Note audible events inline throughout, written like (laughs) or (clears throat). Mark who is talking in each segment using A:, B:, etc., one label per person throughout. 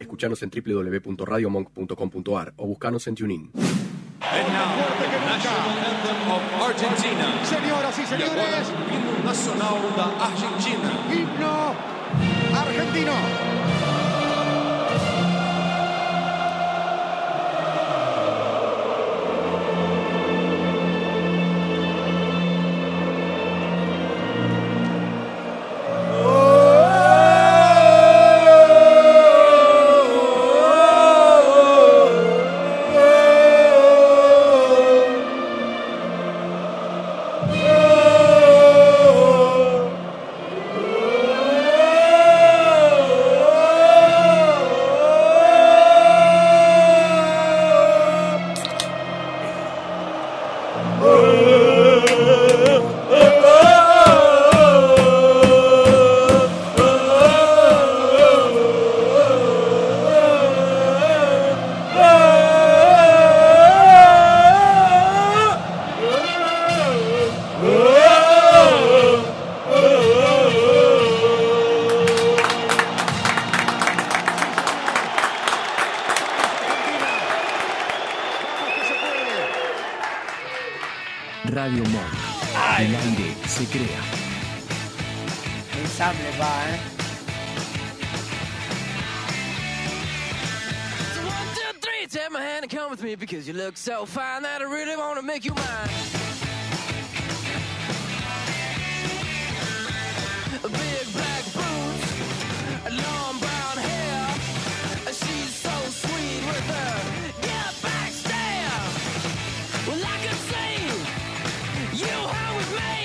A: escuchanos en www.radiomonk.com.ar o buscanos en TuneIn.
B: And now, the national anthem of Argentina.
C: Señoras
B: Y
C: y
B: ahora,
C: señores,
B: el himno nacional da Argentina.
C: himno argentino. Oh! Vamos que se puede.
D: Radio Monk. El aire se crea.
E: Ensamble va, ¿eh?
F: So one, two, three, take my hand and come with me because you look so fine that I really want to make you mine. Big black boots, long brown hair, she's so sweet with her get back stare. Well, I could see you were with me,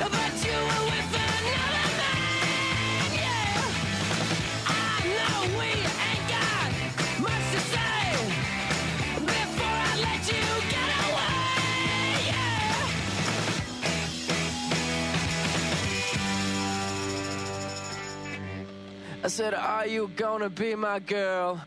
F: but you were with another man, yeah. I know we ain't got much to say before I let you get away. Yeah. I said, Are you gonna be my girl?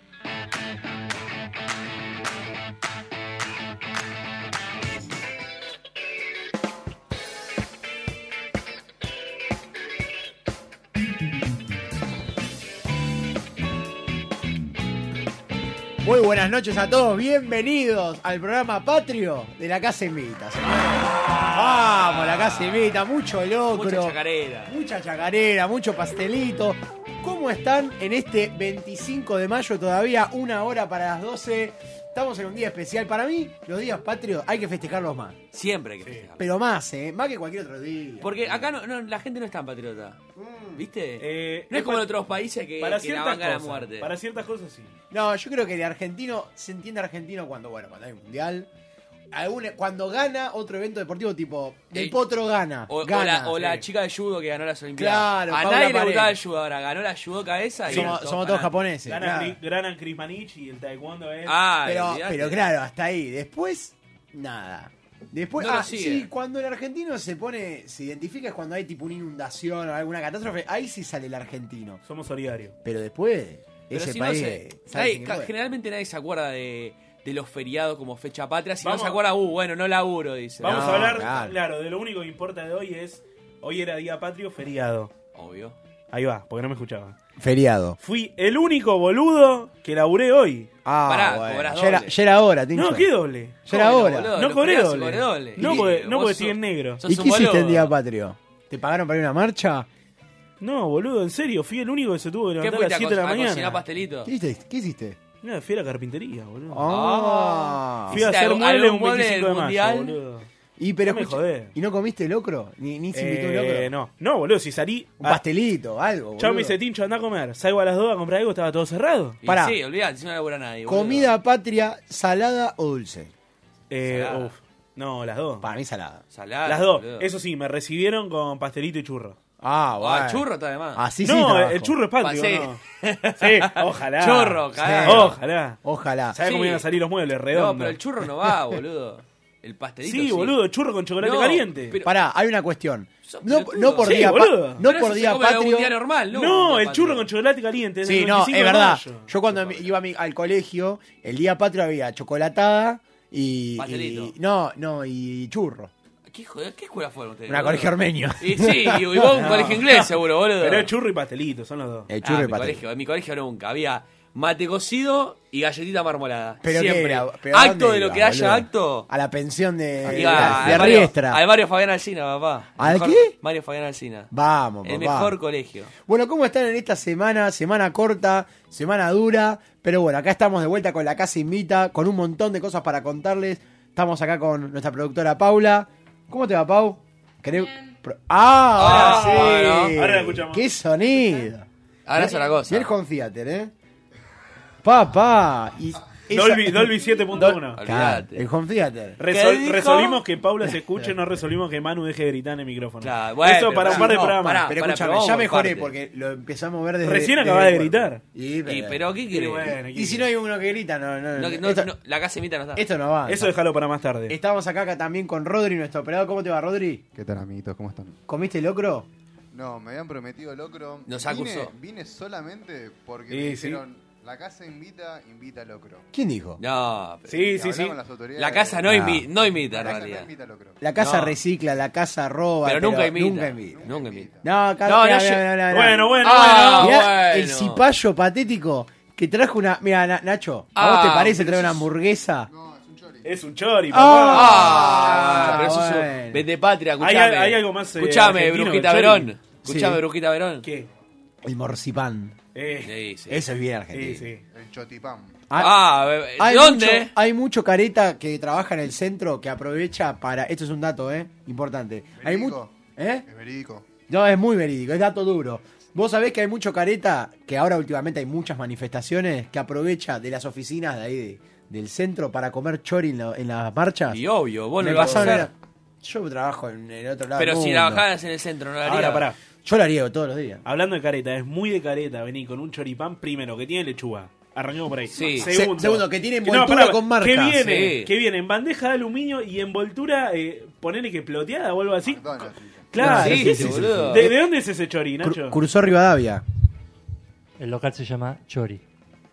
E: Muy buenas noches a todos, bienvenidos al programa Patrio de la Casa Invita, señores. Vamos, la Casa Invita, mucho locro.
G: Ah, Mucha chacarera.
E: Mucha chacarera, mucho pastelito. ¿Cómo están en este 25 de mayo? Todavía una hora para las 12. Estamos en un día especial. Para mí, los días patrios hay que festejarlos más.
G: Siempre hay que festejar.
E: Pero más, ¿eh? Más que cualquier otro día.
G: Porque acá no, no, la gente no es tan patriota. ¿Viste?
H: Eh,
G: no
H: es
G: es como
H: pa-
G: en otros países que,
H: Para
G: que la
H: ciertas
G: bancan a
H: cosas.
G: muerte.
H: Para ciertas cosas sí.
E: No, yo creo que el argentino se entiende argentino cuando, bueno, cuando hay un mundial. algún- cuando gana otro evento deportivo tipo el
G: Eh,
E: potro gana.
G: O, o
E: gana
G: la, o la
E: Sí.
G: chica de judo que ganó las Olimpiadas.
E: Claro,
G: a
E: Paula
G: nadie le gustaba el
E: Paredes.
G: judo ahora. Ganó la judoca esa y
E: somos, somos todos
G: fanáticos.
E: japoneses.
H: Ganan,
E: claro.
H: Cri- ganan Crismanich y el taekwondo es...
G: Ah,
E: Pero,
G: olvidate.
E: pero claro, hasta ahí. Después, nada. Después,
G: No lo
E: ah,
G: sigue.
E: sí, cuando el argentino se pone, se identifica es cuando hay tipo una inundación o alguna catástrofe, ahí sí sale el argentino.
H: Somos solidarios.
E: Pero después,
G: Pero
E: ese
G: si no
E: país.
G: se-
E: sale
G: nadie-
E: sin
G: ca-
E: ningún-
G: generalmente nadie se acuerda de, de los feriados como fecha patria. Si
H: Vamos.
G: no se acuerda, uh, bueno, no laburo, dice.
H: Vamos
E: No,
H: a hablar,
E: claro.
H: claro. de lo único que importa de hoy es... Hoy era día patrio, feriado.
G: Obvio.
H: Ahí va, porque no me escuchaba.
E: Feriado.
H: Fui el único boludo que laburé hoy.
E: Ah,
G: Pará,
E: bueno,
G: cobras
E: ya, era,
G: doble.
E: ya era hora, Tincho.
H: No, qué doble.
E: Ya era
G: Cobra,
E: hora.
G: boludo.
H: No
G: Los
H: cobré
G: feriados
H: doble.
G: se cobra doble.
H: No
G: Y
H: porque,
G: vos
H: no porque
G: sos-
H: estoy en negro.
G: sos
E: ¿Y
G: un
E: qué hiciste
G: boludo.
E: en Día Patrio? ¿Te pagaron para ir a una marcha?
H: No, boludo, en serio. Fui el único que se tuvo que
G: ¿Qué
H: levantar a las
G: fuiste a,
H: 7 de la
G: co- a cocinar
H: mañana.
G: pastelito?
E: ¿Qué hiciste? ¿Qué hiciste?
H: No, fui a la carpintería, boludo.
E: Ah.
H: Fui a
G: ¿Hiciste
H: hacer
G: algo-
H: mueble
G: algún
H: un
G: mueble
H: 25 de
G: del
H: mayo,
G: mundial?
H: boludo.
E: Y, pero,
H: No me
E: escucha,
H: jodés.
E: ¿Y no comiste locro? ¿Ni, ni se invitó un
H: Eh,
E: locro?
H: no, no, boludo, si salí...
E: Un
H: a-
E: pastelito, algo.
H: Chao, me
E: boludo.
H: dice Tincho, anda a comer. Salgo a las 2 a comprar algo, estaba todo cerrado.
G: Y
E: Pará.
G: Sí, olvidate, si no labura nadie. boludo.
E: Comida patria, salada o dulce.
H: Eh,
G: Salada.
H: uf. No, las 2.
E: Para mí salada.
G: Salada,
H: Las 2.
G: boludo.
H: Eso sí, me recibieron con pastelito y churro.
E: Ah,
G: Ah, churro está de más.
E: Así sí.
H: no,
E: trabajo.
H: el churro es patrio,
G: Pasé.
H: ¿no?
G: (laughs)
H: Sí, ojalá.
G: Churro, cagado.
H: Ojalá.
E: Ojalá.
H: ¿Sabes
G: Sí.
H: cómo iban a salir los muebles? Redondo.
G: No, pero el churro no va, boludo. El pastelito.
H: Sí, boludo, churro con chocolate
G: No,
H: caliente.
G: pero-
E: Pará, hay una cuestión.
G: Sos
E: No,
G: pelotudo.
E: no por
H: Sí,
E: día, pa-
H: boludo.
E: no
G: Pero
E: por
G: eso se
E: día
G: come algún
E: patrio.
G: día normal, ¿no?
H: no,
G: Un día
H: el churro
G: patrio.
H: con chocolate caliente. es
E: Sí,
H: el
E: no,
H: 25
E: es
H: de
E: verdad.
H: mayo.
E: Yo cuando me- iba a mi- al colegio, el día patrio había chocolatada y,
G: Pastelito.
E: y- no, no y churro.
G: ¿Qué, joder, ¿Qué escuela fueron ustedes?
E: Una
G: boludo?
E: colegio armenio.
G: (laughs) Y sí, y
E: (laughs)
G: vos un colegio inglés seguro, boludo.
H: Pero es churro y pastelito, son los dos.
E: El
G: Ah,
E: churro y
G: mi
E: patrio.
G: colegio, en mi colegio nunca había mate cocido y galletita marmolada.
E: Pero
G: Siempre.
E: qué era, pero ¿a
G: acto
E: dónde
G: de lo
E: iba,
G: que haya
E: boludo?
G: acto.
E: A la pensión de, de,
G: iba al
E: de
G: Mario-
E: Riestra.
G: Al Mario Fabián Alcina, papá.
E: ¿Al
G: Mejor-
E: qué?
G: Mario Fabián Alcina.
E: Vamos,
G: El
E: papá.
G: mejor colegio.
E: Bueno, ¿cómo están en esta semana? Semana corta, semana dura, pero bueno, acá estamos de vuelta con La Casa Invita, con un montón de cosas para contarles. Estamos acá con nuestra productora Paula. ¿Cómo te va, Pau? ¿Querés- Pro- ¡Ah, ahora
G: Ah,
E: sí!
H: bueno. Ahora la escuchamos.
E: ¡Qué sonido!
G: Ahora es otra cosa.
E: Bien con Theater, ¿eh? ¡Papá! Y esa-
H: Dolby, Dolby 7.1.
G: Dol-
E: Claro,
G: Olvídate.
E: el Home Theater.
H: Resol-
G: ¿Qué dijo?
H: resolvimos que Paula se escuche, no resolvimos que Manu deje de gritar en el micrófono.
G: Claro, Ah, bueno,
H: Eso
G: pero
H: para un par de
G: no,
H: programas.
G: pará.
E: Pero
G: para,
E: escúchame,
G: pero vamos
E: ya
G: por
E: mejoré
G: parte.
E: porque lo empezamos a ver desde.
H: Recién
E: desde
H: acabás de
E: el cuerpo.
H: gritar.
E: Y,
G: Y, pero ¿qué
H: Y
G: quiere?
H: bueno,
E: Y si no hay uno que grita, no, no,
G: No,
E: no.
G: que- no,
E: Eh, esto,
G: no, la casa Invita no está.
E: esto no va.
H: Eso déjalo para más tarde.
E: Estamos acá, acá también con Rodri, nuestro operador. ¿Cómo te va, Rodri?
A: ¿Qué tal, amiguitos? ¿Cómo están?
E: ¿Comiste locro?
A: No, me habían prometido locro.
G: Nos
A: Vine,
G: acusó.
A: vine solamente porque
H: Sí,
A: me
H: sí.
A: dijeron, la casa invita, invita a locro.
E: ¿Quién dijo?
G: No, pero-
H: Sí,
A: Y
H: sí,
A: hablaba
H: sí.
A: con las autoridades.
G: La casa no,
E: No.
G: Invita, no
A: La
G: imita, en
A: casa no
G: realidad.
A: invita a locro.
E: La casa
G: No.
E: recicla, la casa roba.
G: Pero nunca imita.
E: Nunca imita.
G: Nunca imita.
E: No, acá
G: No,
E: mirá,
G: no,
E: mirá,
G: yo-
E: mirá, mirá.
H: Bueno, bueno,
G: Ah,
E: Mirá
G: bueno.
E: el cipayo patético que trajo una. Mira, Nacho, ¿a vos
G: Ah,
E: te parece traer una hamburguesa?
A: No, es un chori.
H: bueno. Es un chori, papá.
G: Ah,
E: Ah,
G: pero eso es
E: bueno.
G: un- Vete patria, escuchame.
H: Hay- hay algo más, eh,
G: Escuchame,
H: argentino
G: Brujita
H: que el
G: Verón.
H: Chori.
G: Escuchame,
E: Sí.
G: Brujita Verón.
H: ¿Qué?
E: El morcipán.
H: Eh,
G: Sí, sí.
E: Eso es bien
H: sí,
E: argentino.
H: sí.
A: El chotipam.
G: Ah, eh,
E: Hay
G: ¿dónde?
E: mucho- hay mucho careta que trabaja en el centro que aprovecha para. Esto es un dato, ¿eh? Importante. Hay
A: Verídico.
E: mucho. ¿Eh?
A: Es verídico.
E: No, es muy verídico, es dato duro. Vos sabés que hay mucho careta, que ahora últimamente hay muchas manifestaciones, que aprovecha de las oficinas de ahí de- del centro para comer chori en, la- en las marchas.
G: Y obvio, vos no
E: Me
G: lo vas a
E: pasaron
G: hacer.
E: la- Yo trabajo en el otro lado.
G: Pero
E: del
G: si
E: mundo.
G: trabajaras en el centro, no lo haría.
H: Ahora, pará.
E: Yo lo haría todos los días.
H: Hablando de careta, es muy de careta venir con un choripán primero, que tiene lechuga. Arranquemos por ahí.
G: Sí.
H: Segundo,
E: Se- segundo, que tiene envoltura con marca.
H: Que viene,
G: Sí.
H: que viene en bandeja de aluminio y envoltura, eh, ponele que ploteada o algo así.
A: McDonald's, dicen.
H: Claro,
G: Sí,
H: ¿qué
G: sí,
H: es eso?
G: boludo.
H: ¿De, de dónde es ese chori,
E: Cru-
H: Nacho?
E: cruzó Rivadavia.
I: El local se llama Chori.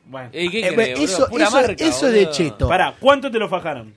H: Bueno.
G: ¿Y qué
E: Eh,
G: crees,
E: bueno,
G: boludo?
E: eso-
G: Pura
E: eso-
G: marca,
E: eso es de
G: boludo.
E: cheto.
H: Pará, ¿cuánto te lo fajaron?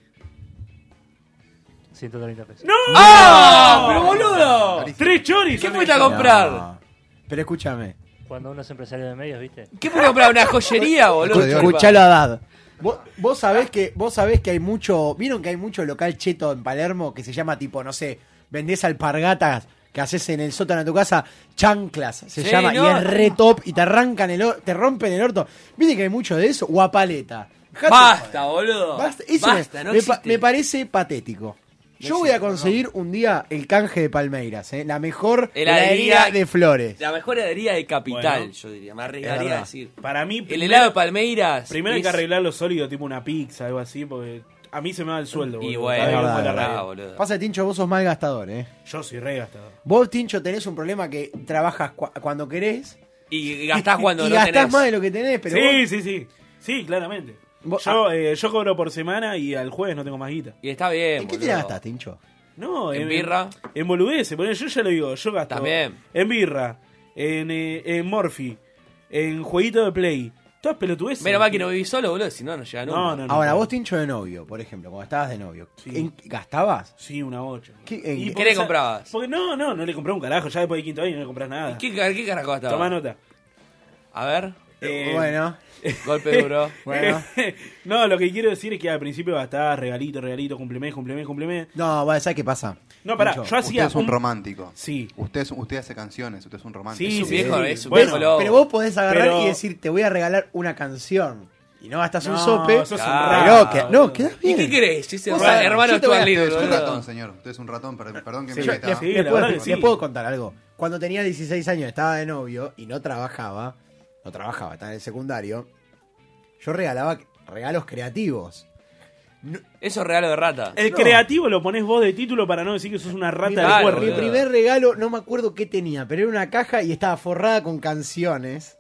I: 130 pesos.
H: ¡No!
G: ¡Ah! ¡Pero boludo!
H: ¡Tres choris!
G: ¿Qué
H: son
G: fuiste a
H: esos.
G: comprar?
E: No. Pero escúchame.
I: Cuando uno es empresario de medios, ¿viste?
G: ¿Qué fuiste a comprar? ¿Una joyería, boludo?
E: Escuchalo a Dad. Vos, vos sabés que vos sabés que hay mucho, vieron que hay mucho local cheto en Palermo que se llama tipo, no sé, vendés alpargatas que haces en el sótano de tu casa, chanclas, se
G: Sí,
E: llama,
G: ¿no?
E: y es re top y te arrancan el or- te rompen el orto. Viste que hay mucho de eso, o a paleta. Dejate
G: Basta,
E: joder.
G: boludo.
E: Basta, eso
G: Basta,
E: me,
G: no
E: me pa-
G: existe.
E: me parece patético. Yo voy a conseguir un día el canje de Palmeiras, ¿eh? la mejor
G: Heladería-
E: heladería de flores.
G: La mejor heladería de capital,
H: Bueno.
G: yo diría. Me
E: Es
G: arriesgaría a
E: verdad.
G: decir.
H: Para mí,
G: El
H: primero-
G: helado de Palmeiras.
H: Primero hay
G: es-
H: que arreglar lo sólido, tipo una pizza, algo así, porque a mí se me va el sueldo.
G: Y
H: boludo.
G: bueno,
H: Cada vez que
E: verdad,
H: voy a la
E: es
H: radio.
G: verdad, boludo.
E: Pasa, Tincho, vos sos mal gastador, ¿eh?
H: Yo soy re gastado.
E: Vos, Tincho, tenés un problema que trabajas cua- cuando querés.
G: Y gastás cuando
E: y
G: no
E: gastás
G: tenés.
E: más de lo que tenés, pero
H: Sí,
E: vos-
H: sí, sí. Sí, claramente.
E: Vos- ah.
H: yo, eh, yo cobro por semana y al jueves no tengo más guita.
G: Y está bien,
E: ¿en qué te
G: boludo.
E: la gastás, Tincho?
H: No, eh,
G: ¿En birra?
H: En boludeces, bueno, yo ya lo digo, yo gasto.
G: También.
H: En birra, en, eh, en Morphy, en jueguito de play. Todas pelotudeces.
G: Menos mal que no vivís solo, boludo, si no, no llega nunca.
H: No, no, no.
E: Ahora,
H: no.
E: vos, Tincho, de novio, por ejemplo, cuando estabas de novio,
H: Sí.
E: ¿en- ¿gastabas?
H: Sí, una 8.
E: ¿Qué- en- ¿Qué
G: le comprabas?
H: Porque no, no, no le compré un carajo. Ya después de quinto año no le compras nada.
G: ¿Qué, car- qué carajo gastaba?
H: Tomá nota.
G: A ver,
H: Eh, (laughs)
E: bueno,
G: golpe duro.
E: bueno.
H: no, lo que quiero decir es que al principio gastaba regalito, regalito, cumplemes, cumplemes, cumplemes.
E: No, bueno, ¿sabes qué pasa?
H: No, pará,
E: Tincho,
H: yo hacía.
A: Usted es un
H: un-
A: romántico.
H: Sí.
A: Usted, es- usted hace canciones, usted es un romántico.
G: Es un
H: sí,
G: viejo,
H: sí.
G: es un
H: Bueno,
G: viejo lobo.
E: Pero vos podés agarrar
H: Pero-
E: y decir, te voy a regalar una canción. Y no gastas un
H: No,
E: sope.
H: sos un
E: pero
H: raro,
E: que-
H: boludo.
E: no, quedás
G: ¿Y
E: bien.
G: qué querés? Ese
E: Vos
G: hermano-
E: sabés,
G: hermano
E: yo te
G: Stuart
E: voy a-
G: Little,
A: Usted es un
G: boludo.
A: ratón, señor. Usted es un ratón, per- perdón que me
E: Yo-
A: meta.
E: les,
H: Sí,
E: les
H: la
E: puedo,
H: verdad que
E: les
H: sí.
E: puedo contar algo. Cuando tenía 16 años, estaba de novio y no trabajaba, no trabajaba, estaba en el secundario, yo regalaba regalos creativos.
G: Eso es regalo de rata.
H: El
E: No.
H: creativo lo pones vos de título para no decir que sos una
E: mi,
H: rata
G: Claro,
H: de
E: mi
H: cuerpo.
G: boludo.
E: primer regalo, no me acuerdo qué tenía, pero era una caja y estaba forrada con canciones.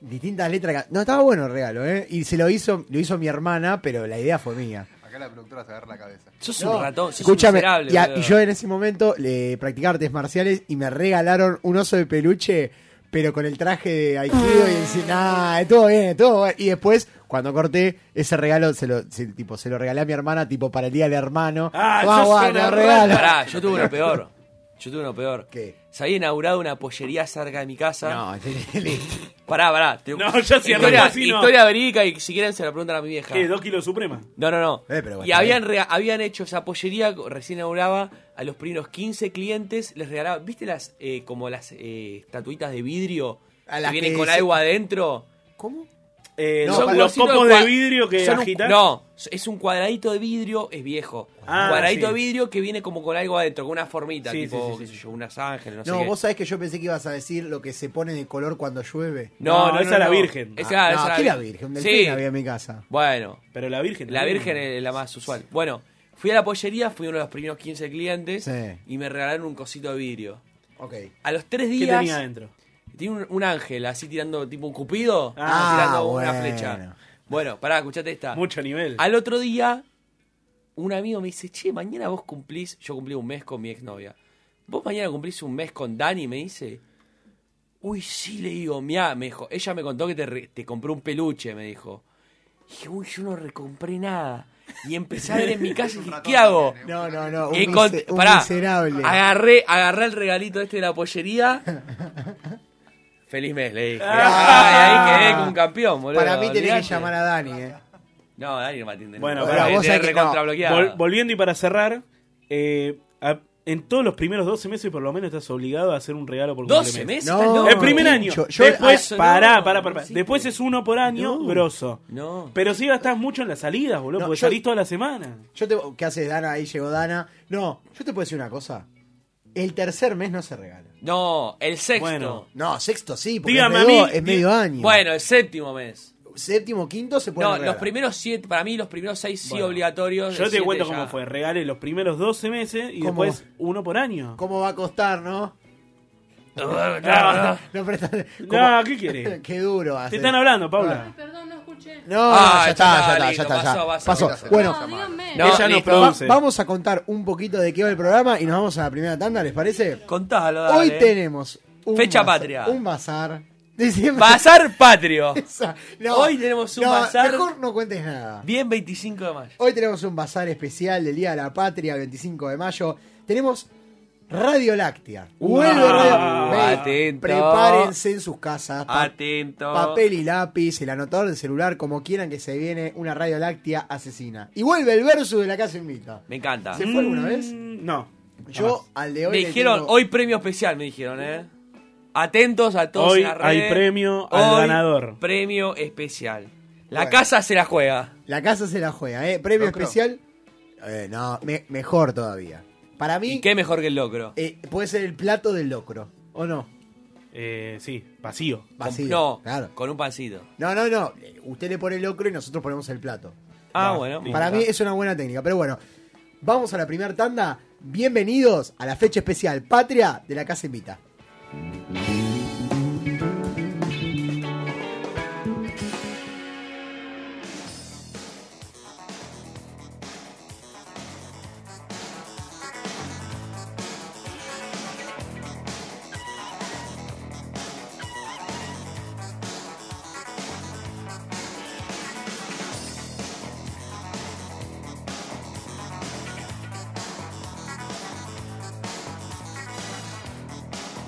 E: Distintas letras. No, estaba bueno el regalo, ¿eh? Y se lo hizo, lo hizo mi hermana, pero la idea fue mía.
A: Acá la productora se agarra la cabeza.
G: Sos
E: No,
G: un ratón, sos
E: Escúchame,
G: un miserable,
E: y, a-
G: boludo.
E: y yo en ese momento le practicaba artes marciales y me regalaron un oso de peluche, pero con el traje de Aikido y encima, nada, todo bien, todo bien. Y después, cuando corté, ese regalo se lo, se- tipo, se lo regalé a mi hermana, tipo, para el día del hermano.
H: Ah,
E: Guau,
H: sos
E: guau,
H: una
E: te regalo.
G: Pará, yo tuve una peor. Yo tuve uno peor.
E: ¿Qué?
G: Se había inaugurado una pollería cerca de mi casa.
E: No, (laughs)
G: Pará, pará. te-
H: No, ya si
G: historia,
H: arranca así, no.
G: historia verídica y si quieren se la preguntan a mi vieja.
H: ¿Qué? ¿Dos kilos suprema?
G: No, no, no.
E: Eh, pero
G: y
E: bueno,
G: habían, rea- habían hecho esa pollería, recién inauguraba, a los primeros 15 clientes les regalaba, ¿viste las eh, como las eh, estatuitas de vidrio
E: A
G: que
E: las
G: vienen
E: que
G: con
E: se-
G: agua adentro?
E: ¿Cómo?
H: Eh,
E: No,
H: son
E: para-
H: los
G: sino
H: copos
G: cua-
H: de vidrio que
G: son un-
H: agitan.
G: No, es un cuadradito de vidrio, es viejo.
H: Ah,
G: un cuadradito
H: sí.
G: de vidrio que viene como con algo adentro, con una formita,
H: Sí,
G: tipo,
H: sí, sí,
G: qué
H: sí.
G: sé yo, unas ángeles, no,
E: No,
G: sé qué.
E: vos sabés que yo pensé que ibas a decir lo que se pone de color cuando llueve.
H: No, esa es la Virgen.
G: Esa,
E: Ah,
G: esa
E: no,
G: la
E: ¿qué la
G: Vir-
E: Virgen? Un
G: Sí.
E: delfín había en mi casa.
G: Bueno,
H: Pero la Virgen.
G: La
H: también.
G: Virgen es la más usual. Bueno, fui a la pollería, fui uno de los primeros 15 clientes
E: Sí.
G: y me regalaron un cosito de vidrio.
E: Ok.
G: A los tres
H: ¿Qué
G: días.
H: tenía adentro?
G: Tiene un, un ángel así tirando tipo un cupido.
H: Ah,
G: tirando
E: bueno.
G: una flecha. Bueno, pará, escuchate esta.
H: Mucho nivel.
G: Al otro día, un amigo me dice, che, mañana vos cumplís, yo cumplí un mes con mi exnovia. Vos mañana cumplís un mes con Dani, me dice. Uy, sí, le digo, mirá, me dijo, ella me contó que te, re- te compró un peluche, me dijo. Y dije, uy, yo no recompré nada. Y empecé a ver en mi casa y dije, (laughs) ¿qué hago?
E: No, no, no. Un,
G: Y con-
E: mise- un
G: pará,
E: miserable.
G: Agarré, agarré el regalito este de la pollería. Feliz mes, le dije.
E: Ah.
G: Ay, ahí quedé como un campeón, boludo.
E: Para mí tenés que
G: olvidate.
E: llamar a Dani, ¿eh?
G: No, Dani no me atiende.
H: Bueno,
G: No,
H: pará,
G: me
E: vos
G: tiene
E: sabés que no.
G: recontrabloqueado.
H: Vol- volviendo y para cerrar, eh, a- en todos los primeros 12 meses por lo menos estás obligado a hacer un regalo por
G: 12
H: cumpleaños.
G: meses.
E: No.
G: ¿Estás loco?
H: El primer año.
E: Yo- yo-
H: Después,
G: ah,
H: pará,
G: no,
H: pará, pará.
G: no existe.
H: Después es uno por año,
E: No.
H: grosso.
G: No.
H: Pero sí gastás mucho en las salidas, boludo,
E: No,
H: porque
E: yo-
H: salís toda la semana.
E: Yo te, ¿Qué haces, Dana? Ahí llegó Dana. No, yo te puedo decir una cosa. El tercer mes no se regala.
G: No, el sexto.
H: Bueno.
G: Bueno,
E: No, sexto sí, porque
H: Dígame
E: es, medio,
H: a mí,
E: es
H: di-
E: medio año.
G: el séptimo mes.
E: Séptimo, quinto se puede
G: no, los primeros siete, para mí los primeros seis sí
H: Bueno.
G: obligatorios.
H: Yo
G: el
H: te
G: siete
H: cuento
G: ya.
H: cómo fue. Regalé los primeros 12 meses y
E: ¿Cómo?
H: después uno por año.
E: ¿Cómo va a costar, no? No, pero está-
H: Ah. No, ¿qué querés?
E: (laughs) Qué duro va a ser.
H: Te
E: Ah.
H: están hablando, Paula.
C: Perdón, no escuché.
E: No,
G: Ah,
E: ya, está,
G: ya está,
E: ya está, ya
G: listo,
E: está, ya
G: pasó, pasó.
E: pasó. Bueno,
C: No, díganme.
G: No,
H: Ella no
G: listo.
H: probó.
E: Va-
H: Entonces.
E: vamos a contar un poquito de qué va el programa y nos vamos a la primera tanda, ¿les parece?
G: Contalo, dale.
E: Hoy tenemos un
G: Fecha
E: baza-
G: patria.
E: Un bazar. (laughs) Diciembre-
G: Bazar patrio.
E: Esa-
G: Hoy tenemos un
E: (laughs) no,
G: bazar.
E: Mejor no cuentes nada.
G: Bien 25 de mayo.
E: Hoy tenemos un bazar especial del Día de la Patria, 25 de mayo. Tenemos Radio Láctea. Vuelve Radio- Ve,
G: Uh, ah, atento.
E: Prepárense en sus casas. pa-
G: Atento.
E: Papel y lápiz, el anotador del celular, como quieran que se viene una Radio Láctea asesina. Y vuelve el verso de la casa invita.
G: Me encanta.
E: ¿Se fue alguna vez?
H: Mm, No.
E: Yo al de hoy.
G: me
E: le
G: dijeron,
E: tengo-
G: hoy premio especial, me dijeron, ¿eh? Atentos a todos
H: Hoy
G: en las redes.
H: hay premio al
G: Hoy,
H: ganador.
G: Premio especial. La
E: Bueno.
G: casa se la juega.
E: La casa se la juega, ¿eh? Premio
J: Locro.
E: especial. Eh, no, me- mejor todavía. Para mí,
G: ¿Y qué mejor que el locro?
E: eh, puede ser el plato del locro, ¿o no?
H: Eh, sí, vacío.
G: Con-
E: Vacío.
G: no,
E: claro.
G: con un pancito.
E: No, no, no. Eh, Usted le pone el locro y nosotros ponemos el plato.
G: Ah, bueno.
E: Para
G: me
E: mí
G: gusta.
E: es una buena técnica, pero bueno. Vamos a la primera tanda. Bienvenidos a la fecha especial Patria de la Casa Invita.
C: Thank este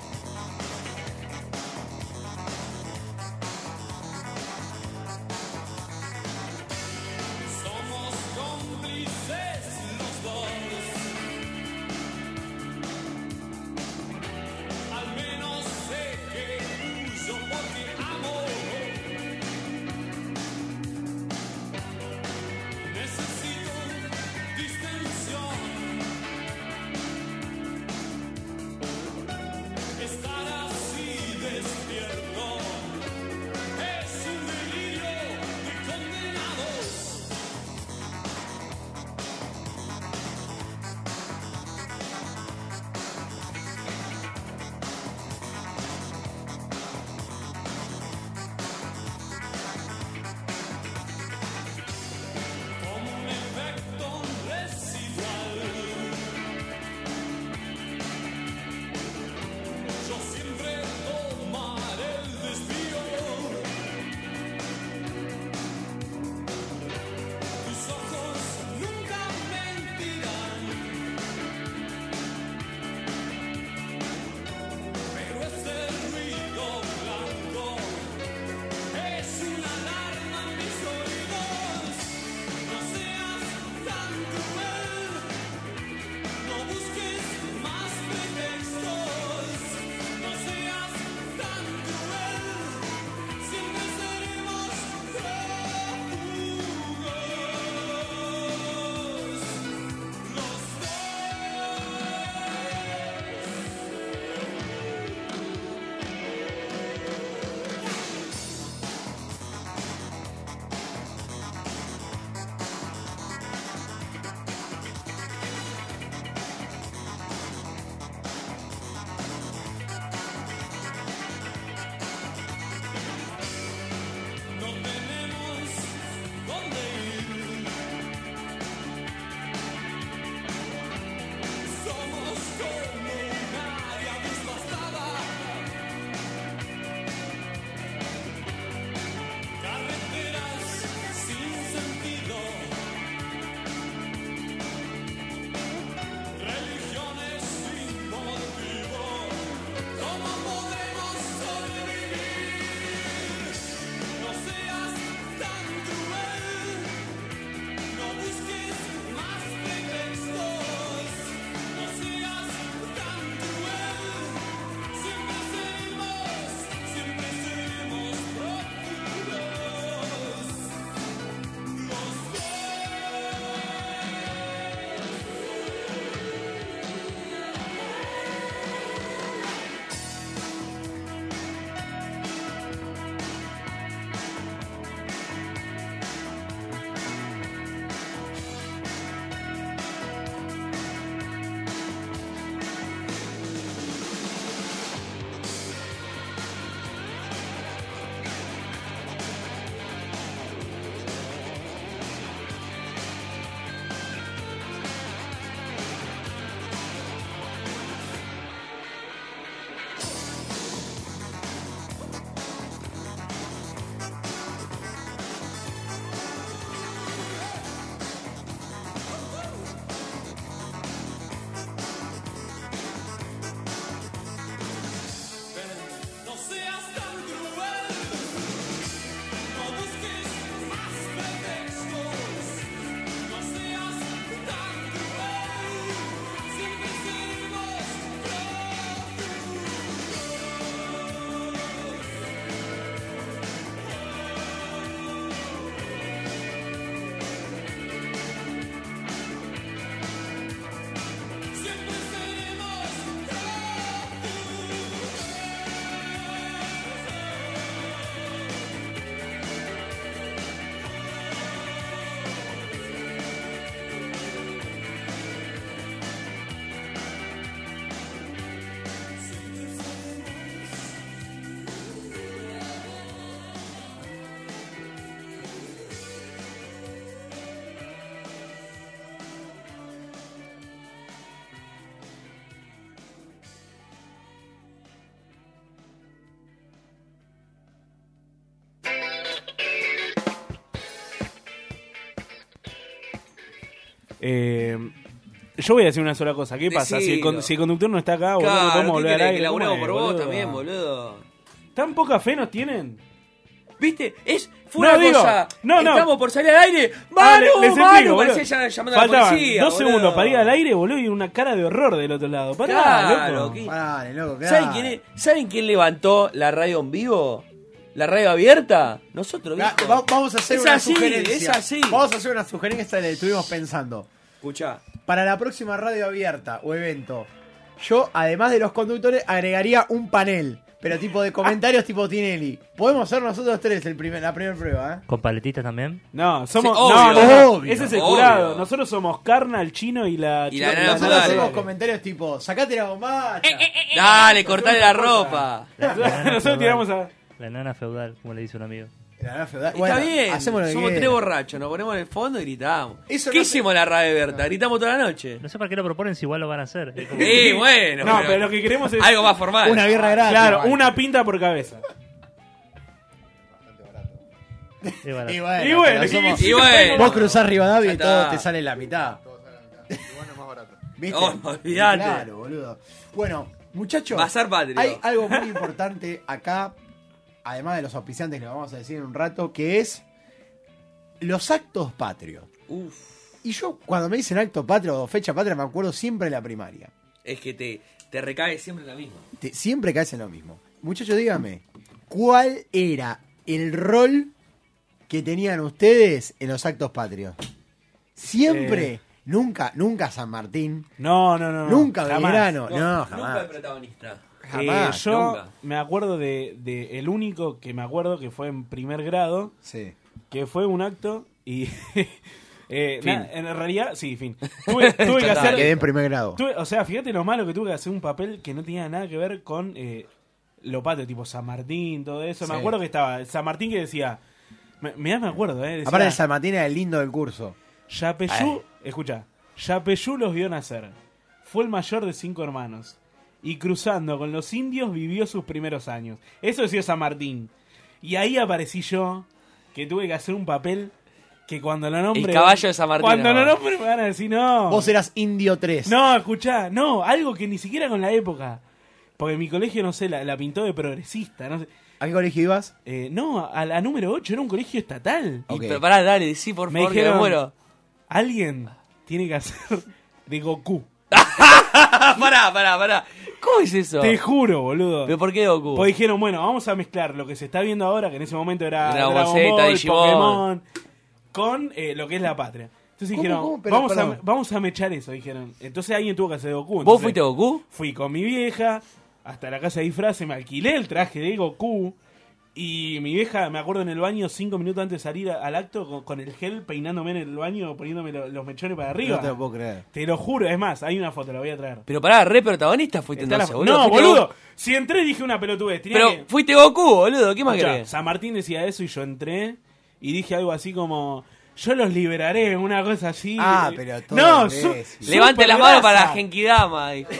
H: Eh, yo voy a decir una sola cosa. ¿Qué pasa? Si el, con-
G: Decilo.
H: si el conductor no está acá, Ah, boludo, no
G: Claro,
H: podemos
G: ¿qué
H: volver al
G: querés?
H: aire.
G: Que laburamos
H: ¿Cómo
G: por
H: es,
G: vos también, boludo.
H: ¿Tan poca fe nos tienen?
G: ¿Viste? Es, fue
H: No,
G: una
H: digo,
G: cosa.
H: no, no.
G: Estamos por salir al aire.
H: Ah,
G: ¡Manu!
H: le- les
G: ¡Manu!
H: explico, boludo.
G: Parecía ya llamando a la
H: Faltaban
G: policía.
H: Dos
G: boludo.
H: segundos para ir al aire, boludo, y una cara de horror del otro lado. Pará,
G: Claro,
H: loco.
G: ¿qué?
E: loco,
G: ¿Saben quién, es- ¿Saben quién levantó la radio en vivo? ¿La radio abierta? Nosotros,
E: Va-
G: viejo.
E: va- vamos a hacer
G: es
E: una
G: así,
E: sugerencia.
G: Es así,
E: Vamos a hacer una sugerencia que estuvimos pensando.
G: Escuchá.
E: Para la próxima radio abierta o evento, yo, además de los conductores, agregaría un panel. Pero tipo de
G: Ah.
E: comentarios tipo Tinelli. Podemos ser nosotros tres el primer, la primera prueba, ¿eh?
I: ¿Con paletitas también?
H: No, somos.
E: Sí,
H: no,
E: obvio.
H: no, no.
E: Obvio.
H: Ese es el
E: Obvio.
H: curado. Nosotros somos carna, el chino y
E: Ah,
H: la.
G: Y la
H: chica-
G: nana
E: Nosotros
G: dale.
E: hacemos comentarios tipo, sacate la bombacha.
H: Eh,
G: Dale, cortale la ropa.
H: (laughs) Nosotros tiramos a.
I: La nana feudal, como le dice un amigo.
E: La verdad, feudal.
G: Está
E: Bueno,
G: bien.
E: hacemos lo que
G: Somos tres
E: quieras.
G: borrachos. Nos ponemos en el fondo y gritamos.
E: Eso
G: ¿Qué
E: no sé-
G: hicimos en la radio abierta? Gritamos toda la noche.
I: No sé para qué lo proponen si igual lo van a hacer. Es como-
G: Sí, bueno.
H: No, pero lo que queremos es.
G: Algo más formal.
E: Una birra gratis.
H: Claro, una pinta por cabeza.
I: es barato.
E: Y bueno,
H: Y bueno,
E: pero
H: ¿qué
E: somos-
G: Y bueno.
E: vos cruzás Rivadavia
G: Ya
E: y
G: está.
E: todo te sale la mitad.
A: Bueno, es más barato.
E: ¿Viste?
G: Oh, olvidate.
E: Claro, boludo. Bueno, muchachos.
G: Bazar patrio.
E: Hay algo muy importante acá, además de los auspiciantes que lo vamos a decir en un rato, que es los actos patrios.
G: Uf,
E: Y yo, cuando me dicen acto patrio o fecha patria, me acuerdo siempre de la primaria.
G: es que te, te recae siempre la misma.
E: Te- siempre caes en lo mismo. Muchachos, díganme, ¿cuál era el rol que tenían ustedes en los actos patrios? Siempre,
H: Eh.
E: nunca, nunca San Martín,
H: No, no, no. no.
E: nunca
H: Jamás.
E: Belgrano, no,
G: Nunca
E: jamás.
G: el protagonista.
H: Eh,
E: jamás,
H: yo
G: nunca.
H: me acuerdo de, de el único que me acuerdo que fue en primer grado,
E: Sí.
H: que fue un acto y (laughs) eh,
G: Fin.
H: na- en realidad sí, fin.
E: (laughs)
H: Tuve, tuve que
G: Ya está,
H: hacer,
E: Quedé en primer grado.
H: tuve- o sea, fíjate lo malo que tuve que hacer un papel que no tenía nada que ver con eh, lo patrio, tipo San Martín, todo eso. Me
E: Sí.
H: acuerdo que estaba San Martín que decía, me, mirá, me acuerdo, eh, decía,
E: Aparte de San Martín era el lindo del curso.
H: Yapeyú, escucha, Yapeyú los vio nacer. Fue el mayor de cinco hermanos. Y cruzando con los indios vivió sus primeros años. Eso decía San Martín. Y ahí aparecí yo, que tuve que hacer un papel que cuando lo nombre.
G: El caballo de San Martín,
H: Cuando lo
G: hermano.
H: nombre me van a decir no.
E: Vos eras Indio
H: (laughs)
E: 3.
H: No, escuchá, no, algo que ni siquiera con la época. Porque mi colegio, no sé, la, la pintó de progresista, no sé.
E: ¿A qué colegio ibas?
H: Eh, no, a la número 8 era un colegio estatal.
G: Y
E: Ok.
G: pero pará, dale, sí, por
H: Me
G: favor, que me
H: dijeron-
G: muero. (laughs)
H: Alguien tiene que hacer (laughs) de Goku.
G: Ah, pará, pará, pará. ¿Cómo es eso?
H: Te juro, boludo.
G: ¿Pero por qué Goku?
H: Pues dijeron, bueno, vamos a mezclar lo que se está viendo ahora, que en ese momento era
G: Dragon
H: Dragon,
G: Ball Z,
H: Ball,
G: Digimon.
H: Pokémon, con eh, lo que es la patria. Entonces
E: ¿Cómo,
H: dijeron,
E: cómo? Pero,
H: vamos, a,
E: perdón.
H: vamos a mechar eso, dijeron. Entonces alguien tuvo que hacer Goku.
G: ¿Vos
H: Entonces,
G: fuiste Goku?
H: Fui con mi vieja hasta la casa de disfraces, me alquilé el traje de Goku. Y mi vieja, me acuerdo en el baño, cinco minutos antes de salir a- al acto, con, con el gel peinándome en el baño, poniéndome lo- los mechones para arriba.
E: No te lo puedo creer.
H: Te lo juro, es más, hay una foto, la voy a traer.
G: Pero pará, re protagonista fuiste
H: Está la
G: entonces,
H: fo-
G: boludo.
H: no,
G: Fuiste
H: boludo.
G: Goku.
H: Si entré dije una pelotudez. Tenía que-
G: Pero fuiste Goku, boludo, ¿qué más
H: Escuchá,
G: querés?
H: San Martín decía eso y yo entré y dije algo así como... Yo los liberaré, una cosa así.
E: Ah, pero todo
H: No,
E: imbécil.
H: su-
G: Levante las manos
H: supergrasa.
G: para la Genkidama, (laughs) dijo.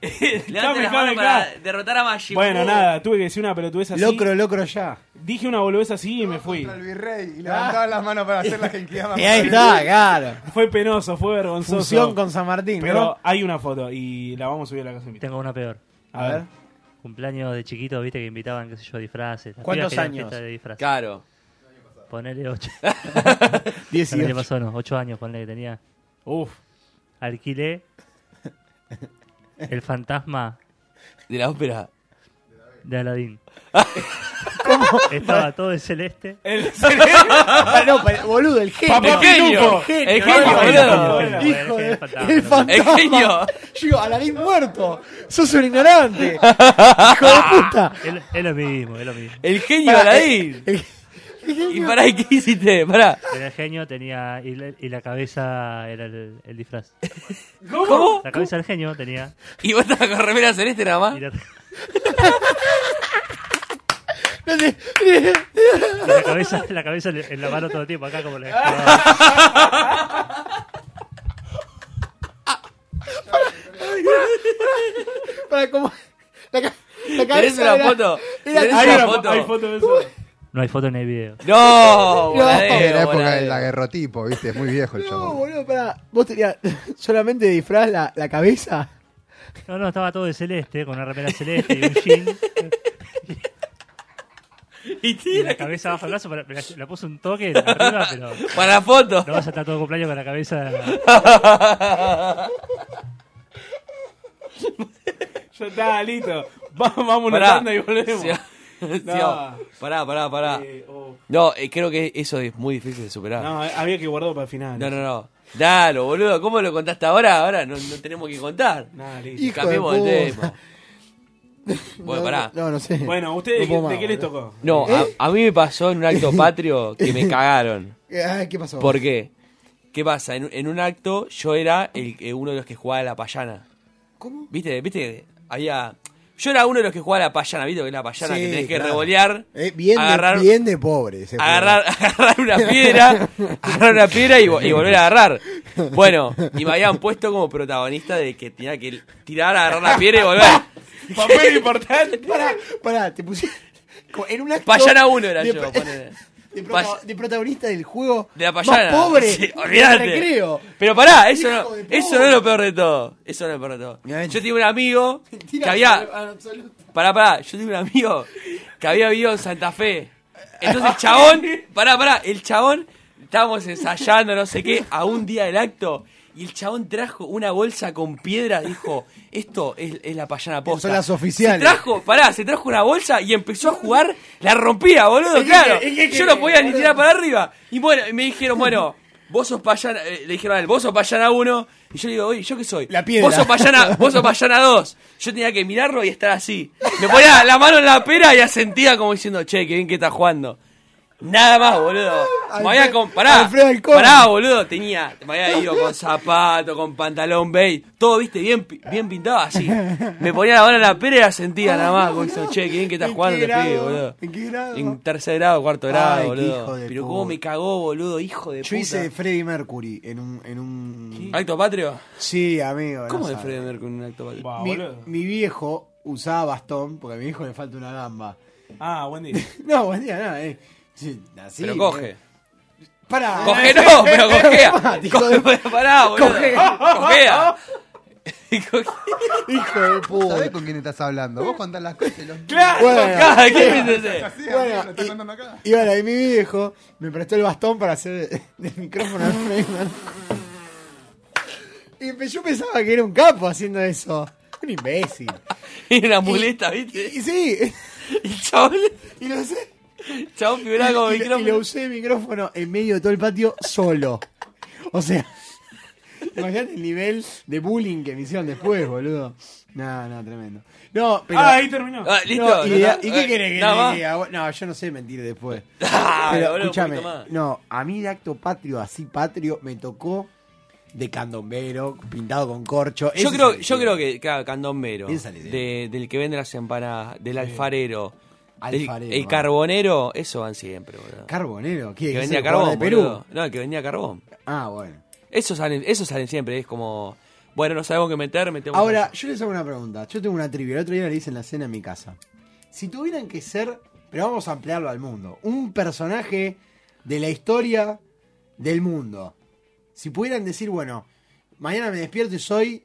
H: Cami,
G: Levante las
H: cami,
G: manos para
H: cami.
G: derrotar a Majin
H: Bueno,
G: Buu.
H: nada, tuve que decir una pelotudez así.
E: Locro, locro ya.
H: Dije una boludez así y me fui.
A: Contra el virrey
G: Ah.
A: y levantaban las manos para hacer la
H: (laughs)
A: genkidama.
E: Y ahí está, claro.
H: Fue penoso, fue vergonzoso.
E: Fusión con San Martín,
H: Pero
E: ¿no?
H: hay una foto y la vamos a subir a la casa de invitados.
I: Tengo una peor.
H: A ver.
I: Cumpleaños de chiquito, viste, que invitaban, qué sé yo, disfraces. Las
E: ¿Cuántos
I: pibas querían
E: años?
I: fiesta De disfraces.
G: Claro.
I: Ponele
G: (laughs)
I: 8.
E: 18.
I: ¿Qué pasó? No, 8 años, ponele que tenía.
H: Uf.
I: Alquilé el fantasma
G: De la ópera.
I: de
G: (laughs)
I: Aladdin. Estaba todo de celeste.
H: El
E: Ah, no, pero, boludo, el genio.
H: Papá
G: genio.
H: Pitufo.
G: El
E: Ay,
G: genio,
E: el
I: Bueno,
G: boludo.
I: bueno,
E: Hijo
I: el
E: de-
I: fantasma,
E: el
I: ¿no?
E: fantasma.
G: El genio.
E: Yo digo, Alarín muerto. (laughs) Sos un ignorante. Hijo de puta.
I: Es es lo mismo, es lo mismo.
G: El genio de ahí.
E: El-
G: Y pará, ¿y ¿qué hiciste? Pará.
I: Era el genio, tenía. Y la, y la cabeza era el, el disfraz.
G: ¿Cómo?
I: La cabeza del genio tenía.
G: Y vos estabas con remera celeste nada más.
I: Y la,
E: No te- te-
I: y la cabeza, la cabeza en en la mano todo el tiempo, acá como la.
E: Para como. La, ca- la cabeza
G: ¿Tenés una
E: era-
G: foto?
E: era-
G: ¿Tenés
H: Hay,
G: una
H: una, fo-
G: foto?
H: hay foto de eso.
I: No hay foto ni hay
H: (laughs)
I: video.
A: (laughs)
G: ¡No!
E: voladero,
A: de la época
G: voladero.
A: del daguerrotipo, ¿viste? Es muy viejo el
H: (laughs)
E: No,
A: chabón.
E: boludo, pará. Vos tenías (laughs) solamente disfraz la, la cabeza.
I: No, no, estaba todo de celeste, con una remera celeste y un jean.
G: Y
I: Y
G: tiene
I: la
G: la
I: cabeza bajo el brazo, pero me la, la puse un toque
G: (laughs)
I: arriba, pero
G: Para la foto.
I: no vas a estar todo cumpleaños con la cabeza.
H: Ya está, listo. Va- vamos una
G: Pará.
H: tanda y volvemos.
G: (laughs) Sí, sí,
H: No.
G: Pará, pará, pará.
H: Eh, oh.
G: No, eh, creo que eso es muy difícil de superar.
H: No, eh, había que guardarlo para el final.
G: Ah. No, no, no. Dalo, boludo. ¿Cómo lo contaste ahora? Ahora no, no tenemos que contar.
H: Nada, listo.
E: Hijo de
G: Cambiemos de,
E: puta.
G: (laughs) tema. Bueno,
E: No,
G: pará.
E: No, no sé.
H: Bueno,
E: No
H: ¿ustedes de
E: puedo
H: qué-
E: más,
H: de qué les
E: boludo. Eh.
H: tocó?
G: No, ah. a- a, mí me pasó en
E: (laughs)
G: un acto patrio que me cagaron.
E: Ay, ¿Qué pasó?
G: ¿Por qué? ¿Qué pasa? En, en un acto yo era el, eh, uno de los que jugaba a la payana.
E: ¿Cómo?
G: ¿Viste? ¿Viste? Había... Yo era uno de los que jugaba a la payana, ¿viste? Que es la payana
E: Sí,
G: que tenés que
E: claro.
G: revolear,
E: Eh, bien,
G: agarrar,
E: de, bien de pobre. ese
G: agarrar, (laughs)
E: (laughs)
G: agarrar una piedra, agarrar una piedra y, vo- y volver a (laughs) agarrar. Bueno, (laughs) y me habían puesto como protagonista de que tenía que tirar, agarrar la piedra
E: (laughs)
G: y volver.
H: Papel importante.
E: juego. (laughs) Pará, pará, te puse. (laughs) como En una.
G: Payana uno era
E: de,
G: yo, ponele.
E: de prota-
G: Pay-
E: de protagonista del juego.
G: De la payana.
E: Más pobre.
G: (laughs) Sí,
E: del
G: olvídate.
E: recreo.
G: Pero pará, eso no,
E: Hijo de puta.
G: eso no es lo peor de todo. Eso no es lo peor de todo.
E: Mirá,
G: Yo tenía un amigo que
E: Mentira
G: había. (laughs)
E: absoluta.
G: Pará, pará, yo tenía un amigo que había vivido en Santa Fe. Entonces, el chabón. Pará, pará, el chabón. Estábamos ensayando, no sé qué, a un día del acto. Y el chabón trajo una bolsa con piedra. Dijo: Esto es, es la payana posta.
E: las oficiales.
G: Se trajo, pará, se trajo una bolsa y empezó a jugar. La rompía, boludo,
H: ¿Y qué
G: claro.
H: querés? ¿Y qué
G: Yo no
H: querés,
G: podía ni
H: boludo?
G: tirar para arriba. Y bueno, y me dijeron, bueno, vos sos payana, eh, le dijeron a él, vos sos payana 1. Y yo le digo, oye, ¿yo qué soy?
E: La piedra.
G: Vos sos payana, vos sos payana 2. Yo tenía que mirarlo y estar así. Me ponía la mano en la pera y asentía como diciendo, che, qué bien que está jugando. Nada más, boludo.
E: Alfredo-
G: me había con, pará,
E: Alfredo del Conde.
G: pará, boludo, tenía, me había ido con zapato, con pantalón beige, todo, viste, bien, pi- bien pintado, así. Me ponía la mano en la pera y la sentía nada más, como diciendo, che, qué bien que estás
E: ¿En
G: jugando,
E: qué
G: te pibe,
E: grado?
G: boludo.
E: ¿En qué grado?
G: En tercer grado, cuarto grado,
E: Ay, qué
G: boludo.
E: hijo de
G: Pero
E: puta.
G: cómo me cagó, boludo, hijo de
E: Yo
G: puta.
E: hice Freddie Mercury en un. En un...
G: ¿Acto patrio?
E: Sí, amigo. no
G: ¿Cómo de
E: sabes.
G: Freddie Mercury en un acto patrio?
H: Buah,
E: mi,
H: boludo.
E: mi viejo usaba bastón porque a mi viejo le falta una gamba.
H: Ah, buen día.
E: (laughs) No, buen día, nada, eh. Sí, así,
G: pero coge.
E: Para.
G: Coge
E: (laughs)
G: no, pero cojea.
E: Hijo
G: coge,
E: de-
G: pero pará, boludo.
E: Coge. (laughs)
G: Cojea. Y coge-
E: Hijo de
A: ¿Sabés
E: puta.
A: con quién estás hablando? Vos contás las cosas y los...
H: (laughs) ¡Claro!
E: Bueno,
G: Cojea, ¿qué pensás?
A: Sí, amigo,
E: Bueno,
A: lo estás
E: y-
A: contando acá.
E: y bueno, y mi viejo me prestó el bastón para hacer el micrófono de Freddie Mercury. Y pe- yo pensaba que era un capo haciendo eso. Un imbécil.
G: (laughs) Y una muleta, ¿viste?
E: Y sí,
G: (laughs) Y chabón,
E: y lo usé.
G: chabón
E: Y,
G: figuraba como
E: y lo- y lo
G: micrófono.
E: usé de micrófono en medio de todo el patio solo. O
G: (laughs)
E: sea, imagínate el nivel de bullying que me hicieron después, boludo. No, no, tremendo. No, pero.
H: Ah, ahí terminó.
G: Ah, listo.
E: No, y,
G: ya
E: ¿y
G: está.
E: qué
G: Eh,
E: querés que
G: nada
E: le
G: más.
E: diga? No, yo no sé mentir después.
G: (laughs) Dale,
E: Pero,
G: boludo, un
E: escúchame,
G: poquito más.
E: no, a mí de acto patrio, así patrio, me tocó de candombero, pintado con corcho.
G: Yo
E: Ese
G: creo,
E: es el
G: yo
E: estilo.
G: creo que, claro, candombero,
E: Esa es la idea.
G: de- del que vende las empanadas, del alfarero, del-
E: Alfarero,
G: el,
E: va.
G: carbonero, eso van siempre, boludo.
E: Carbonero, ¿qué?
G: El que
E: ¿Es
G: vendía
E: el jugador
G: carbón,
E: de Perú?
G: boludo. No, el que vendía carbón.
E: Ah, bueno.
G: Eso salen, eso salen siempre, es como, bueno, no sabemos qué meter, metemos...
E: Ahora,
G: eso.
E: yo les hago una pregunta. Yo tengo una trivia. El otro día le hice en la cena en mi casa. Si tuvieran que ser, pero vamos a ampliarlo al mundo, un personaje de la historia del mundo. Si pudieran decir, bueno, mañana me despierto y soy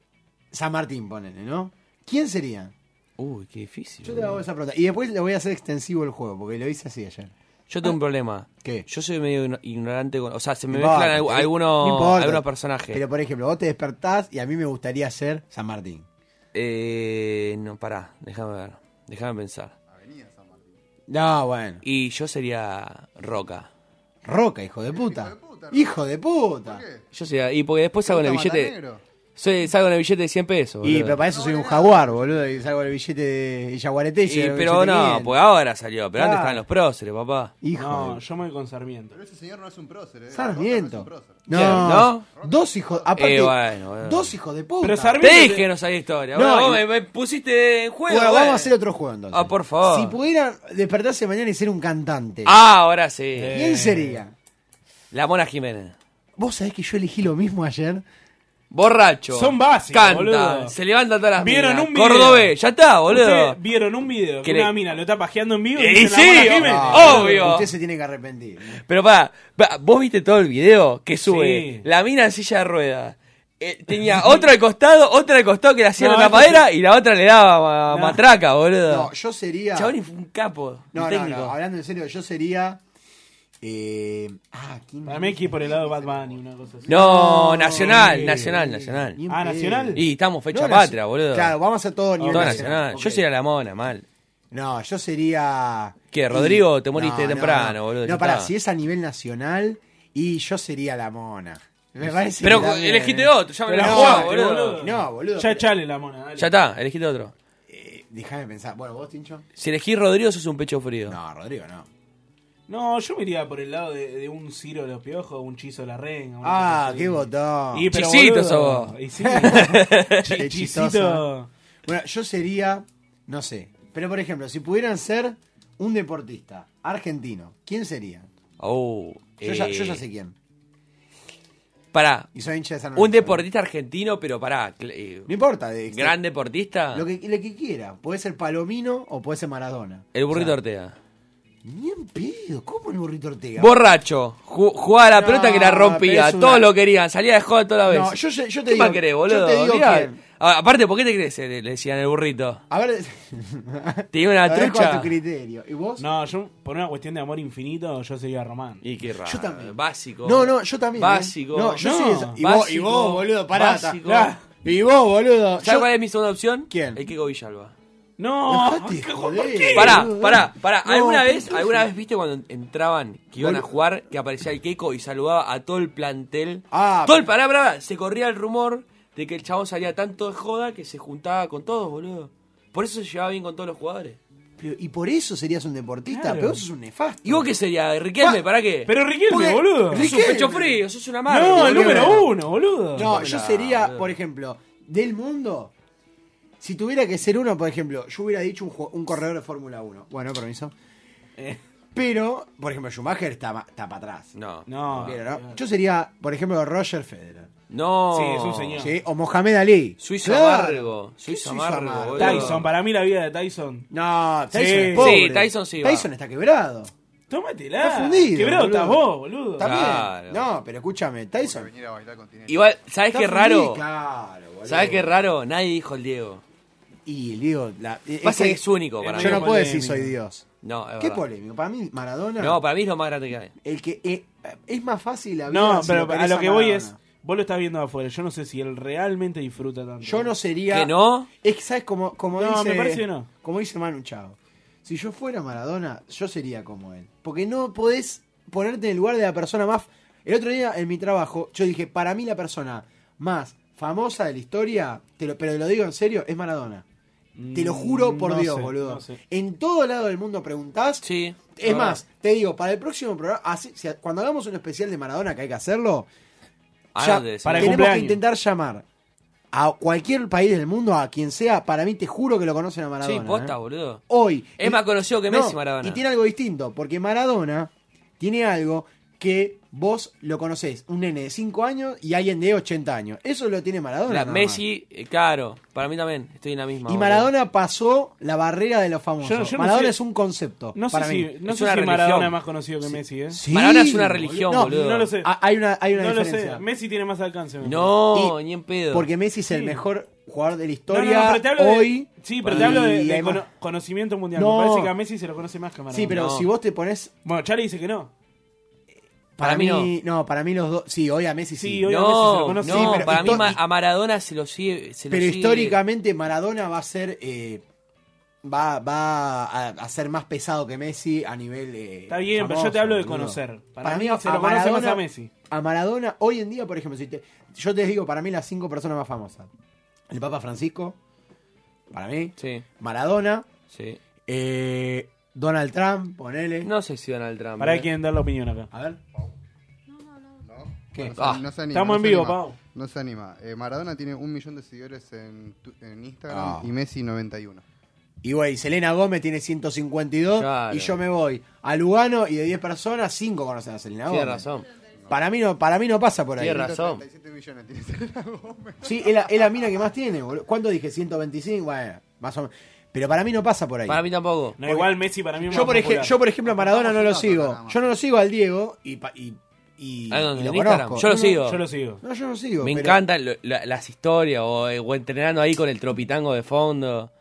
E: San Martín, ponele, ¿no? ¿Quién sería?
G: Uy, qué difícil.
E: Yo
G: boludo.
E: te hago esa pregunta. Y después le voy a hacer extensivo el juego, porque lo hice así ayer. Ah,
G: Yo tengo un problema.
E: ¿Qué?
G: Yo soy medio igno- ignorante con... O sea, se me
E: No importa,
G: mezclan algu-
E: ¿eh?
G: algunos,
E: No importa.
G: algunos personajes.
E: Pero por ejemplo, vos te despertás y a mí me gustaría ser San Martín.
G: Eh, no, pará, déjame ver, déjame pensar.
E: No, bueno.
G: Y yo sería Roca.
E: Roca, hijo de puta.
A: puta,
E: Hijo de puta.
A: ¿Por qué?
G: Yo sería... Y porque después salgo en el
A: ¿Te gusta
G: billete...
A: Matanegro?
G: Soy, salgo en el billete de 100 pesos.
E: Y
G: boludo.
E: pero para eso soy un jaguar, boludo. Y salgo el billete de y jaguarete. y
G: Y,
E: llego al
G: pero
E: billete
G: no,
E: 500.
G: pues ahora salió. Pero antes
E: Claro.
G: estaban los próceres, papá.
E: Hijo
H: No,
E: de...
H: yo me voy con Sarmiento.
A: Pero ese señor no es un prócer, ¿eh?
E: Sarmiento.
A: Roca No es un prócer.
E: No,
G: ¿Quién? ¿No?
E: Dos hijos. Aparte,
G: Eh, bueno, bueno.
E: dos hijos de puta.
H: Pero Sarmiento.
G: Te dije no sabía historia.
E: No,
G: Ahora vos
E: y-
G: me, me pusiste en juego.
E: Bueno, vamos
G: bueno.
E: a hacer otro juego entonces.
G: Ah, por favor.
E: Si pudiera despertarse mañana y ser un cantante,
G: Ah, ahora sí.
E: ¿quién sería?
G: La Mona Jiménez.
E: Vos sabés que yo elegí lo mismo ayer.
G: borracho.
H: Son básicos,
G: Canta,
H: boludo.
G: se levanta todas las
H: Vieron
G: minas.
H: un video.
G: Cordobés, ya está, boludo.
H: Ustedes Vieron un video que
G: ¿Querés?
H: una mina lo está pajeando en vivo. Y,
G: Y
H: dice,
G: sí,
H: "La Mona Jiménez".
G: Ah, obvio.
E: Usted se tiene que arrepentir.
G: Pero para, vos viste todo el video que sube.
H: Sí.
G: La mina en silla de ruedas. Eh,
E: (laughs)
G: tenía otra al costado, otra al costado que le hacía
H: No,
G: la
H: esto
G: tapadera y la otra le daba ma-
H: No.
G: matraca, boludo.
E: No, yo sería.
G: Chabón fue un capo,
E: No, no,
G: un técnico.
E: no, hablando en serio, yo sería. eh, ah, ¿quién
H: Para mí aquí por el lado de Batman y una cosa así.
G: No, nacional,
H: sí.
G: nacional, nacional.
E: Ni en
H: Ah,
E: pedo.
H: ¿nacional?
G: Y estamos fecha
E: No,
G: patria,
E: naci-
G: boludo.
E: Claro, vamos a hacer todo a nivel
G: Todo
E: nacional.
G: nacional. Yo
E: Ok.
G: sería la mona, mal.
E: No, yo sería.
G: ¿Qué, Rodrigo? Te moriste temprano, boludo, ya
E: No, pará,
G: está.
E: si es a nivel nacional, y yo sería la mona. Me parece
G: Pero
E: que también,
G: elegiste
E: ¿eh?
G: otro, ya me
E: Pero
G: la
E: no,
G: jugaba,
E: pero
G: boludo.
E: No, boludo.
H: Ya
E: pero-
H: chale la mona. dale.
G: Ya está, elegiste otro.
E: eh, Déjame pensar. Bueno, vos, Tincho.
G: Si elegís Rodrigo, sos un pecho frío.
E: No, Rodrigo, no.
H: No, yo me iría por el lado de, de un Ciro de los Piojos, un Chizo de la Renga. una cosa
E: Ah,
H: así.
E: qué botón.
H: Y, pero,
G: Chisito
H: boludo,
G: sos vos.
E: (laughs)
H: y sí.
E: Qué
H: Chi-
E: chistoso.
H: Chisito.
E: Bueno, yo sería, no sé, pero por ejemplo, si pudieran ser un deportista argentino, ¿quién sería?
G: Oh,
E: Yo,
G: eh,
E: ya, yo ya sé quién.
G: Pará,
E: Y soy hincha de San
G: un
E: Lorenzo.
G: deportista argentino, pero pará. cl- eh,
E: No importa. de-
G: gran deportista.
E: Lo que, lo que quiera. Puede ser Palomino o puede ser Maradona.
G: El burrito
E: O sea,
G: Ortega.
E: Ni en pedo. ¿Cómo el burrito Ortega?
G: Borracho. ju- jugaba a la
E: No,
G: pelota que la
E: pero
G: rompía.
E: es una-
G: Todos lo querían. Salía de joda toda la vez.
E: No, yo- yo- yo te
G: ¿Qué
E: digo-
G: más querés,
E: yo
G: boludo?
E: te digo
G: Olvidá.
E: quién.
G: Ah, aparte, ¿por qué te crees? Le, le decían el burrito.
E: A ver. (laughs)
G: Tenía una
E: lo dejo (laughs) a
G: trucha.
E: tu criterio. ¿Y vos?
H: No, yo por una cuestión de amor infinito, yo sería Román.
G: Y qué raro.
E: Yo también.
G: Básico.
E: No, no, yo también. ¿eh?
G: Básico.
E: No, yo
H: No,
E: sí. Y, vos, y
G: básico,
E: vos, boludo, pará.
G: básico.
E: ta- Y vos, boludo.
G: ¿Sabes
E: Yo-
G: cuál es mi segunda opción?
E: ¿Quién?
G: El Kiko Villalba.
H: No,
E: Dejate, joder.
G: Pará,
E: boludo.
G: pará, pará. ¿Alguna
E: No,
G: vez,
E: entonces-
G: alguna vez viste cuando entraban que iban a
E: Boludo.
G: jugar, que aparecía el Keiko y saludaba a todo el plantel?
E: Ah,
G: todo el pará, pará. Se corría el rumor de que el chabón salía tanto de joda que se juntaba con todos, boludo. Por eso se llevaba bien con todos los jugadores.
E: Pero- y por eso serías un deportista,
H: Claro.
E: pero vos sos un nefasto.
G: ¿Y vos qué sería? ¿Riquelme?
E: Pa-
G: ¿Para qué?
H: Pero Riquelme, boludo.
G: sos un
E: Riquelme.
G: pecho frío, sos una madre.
H: No, el
E: boludo.
H: número uno, boludo.
E: No, yo sería, por ejemplo, del mundo. Si tuviera que ser uno, por ejemplo, yo hubiera dicho un, ju- un corredor de Fórmula 1. Bueno, permiso.
G: Eh.
E: Pero, por ejemplo, Schumacher está, ma- está para atrás.
G: No.
H: No.
E: Pero, ¿no? Yo sería, por ejemplo, Roger Federer.
G: No.
H: Sí, es un señor.
E: ¿sí? O Mohamed Ali.
G: Suizo amargo,
E: ¿Qué
G: suizo amargo, boludo.
H: Tyson, para mí la vida de Tyson.
E: No, Ah, Tyson
H: Sí.
E: es pobre.
G: Sí, Tyson sí va.
E: Tyson está quebrado.
H: Tómatela.
E: Está fundido,
H: Quebrado
E: boludo.
H: estás vos, boludo.
E: Está
G: Claro.
E: bien. No, pero escúchame, Tyson.
A: Venir a bailar con Tinelli.
G: Igual, ¿sabes qué
E: Está
G: raro?
E: fundido, Claro, boludo.
G: ¿Sabes qué raro? Nadie dijo el Diego.
E: Y digo, la,
G: Pasa que es único para
E: Yo
G: mí.
E: no puedo decir
H: Polémico.
E: soy Dios.
G: No, es
E: Qué
G: verdad.
E: polémico. Para mí, Maradona.
G: No, para mí es lo más grande que hay.
E: El que eh, es, más fácil la vida
H: No,
E: si
H: pero a
E: querés
H: lo que voy es.
E: Maradona.
H: Vos lo estás viendo de afuera. Yo no sé si él realmente disfruta tanto.
E: Yo no sería.
G: ¿Que no?
E: Es que, ¿sabes? Como, como
H: No,
E: dice.
H: me parece que no.
E: Como dice Manu Chao. Si yo fuera Maradona, yo sería como él. Porque no podés ponerte en el lugar de la persona más. El otro día en mi trabajo, yo dije: para mí, la persona más famosa de la historia, te lo- pero te lo digo en serio, es Maradona. Te lo juro por
H: Mm, no
E: Dios,
H: sé,
E: boludo.
H: no sé.
E: En todo lado del mundo preguntás.
G: Sí.
E: Es más, te digo, para el próximo programa, así- si- cuando hagamos un especial de Maradona, que hay que hacerlo,
G: Ahora
E: ya
G: te decimos.
H: para el
E: tenemos que
H: cumpleaños.
E: intentar llamar a cualquier país del mundo, a quien sea. Para mí, te juro que lo conocen a Maradona.
G: Sí, posta,
E: ¿eh?
G: boludo.
E: Hoy.
G: Es
E: Y-
G: más conocido que
E: no,
G: Messi, Maradona.
E: Y tiene algo distinto, porque Maradona tiene algo que vos lo conocés. Un nene de 5 años y alguien de 80 años. Eso lo tiene Maradona.
G: La-
E: nada más.
G: Messi, eh, claro. Para mí también. Estoy en la misma.
E: Y
G: boludo.
E: Maradona pasó la barrera de los famosos.
H: Yo- yo no
E: Maradona
H: sé-
E: es un concepto.
H: No sé
E: para mí.
H: si, no
G: Es
H: sé
G: una
H: si
G: religión.
H: Maradona es más conocido que Messi, ¿eh?
E: Sí,
G: Maradona es una religión,
E: no,
G: boludo.
H: No lo sé.
E: Ah, Hay una, hay una
H: No lo
E: diferencia.
H: sé. Messi tiene más alcance. me
G: No,
E: Y-
G: ni en pedo.
E: Porque Messi es el
H: Sí.
E: mejor jugador de la
H: No, no,
E: historia
H: no, pero te hablo de-
E: hoy.
H: sí, pero te hablo de,
E: y
H: de
E: además-
H: cono- conocimiento mundial.
E: No.
H: Me parece que a Messi se lo conoce más que a Maradona.
E: Sí, pero
G: No.
E: si vos te pones.
H: Bueno, Charlie dice que no.
E: Para,
G: Para
E: mí,
G: mí
E: no. para mí los dos. Sí, hoy a Messi sí.
H: Sí, hoy- obviamente se lo
G: no, no,
H: conoce. Sí,
E: pero
G: para mí
E: histo-
G: ma- a Maradona se lo sigue. Se lo
E: pero
G: sigue-
E: históricamente Maradona va a ser. eh, va va a, a ser más pesado que Messi a nivel. eh,
H: Está bien, pero
E: famoso,
H: yo te hablo de
E: boludo.
H: conocer. Para mí se lo conoce más a Messi.
E: A Maradona, hoy en día, por ejemplo, si te- yo te digo, para mí las cinco personas más famosas: el Papa Francisco, para mí,
G: Sí,
E: Maradona,
G: sí.
E: Eh, Donald Trump, ponele.
G: No sé si Donald Trump.
H: Para
G: eh.
H: que quieren dar la opinión acá.
E: A ver.
A: No se-
G: Ah,
A: no se anima,
H: estamos
A: no
H: en
A: se
H: vivo,
A: anima.
H: Pau.
A: No se anima. Eh, Maradona tiene un millón de seguidores en, tu- en Instagram
E: Ah.
A: y Messi 91.
E: Y güey, Selena Gómez tiene 152
G: Claro.
E: y yo me voy a Lugano y de 10 personas, 5 conocen a Selena
G: Tiene
E: Gómez.
G: razón.
E: Para mí no, para mí no pasa por ahí.
A: Tiene 37 millones tiene Selena Gómez.
E: Sí, es la, es la mina que más tiene, boludo. ¿Cuánto dije? 125, bueno, más o menos. Pero para mí no pasa por ahí.
G: Para mí tampoco.
H: No, igual Messi para mí es
E: Yo
H: más
E: por, ej-
H: popular.
E: yo, por ejemplo, a Maradona no lo sigo.
A: más.
E: Yo no lo sigo al Diego y, pa- y, y-
G: ¿A dónde?
E: y lo
G: ¿En Instagram?
E: conozco.
G: Yo lo
E: No,
G: sigo.
H: Yo lo sigo.
E: No, yo no sigo.
G: Me
E: pero-
G: encantan lo- la- las historias o, eh, o entrenando ahí con el tropitango de fondo.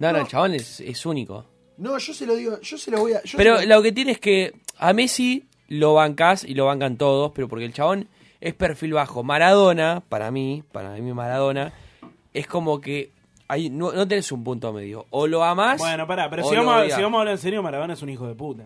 G: No, no, el chabón es, es único.
E: No, yo se lo digo, yo se lo voy a. yo
G: Pero
E: se lo-
G: lo que tiene es que a Messi lo bancás y lo bancan todos, pero porque el chabón es perfil bajo. Maradona, para mí, para mí Maradona, es como que ahí no, no tenés un punto medio. O lo amás.
H: Bueno, pará, pero
G: o
H: si
G: lo
H: vamos, a-
G: odiás.
H: si vamos a hablar en serio, Maradona es un hijo de puta.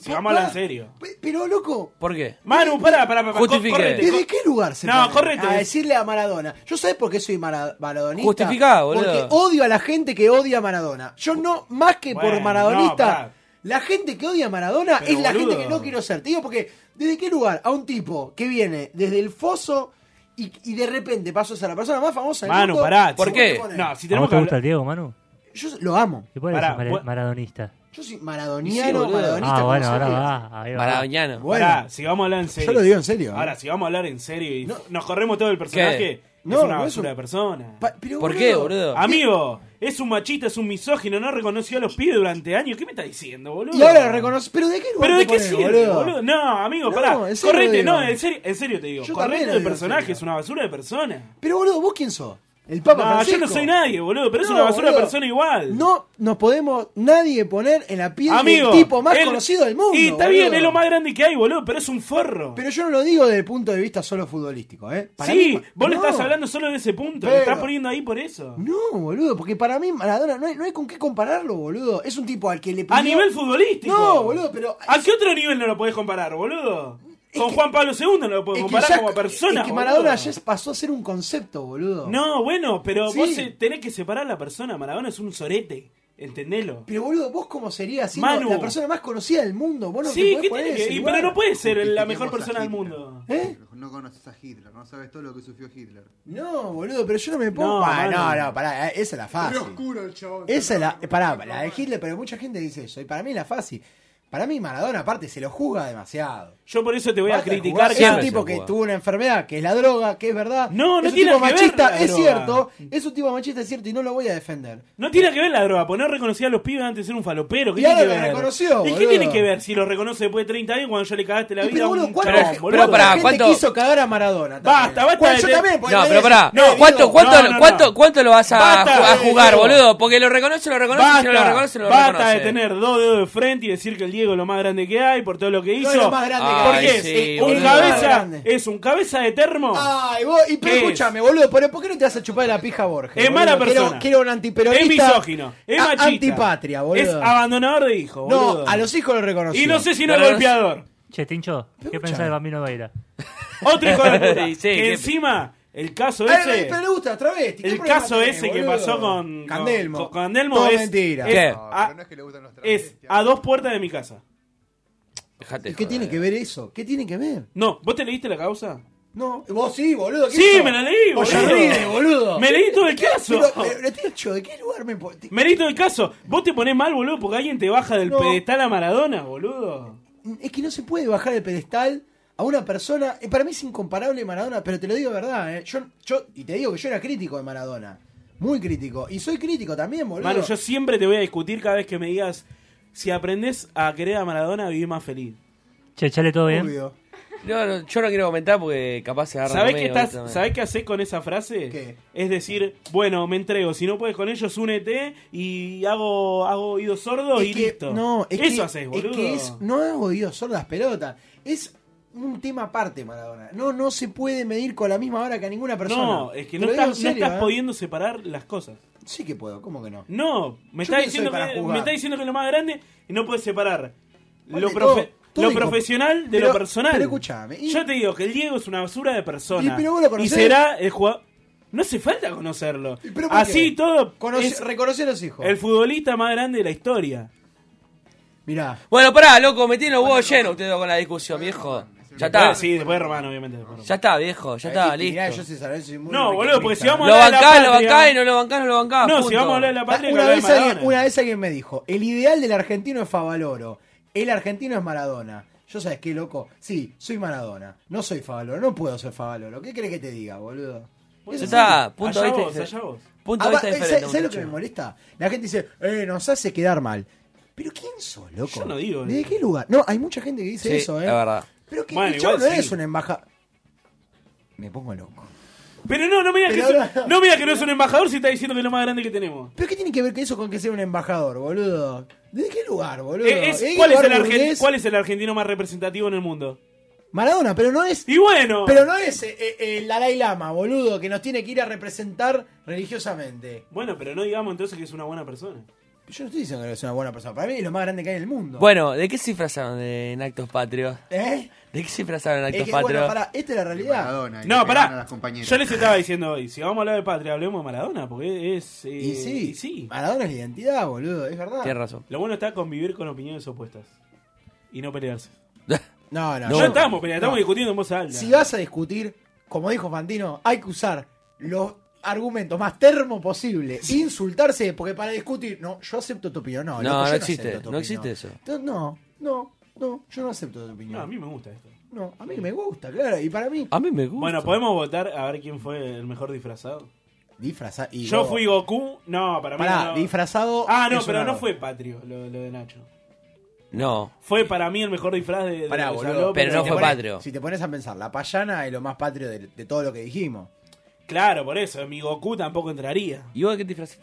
H: Si vamos a hablar en serio.
E: Pe- Pero, loco,
G: ¿Por qué?
H: Manu, pará, pará, pará.
G: Justifique.
H: Córrete,
E: ¿desde qué lugar se
H: No,
E: pone
H: correte.
E: A decirle a Maradona. Yo sabes por qué soy mara- maradonista.
G: Justificá, boludo.
E: Porque odio a la gente que odia a Maradona. Yo no, más que por
H: Bueno, no,
E: maradonista.
H: pará.
E: la gente que odia a Maradona
H: Pero,
E: es la
H: boludo.
E: gente que no quiero ser. Te digo porque, ¿desde qué lugar a un tipo que viene desde el foso y, y de repente pasó a ser la persona más famosa del
H: Manu,
E: mundo?
H: pará.
G: ¿Por
H: si-
G: qué?
H: No, si
I: ¿A vos
H: tenemos
I: te gusta
H: que
I: el
H: hablar...
I: Diego, Manu?
E: Yo lo amo.
I: ¿Qué puede
H: Pará,
I: ser mara-
H: vue-
I: maradonista?
H: Ah,
E: Yo soy
G: Sí,
E: maradoniano,
G: boludo.
E: maradonista.
I: Ah,
E: como
I: bueno,
E: soy.
I: ahora va. ahí va.
G: Maradoniano.
E: Bueno,
H: Pará, si vamos a hablar en serio.
E: yo lo digo en serio. ¿eh?
H: Ahora, si vamos a hablar en serio y
E: No.
H: nos corremos todo el personaje,
E: No,
H: es una
E: no es
H: basura
E: un-
H: de persona.
E: Pa- pero,
G: ¿Por qué, boludo?
H: Amigo, es un machista, es un misógino, no reconoció a los pibes durante años. ¿Qué me está diciendo, boludo?
E: Y ahora lo reconoce. ¿Pero de qué lugar
H: ¿Pero
E: te
H: de qué
E: pones,
H: sirve, boludo? No, amigo,
E: No,
H: pará.
E: en serio
H: Correte,
E: digo.
H: no, en serio, en serio te digo.
E: Yo también
H: Correte
E: lo
H: de
E: digo en
H: personaje,
E: serio.
H: es una basura de persona.
E: Pero boludo, ¿vos quién sos? El Papa
H: No, yo
E: Francisco.
H: no soy nadie, boludo, pero es
E: No,
H: una basura de
E: boludo.
H: persona igual.
E: No nos podemos nadie poner en la piel
H: Amigo,
E: del tipo más
H: él-
E: conocido del mundo.
H: Y está
E: boludo.
H: bien, es lo más grande que hay, boludo, pero es un forro.
E: Pero yo no lo digo desde el punto de vista solo futbolístico, ¿eh? Para
H: sí,
E: mí-
H: vos le
E: No.
H: estás hablando solo de ese punto, le
E: Pero-
H: estás poniendo ahí por eso.
E: No, boludo, porque para mí Maradona no hay, no hay con qué compararlo, boludo. Es un tipo al que le pidió...
H: A nivel futbolístico.
E: No, boludo, pero...
H: ¿A qué otro nivel no lo podés comparar, boludo?
E: Es
H: Con
E: que-
H: Juan Pablo II no lo podés
E: es que
H: comparar
E: ya-
H: como persona.
E: es que
H: boludo.
E: Maradona ya pasó a ser un concepto, boludo.
H: No, bueno, pero
E: Sí.
H: vos se- tenés que separar a la persona. Maradona es un sorete. Entendelo.
E: Pero boludo, vos cómo serías siendo
H: Manu.
E: la persona más conocida del mundo. Vos no te
H: sí,
E: podés
H: ¿qué
E: poner
H: tiene
E: en
H: que-
E: ese
H: y-
E: lugar.
H: pero no puede ser la
A: Justifiquemos
H: mejor
A: a
H: persona del
A: Hitler.
H: mundo.
E: ¿Eh?
A: No conoces a Hitler, no sabes todo lo que sufrió Hitler.
E: No, boludo, pero yo no me pongo.
H: No,
E: Ah, no,
H: Manu.
E: no, pará, eh, esa es la
A: Qué
E: fácil.
A: oscuro el chabón.
E: Esa es la. Pará, la de Hitler, pero mucha gente dice eso. Y para mí es la fácil. Para mí, Maradona, aparte, se lo juzga demasiado.
H: Yo por eso te voy a
E: Basta de
H: criticar.
E: jugar.
H: cada-
E: Es un
G: siempre.
E: tipo
G: se
E: que
G: juega.
E: tuvo una enfermedad, que es la droga, que es verdad.
H: No, no
E: es un
H: tiene
E: tipo
H: que ver
E: machista,
H: la
E: es
H: droga.
E: cierto. Es un tipo machista, es cierto, y no lo voy a defender.
H: No tiene que ver la droga, porque no reconocía a los pibes antes de ser un falopero. ¿Qué
E: Y
H: tiene
E: ahora
H: que
E: lo
H: ver?
E: reconoció,
H: ¿Y qué
E: boludo.
H: tiene que ver si lo reconoce después de 30 años cuando ya le cagaste la
E: Y
H: vida
E: pero,
H: a un
E: boludo, ¿cuánta,
H: chabón,
E: gente-
H: boludo?
G: Pero pará,
E: gente
G: ¿cuánto-
E: quiso cagar a Maradona? también?
H: Basta, basta
E: Bueno, yo
H: de-
E: (laughs) también, porque
G: No,
E: le
G: pero
E: voy
G: pará.
E: a decir, eh,
G: ¿Cuánto,
E: Diego,
G: cuánto,
H: no, no,
G: cuánto,
H: no.
G: cuánto lo vas a,
H: Basta,
G: ju- a
H: eh,
G: jugar,
H: Diego.
G: boludo? Porque lo reconoce, lo reconoce, si no lo reconoce, lo
H: basta
G: reconoce.
H: de tener dos dedos de frente y decir que el Diego es lo más grande que hay por todo lo que hizo.
E: es lo más grande que
H: ¿Por
G: hay.
H: qué?
G: Ay, sí,
H: Eh, un
G: boludo.
E: Más
H: cabeza
E: grande.
H: es un cabeza de termo.
E: Ay, vos, y pero
H: ¿Qué
E: escúchame, boludo, pero ¿por qué no te vas a chupar la pija a Borges?
H: Es
E: boludo?
H: mala
E: Que era-
H: persona.
E: Que era un antiperonista.
H: es misógino, es
E: a-
H: machista.
E: Antipatria,
H: Es
E: boludo.
H: abandonador de hijos,
E: no,
H: boludo.
E: a los hijos lo reconoció.
H: Y no sé si no
G: No,
H: es
G: no, no.
H: golpeador.
I: Che, Tincho, ¿qué
E: Escucha.
I: pensás de Bambino Baila?
H: (laughs)
G: (laughs)
H: Otro hijo de puta.
G: Sí, sí,
H: que
G: que-
H: encima, el caso
E: Ay,
H: ese...
E: pero le gusta travesti. ¿qué
H: El
E: problema
H: caso
E: tenés,
H: ese que
E: boludo?
H: pasó con
E: Candelmo.
H: con, con Candelmo
E: Todo
H: es,
E: mentira.
H: es
G: ¿Qué?
A: No,
H: a,
A: pero no es que le gustan los
H: es
A: travestis.
H: a dos puertas de mi casa.
G: Dejate
E: ¿Y
G: de
E: qué
G: joder.
E: tiene que ver eso? ¿Qué tiene que ver?
H: No, ¿vos te leíste la causa?
E: No, vos sí, boludo. ¿qué
H: Sí,
E: sos?
H: me la leí, boludo.
E: Ollarride, boludo.
H: Me leí todo el caso.
E: Pero, eh, pero, pero, Tincho, ¿de qué lugar me po- te-
H: Me leí todo el caso. Vos te ponés mal, boludo, porque alguien te baja del
E: No.
H: pedestal a Maradona, boludo.
E: Es que no se puede bajar el pedestal a una persona. eh, Para mí es incomparable Maradona, pero te lo digo de verdad, ¿eh? Yo, yo, y te digo que yo era crítico de Maradona. Muy crítico. Y soy crítico también, boludo.
H: Manu, yo siempre te voy a discutir cada vez que me digas si aprendés a querer a Maradona, vivís más feliz.
I: Che, chale, ¿todo bien?
E: Obvio.
G: No, no, yo no quiero comentar porque capaz se agarra
H: ¿Sabés qué,
G: conmigo,
H: estás,
G: ¿viste?
H: ¿Sabés qué hacés con esa frase?
E: ¿Qué?
H: Es decir, bueno, me entrego. Si no puedes con ellos, únete y hago, hago oídos sordos y
E: Es que-
H: listo.
E: No, es
H: Eso
E: que,
H: haces, boludo.
E: Es que es, no hago Dios, son las pelotas. Es un tema aparte, Maradona. No, no se puede medir con la misma hora que a ninguna persona.
H: No, es
E: Te
H: que no
E: lo digo
H: estás,
E: en
H: no
E: serio,
H: estás
E: ¿eh?
H: pudiendo separar las cosas.
E: Sí que puedo, ¿cómo que no?
H: No, me
E: Yo
H: está,
E: quién
H: diciendo
E: soy para
H: que,
E: jugar.
H: me está diciendo que lo más grande y no puedes separar lo,
E: Aparte,
H: profe-
E: todo- todo
H: lo
E: incom-
H: profesional de lo
E: Pero-
H: personal.
E: pero escuchame, y-
H: Yo te digo que el Diego es una basura de persona.
E: Y pero vos lo conocés.
H: será el jugador. No hace falta conocerlo.
E: ¿Y pero por
H: Así
E: qué?
H: todo.
E: Conoce-
H: es
E: reconoce a los hijos.
H: el futbolista más grande de la historia.
E: Mirá.
G: Bueno, pará, loco, me tienen los huevos llenos ustedes con la discusión, viejo. Ya está.
H: Bueno, Sí, después de Román, obviamente. después de Román.
G: Ya está, viejo, ya está, listo.
E: Mirá, yo soy San Lorenzo, soy muy
H: No, boludo, porque si
E: americanista.
H: vamos
G: Lo
H: hablar de la
G: bancás, lo
H: patria.
G: bancás y no lo bancás, no lo bancás.
H: No, si
G: punto.
H: vamos a hablar de la patria,
E: una,
H: que hablar
E: vez
H: de Maradona.
E: alguien, una vez alguien me dijo, el ideal del argentino es Favaloro, el argentino es Maradona. Yo sabes qué, loco. Sí, soy Maradona. No soy Favaloro. No puedo ser Favaloro. ¿Qué crees que te diga, boludo?
G: Ya
E: Eso
G: está,
E: sí.
G: punto de
E: Allá
G: vista
E: vos,
G: diferente.
E: allá vos.
G: Punto
E: Ah,
G: de vista
E: va, eh,
G: diferente,
E: ¿Sabes lo que me
G: muchacho.
E: molesta? La gente dice, eh, nos hace quedar mal. ¿Pero quién sos, loco?
H: Yo no digo
E: ¿De
H: eso.
E: qué lugar? No, hay mucha gente que dice
G: Sí,
E: eso, ¿eh?
G: es verdad.
E: Pero que
H: Bueno,
E: el chabón
H: igual
E: no
H: sí.
E: es una embajada. Me pongo loco.
H: Pero no, no me digas que,
E: Pero
H: es
E: ahora-
H: un- no me digas que no es un embajador si está diciendo que es lo más grande que tenemos.
E: ¿Pero qué tiene que ver que eso con que sea un embajador, boludo? ¿De qué lugar, boludo?
H: Eh, es-
E: ¿De qué
H: ¿cuál, es
E: lugar
H: el argen-
E: burgués?
H: cuál es el argentino más representativo en el mundo?
E: Maradona, pero no es.
H: Y bueno,
E: Pero no es eh, eh, el Dalai Lama, boludo, que nos tiene que ir a representar religiosamente.
H: bueno, pero no digamos entonces que es una buena persona.
E: Yo no estoy diciendo que es una buena persona. Para mí es lo más grande que hay en el mundo.
G: Bueno, ¿de qué se disfrazaron de- en actos patrios?
E: ¿Eh?
G: ¿De qué se disfrazaron en
E: Es
G: actos
E: que,
G: patrios?
E: bueno, pará, esta es la realidad.
A: Maradona, y le
H: No,
A: pegaron a
H: pará.
A: las compañeras.
H: Yo les estaba diciendo hoy, si vamos a hablar de patria, hablemos de Maradona, porque es... eh,
E: Y sí,
H: y sí.
E: Maradona es la identidad, boludo, es verdad.
G: Tienes razón.
H: Lo bueno está convivir con opiniones opuestas. Y no pelearse.
E: No, no,
H: No,
E: yo-
H: estamos peleando, estamos
E: no.
H: discutiendo en voz alta.
E: Si vas a discutir, como dijo Fantino, hay que usar los argumentos más termo posible. Insultarse, porque para discutir, no, yo acepto tu opinión. No,
G: No,
E: loco, yo
G: no existe,
E: acepto tu
G: no
E: opinión.
G: existe eso.
E: Entonces, no, no, no, yo no acepto tu opinión.
H: No, a mí me gusta esto.
E: No, a mí me gusta, claro. Y para mí,
G: A mí me gusta.
H: Bueno, podemos votar a ver quién fue el mejor disfrazado.
E: disfrazado. y
H: Yo
E: vos-
H: fui Goku. No, para mí.
E: Pará,
H: no.
E: disfrazado.
H: Ah, no,
E: es
H: pero
E: una
H: no
E: verga.
H: fue patrio lo, lo de Nacho.
G: No.
H: Fue para mí el mejor disfraz de. de
E: Pará,
H: lo que se
E: boludo,
H: habló,
G: pero
E: si
G: no fue
E: te pones-
G: patrio.
E: Si te pones a pensar, la payana es lo más patrio de, de todo lo que dijimos.
H: Claro, por eso. Mi Goku tampoco entraría.
G: ¿Y vos de qué te disfrazaste?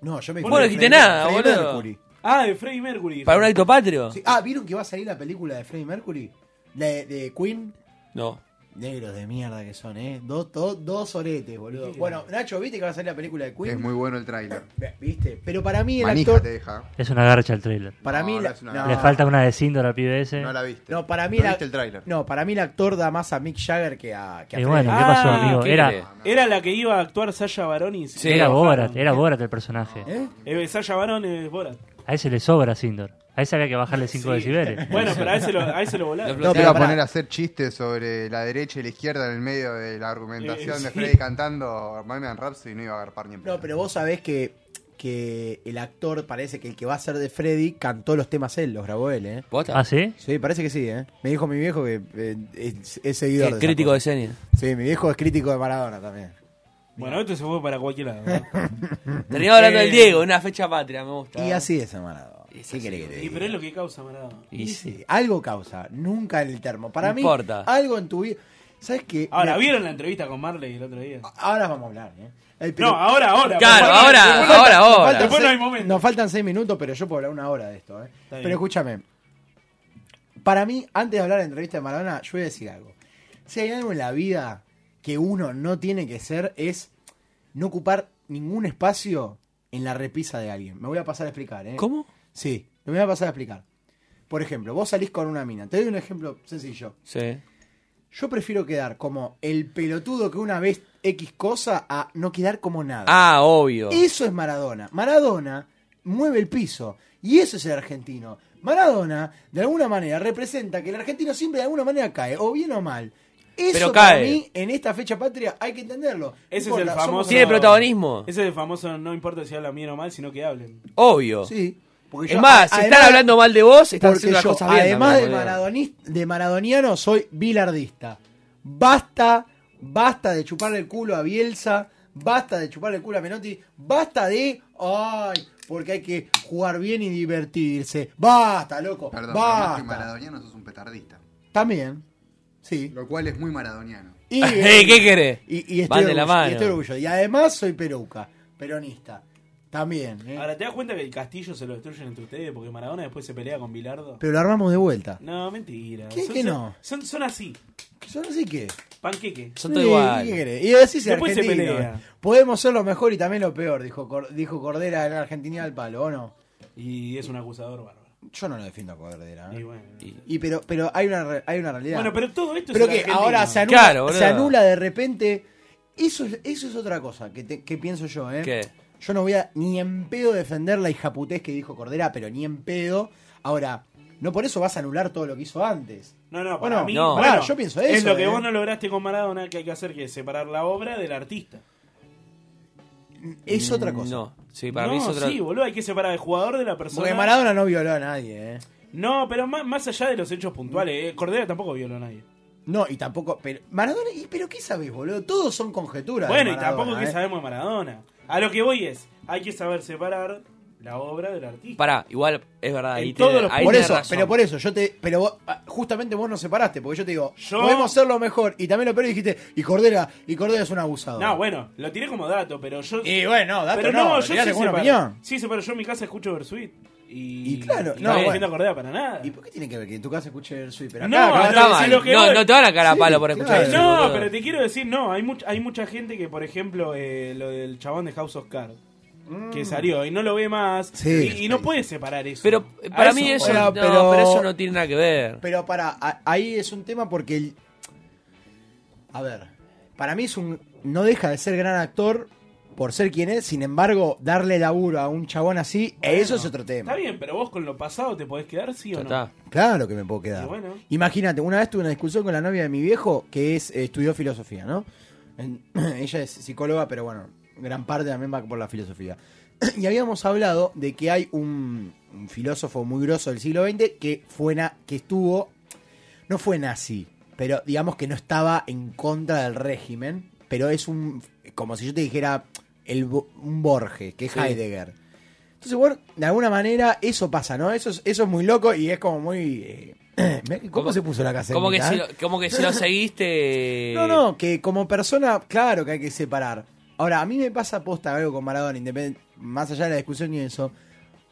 E: No, yo me
G: Vos no dijiste nada, boludo.
H: Ah, de Freddie Mercury.
G: ¿Para un acto patrio?
E: Sí, Ah, ¿vieron que va a salir la película de Freddie Mercury? De, de Queen.
G: No.
E: Negros de mierda que son, ¿eh? Dos, dos, dos oretes, boludo.
H: Sí.
E: Bueno, Nacho, ¿viste que va a salir la película de Queen?
A: Es muy bueno el tráiler.
E: Ve- ¿Viste? Pero para mí el
A: Manija
E: actor...
A: te deja.
I: Es una garcha el trailer.
E: Para
A: No,
E: mí...
A: no
E: la-
A: es una-
E: no,
I: Le falta una de Sindor al pibe ese.
A: No la viste.
E: No, para mí
A: ¿No
E: la-
A: viste el tráiler?
E: No, para mí el actor da más a Mick Jagger que a... Que a
I: y
E: Freddie
I: bueno, ¿qué
H: Ah,
I: pasó, amigo?
G: ¿qué
I: Era,
G: querés?
H: Era la que iba a actuar Sasha Baron y.
G: Sí.
I: era
G: Pero,
I: Borat, era Borat el personaje.
E: ¿Eh?
H: Eh, Sasha Baron es Borat.
I: A ese le sobra Sindor. A ese había que bajarle 5
H: Sí.
I: decibeles.
H: Bueno, pero a ese lo, a ese lo volaron.
G: Lo
A: No,
E: O
A: te
E: sea,
A: iba a
E: pará.
A: poner a hacer chistes sobre la derecha y la izquierda en el medio de la argumentación
H: Eh, sí.
A: de Freddy cantando Bohemian Rhapsody y no iba a agarpar ni en
E: No,
A: pedo.
E: pero vos sabés que, que el actor parece que el que va a ser de Freddy cantó los temas él, los grabó él, ¿eh?
G: ¿Posta?
I: ¿Ah, sí?
E: Sí, parece que sí, ¿eh? Me dijo mi viejo que eh, es, es seguidor
G: El
E: de esa
G: crítico
E: cosa.
G: de señas.
E: Sí, mi viejo es crítico de Maradona también.
H: Bueno, esto este se fue para cualquier lado. ¿no?
G: Mm. Terminaba hablando del Diego, una fecha patria, me gusta.
E: Eh. Y así es el Maradona.
G: Es
E: ¿Qué
G: así.
E: querés que te
H: Y
E: diga?
H: pero es lo que causa Maradona.
G: Y sí.
E: Algo causa, nunca el termo. Para
G: No
E: mí,
G: importa.
E: algo en tu vida. ¿Sabes qué?
H: Ahora,
E: Mira,
H: ¿vieron la entrevista con Marley el otro día?
E: Ahora vamos a hablar, ¿eh? El
H: No,
E: pero-
H: ahora, ahora.
G: Claro,
H: Porque-
G: ahora,
H: porque-
G: ahora,
E: Nos
G: ahora.
E: faltan
H: Después no
E: seis-
H: hay momento.
E: Nos faltan seis minutos, pero yo puedo hablar una hora de esto, ¿eh?
H: bien.
E: Pero escúchame. Para mí, antes de hablar de la entrevista de Maradona, yo voy a decir algo. Si hay algo en la vida que uno no tiene que ser, es no ocupar ningún espacio en la repisa de alguien. Me voy a pasar a explicar, ¿eh?
G: ¿Cómo?
E: Sí, me voy a pasar a explicar. Por ejemplo, vos salís con una mina. Te doy un ejemplo sencillo.
G: Sí.
E: Yo prefiero quedar como el pelotudo que una vez X cosa a no quedar como nada.
G: Ah, obvio.
E: Eso es Maradona. Maradona mueve el piso. Y eso es el argentino. Maradona, de alguna manera, representa que el argentino siempre de alguna manera cae, o bien o mal. Eso
G: Pero
E: para
G: cae.
E: mí, en esta fecha patria, hay que entenderlo.
H: Ese
E: No
H: es el
E: importa, somos-
H: famoso.
G: Tiene protagonismo.
H: Ese es el famoso no importa si hablan bien o mal, sino que hablen.
G: Obvio.
E: Sí. Porque
G: Es
E: yo-
G: más, si
E: además-
G: están hablando mal de vos, están
E: Porque
G: haciendo las
E: yo,
G: cosas bien.
E: además de,
G: también, boludo.
E: maradonis- de maradoniano, soy bilardista. Basta, basta de chuparle el culo a Bielsa, basta de chuparle el culo a Menotti, basta de... ¡Ay! Porque hay que jugar bien y divertirse. basta, loco,
A: Perdón, pero más que
E: basta.
A: maradoniano sos un petardista.
E: También, sí.
A: Lo cual es muy maradoniano.
G: (laughs)
A: (laughs)
E: Y, eh,
G: Ey, Eh, ¿Qué querés?
E: y- y
G: Van
E: estoy
G: de la
E: orgullo- y
G: mano.
E: estoy orgulloso. Y además soy peruca, peronista. También, ¿eh?
H: Ahora, ¿te das cuenta que el castillo se lo destruyen entre ustedes porque Maradona después se pelea con Bilardo?
E: Pero lo armamos de vuelta.
H: No, mentira.
E: ¿Qué-
H: Son-
E: qué
H: son-
E: no?
H: Son, son así,
E: Son así que...
H: panqueque.
G: Son todos
E: Sí,
G: igual.
E: ¿qué querés? Y así se
H: Después se
E: argentino.
H: pelea.
E: Podemos ser lo mejor y también lo peor, dijo, Cor- dijo Cordera en Argentina al palo, ¿o no?
H: Y es un acusador bárbaro.
E: Yo no lo defiendo a Cordera. ¿eh?
H: Y bueno.
E: Y pero, pero hay una re- hay una realidad.
H: Bueno, pero todo esto
E: Pero
H: es el
E: que
H: argentino.
E: ahora se anula,
G: Claro, boludo.
E: se anula de repente. Eso es, eso es otra cosa que, te- que pienso yo, ¿eh?
G: ¿Qué?
E: Yo no voy a ni en pedo defender la hijaputez que dijo Cordera, pero ni en pedo. Ahora, no por eso vas a anular todo lo que hizo antes.
H: No, no, para
E: Bueno,
H: mí.
G: no.
H: bueno,
E: Pará, yo pienso
H: Es
E: eso,
H: lo que
E: eh.
H: vos no lograste con Maradona que hay que hacer, que es separar la obra del artista.
E: Es otra cosa.
G: No, sí, para
H: no,
G: mí es otra.
H: sí, boludo, hay que separar el jugador de la persona.
E: Porque Maradona no violó a nadie, ¿eh?
H: No, pero más, más allá de los hechos puntuales, eh, Cordera tampoco violó a nadie.
E: No, y tampoco. Pero, Maradona, y, pero ¿qué sabés, boludo? Todos son conjeturas. de
H: Bueno, y
E: Maradona,
H: tampoco que
E: ¿eh?
H: sabemos de Maradona. A lo que voy es, hay que saber separar la obra del artista.
G: Pará, igual es verdad. Ahí
H: todos
G: tenés-
H: los-
G: ahí
E: Por
G: tenés
E: eso,
G: razón.
E: pero por eso, yo te. Pero vos- ah, justamente vos nos separaste, porque yo te digo,
H: Yo-
E: podemos hacerlo mejor. Y también lo peor dijiste, y Cordera, y Cordera es un abusado.
H: No, bueno, lo tiré como dato, pero yo.
E: Y bueno, no, dato
H: pero
E: no,
H: no,
E: lo
H: yo sí
E: tiraste como una
H: separo.
E: opinión.
H: Sí, separo. Yo en mi casa escucho Versuit. Y,
E: Y claro,
H: y
E: no,
H: no,
E: bueno.
H: defiendo a Cordera para nada.
E: ¿Y por qué tiene que ver que en tu casa escuche el sui? Pero
H: No,
E: acá, acá-
H: pero
G: Está mal.
H: decís lo que
G: No,
H: voy.
G: no te van a cagar a
E: Sí,
G: palo por escuchar
E: claro.
G: eso.
H: No,
G: boludo.
H: pero te quiero decir, no, hay, much- hay mucha gente que, por ejemplo, eh, lo del chabón de House of Cards. Que salió y no lo ve más.
E: Mm. Sí.
H: Y, y no puede separar eso.
G: Pero
H: A
G: eh, para mí
H: eso
G: eso,
H: voy.
E: Hola,
G: no,
E: pero-
G: pero eso no tiene nada que ver.
E: Pero para, ahí es un tema porque el- A ver, para mí es un... No deja de ser gran actor por ser quien es, sin embargo, darle laburo a un chabón así, eso es otro tema.
H: Está bien, pero vos con lo pasado te podés quedar, sí o no.
G: Ya está.
E: Claro que me puedo quedar.
H: Y bueno.
E: Imagínate, una vez tuve una discusión con la novia de mi viejo que es eh, estudió filosofía, ¿no? En- (clears throat) ella es psicóloga, pero bueno, gran parte también va por la filosofía. (clears throat) y habíamos hablado de que hay un, un filósofo muy grosso del siglo XX que fue na- que estuvo no fue nazi, pero digamos que no estaba en contra del régimen, pero es un como si yo te dijera el Bo- un Borges, que es
G: Sí.
E: Heidegger. Entonces, bueno, de alguna manera eso pasa, ¿no? Eso es, eso es muy loco y es como muy... eh, (clears throat) ¿Cómo,
G: Como-
E: se puso la casa? eh?
G: Como que, si lo, como que si lo seguiste.
E: (laughs) No, no, que como persona, claro que hay que separar. Ahora, a mí me pasa posta algo con Maradona, independ- más allá de la discusión y eso,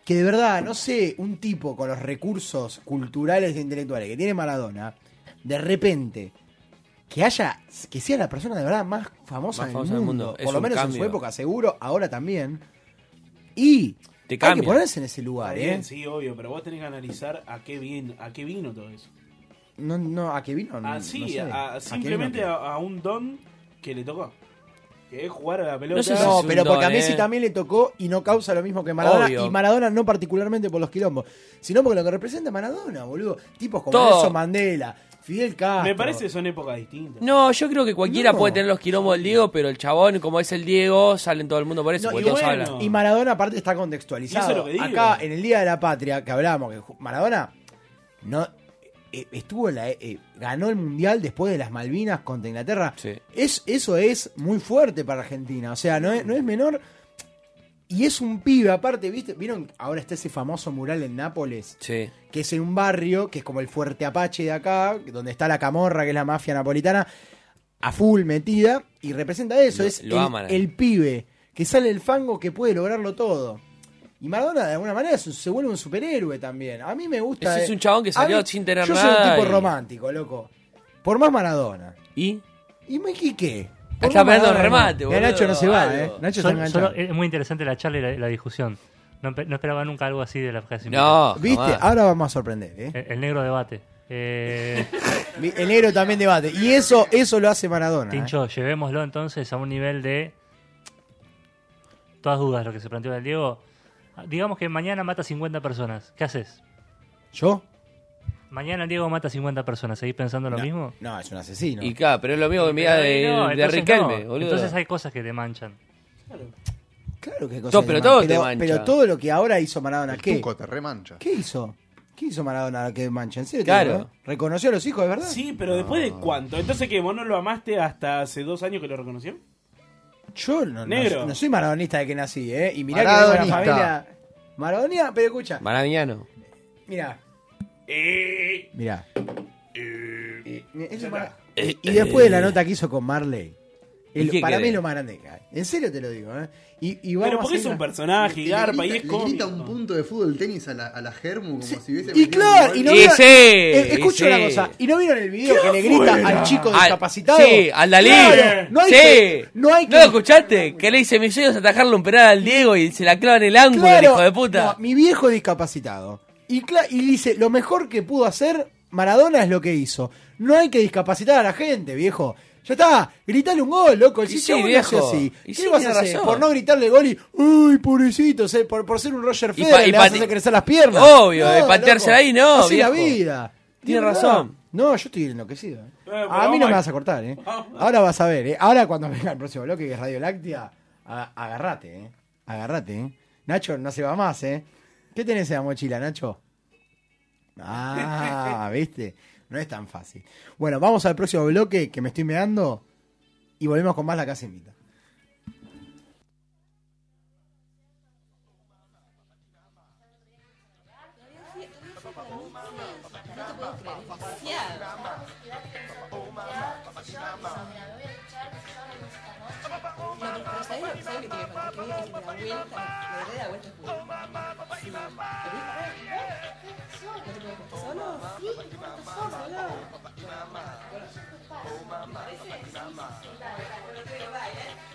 E: que de verdad, no sé, un tipo con los recursos culturales e intelectuales que tiene Maradona, de repente, que haya, que sea la persona de verdad más famosa,
G: Más
E: del, mundo,
G: famosa del mundo, es
E: por lo
G: un
E: menos en
G: cambio.
E: su época, seguro, ahora también, y
G: Te
E: hay que
G: cambia.
E: ponerse en ese
H: Está
E: lugar,
H: bien,
E: ¿eh?
H: sí, obvio, pero vos tenés que analizar a qué, bien, a qué vino todo eso.
E: No, no, ¿a qué vino? No-
H: Ah,
E: no
H: sí,
E: sé.
H: a-
E: ¿A qué
H: simplemente
E: vino?
H: a, a un don que le tocó. Que es jugar a la pelota.
G: No sé si
E: No,
G: es un
E: pero porque a
G: don,
E: Messi
G: eh.
E: también le tocó y no causa lo mismo que Maradona.
G: Obvio.
E: Y Maradona no particularmente por los quilombos, sino porque lo que representa Maradona, boludo. Tipos como
G: Todo.
E: Nelson Mandela, Fidel Castro.
H: Me parece que son épocas distintas.
G: No, yo creo que cualquiera
E: No.
G: puede tener los quilombos del Diego, pero el chabón, como es el Diego, salen todo el mundo por eso.
E: No,
G: porque
E: y,
G: todos
H: bueno.
G: hablan.
E: y Maradona aparte está
H: Y
E: contextualizado.
H: eso es lo que digo.
E: Acá en el Día de la Patria que hablábamos que ju- Maradona no eh, estuvo en la eh, ganó el mundial después de las Malvinas contra Inglaterra.
G: Sí.
E: Es eso es muy fuerte para Argentina, o sea, no es, no es menor y es un pibe aparte, ¿viste? ¿Vieron? Ahora está ese famoso mural en Nápoles
G: Sí.
E: que es en un barrio que es como el fuerte Apache de acá, donde está la camorra, que es la mafia napolitana, a full metida, y representa eso,
G: Lo-
E: es
G: lo
E: el,
G: aman ahí.
E: el pibe que sale del fango que puede lograrlo todo. Y Maradona de alguna manera se, se vuelve un superhéroe también. A mí me gusta...
G: Ese es
E: eh,
G: un chabón que
E: a
G: salió
E: mí-
G: sin tener
E: yo Yo soy
G: nada
E: un tipo
G: y-
E: romántico, loco. Por más Maradona.
G: Y
E: ¿Y me y qué?
G: Ah,
E: Por
G: está
E: más
G: perdiendo el
E: Maradona.
G: remate,
E: Y a
G: boludo,
E: Nacho no se va,
G: algo.
E: ¿eh? Nacho
I: Solo-
E: se engancha.
I: solo- es muy interesante la charla y la, la discusión. No, empe- no esperaba nunca algo así de la frase.
G: no.
E: ¿Viste?
G: jamás.
E: Ahora vamos a sorprender, ¿eh?
I: El, el negro debate. Eh,
E: Mi- El negro también debate. Y eso, eso lo hace Maradona. ¿eh?
I: Tincho, llevémoslo entonces a un nivel de. Todas dudas, lo que se planteó del Diego. Digamos que mañana mata 50 personas. ¿Qué haces?
E: ¿Yo?
I: Mañana el Diego mata 50 personas. ¿Seguís pensando lo
E: no,
I: mismo?
E: No, es un asesino.
G: Y claro, pero es lo mismo que me diga de,
I: No,
G: de
I: entonces
G: Riquelme,
I: no.
G: boludo.
I: Entonces hay cosas que te manchan.
E: claro que hay cosas
G: Todo, pero
E: de
G: todo
E: man-
G: te
E: pero,
G: mancha.
E: pero todo lo que ahora hizo Maradona,
A: El
E: ¿qué?
A: Tuco te remancha.
E: ¿Qué hizo? ¿Qué hizo Maradona que mancha? ¿En serio? te
G: Claro.
E: digo, eh? ¿Reconoció a los hijos, de verdad?
H: Sí, pero después
G: Ah.
H: de cuánto. Entonces, que ¿Vos no lo amaste hasta hace dos años que lo reconoció?
E: Yo no, no-
H: Negro.
E: no soy maradonista de que nací, ¿eh? Y mirá que tengo una
A: Maradonista.
E: familia. Maradonía, pero escucha.
G: Maravillano.
E: Mirá,
H: Eh,
E: mirá. Mi- eso es Mara-
G: Eh,
E: y después de la nota que hizo con Marley. el-
G: ¿Y qué
E: para mí
G: querés?
E: es lo más grande que hay. En serio te lo digo, ¿eh? Y, y vamos
H: pero
E: a
H: porque es
E: hacer
H: un
E: una-
H: personaje, y garpa, y
A: le
H: es
A: grita- le grita
H: cómico.
A: un punto de fútbol tenis a la, a la Germu como si hubiese
E: Y
A: venido
E: claro,
A: un
E: y
A: gol.
E: no
G: Y
E: vieron,
G: sí,
E: eh, escucho
G: y
E: una
G: sí.
E: cosa, ¿y no vieron el video que le grita al chico
G: Al-
E: discapacitado?
G: sí, al Dalí.
E: Claro, no hay
G: sí.
E: que, no hay que,
G: lo escuchaste? Que le dice, mi sueño es atajarle un penal al Diego y se la clava en el ángulo, el
E: claro,
G: hijo de puta.
E: no, mi viejo discapacitado. Y, cla- y dice, lo mejor que pudo hacer Maradona es lo que hizo. No hay que discapacitar a la gente, viejo. Ya está, gritale un gol, loco. El
G: Y
E: si
G: sí, viejo.
E: así.
G: Y
E: ¿Qué
G: sí,
E: le vas a
G: tiene
E: hacer?
G: razón.
E: Por no gritarle gol y, uy, pobrecito, se- por, por ser un Roger
G: Y pa-
E: Federer
G: y
E: le vas a
G: pati-
E: hacer crecer las piernas.
G: Obvio,
E: No,
G: de pateársela
E: loco,
G: ahí, no,
E: Así la
G: viejo.
E: vida.
G: Tiene
E: Tiene
G: razón.
E: No, yo estoy enloquecido. ¿eh?
H: Eh, pero
E: a mí no me
H: vamos a-
E: vas a cortar, ¿eh? Ahora vas a ver, ¿eh? Ahora cuando (laughs) venga el próximo bloque que es Radio Láctea, a- agarrate, ¿eh? Agarrate, ¿eh? Nacho no se va más, ¿eh? ¿Qué tenés en la mochila, Nacho?
G: (laughs)
E: Ah, ¿viste? No es tan fácil. Bueno, vamos al próximo bloque que me estoy meando y volvemos con más la casa invita.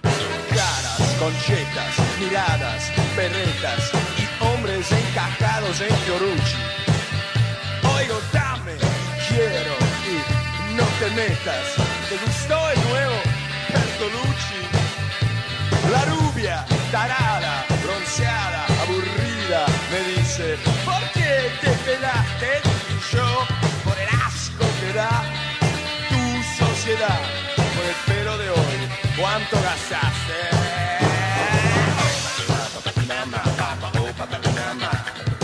C: Caras, conchetas, miradas, perretas y hombres encajados en Fiorucci. Oigo, dame, quiero y no te metas. ¿Te gustó el nuevo Bertolucci? La rubia, tarada, bronceada, aburrida, me dice, ¿por qué te quedaste Y yo? Por el asco que da tu sociedad, por el pelo Pues de hoy, ¿cuánto gastaste?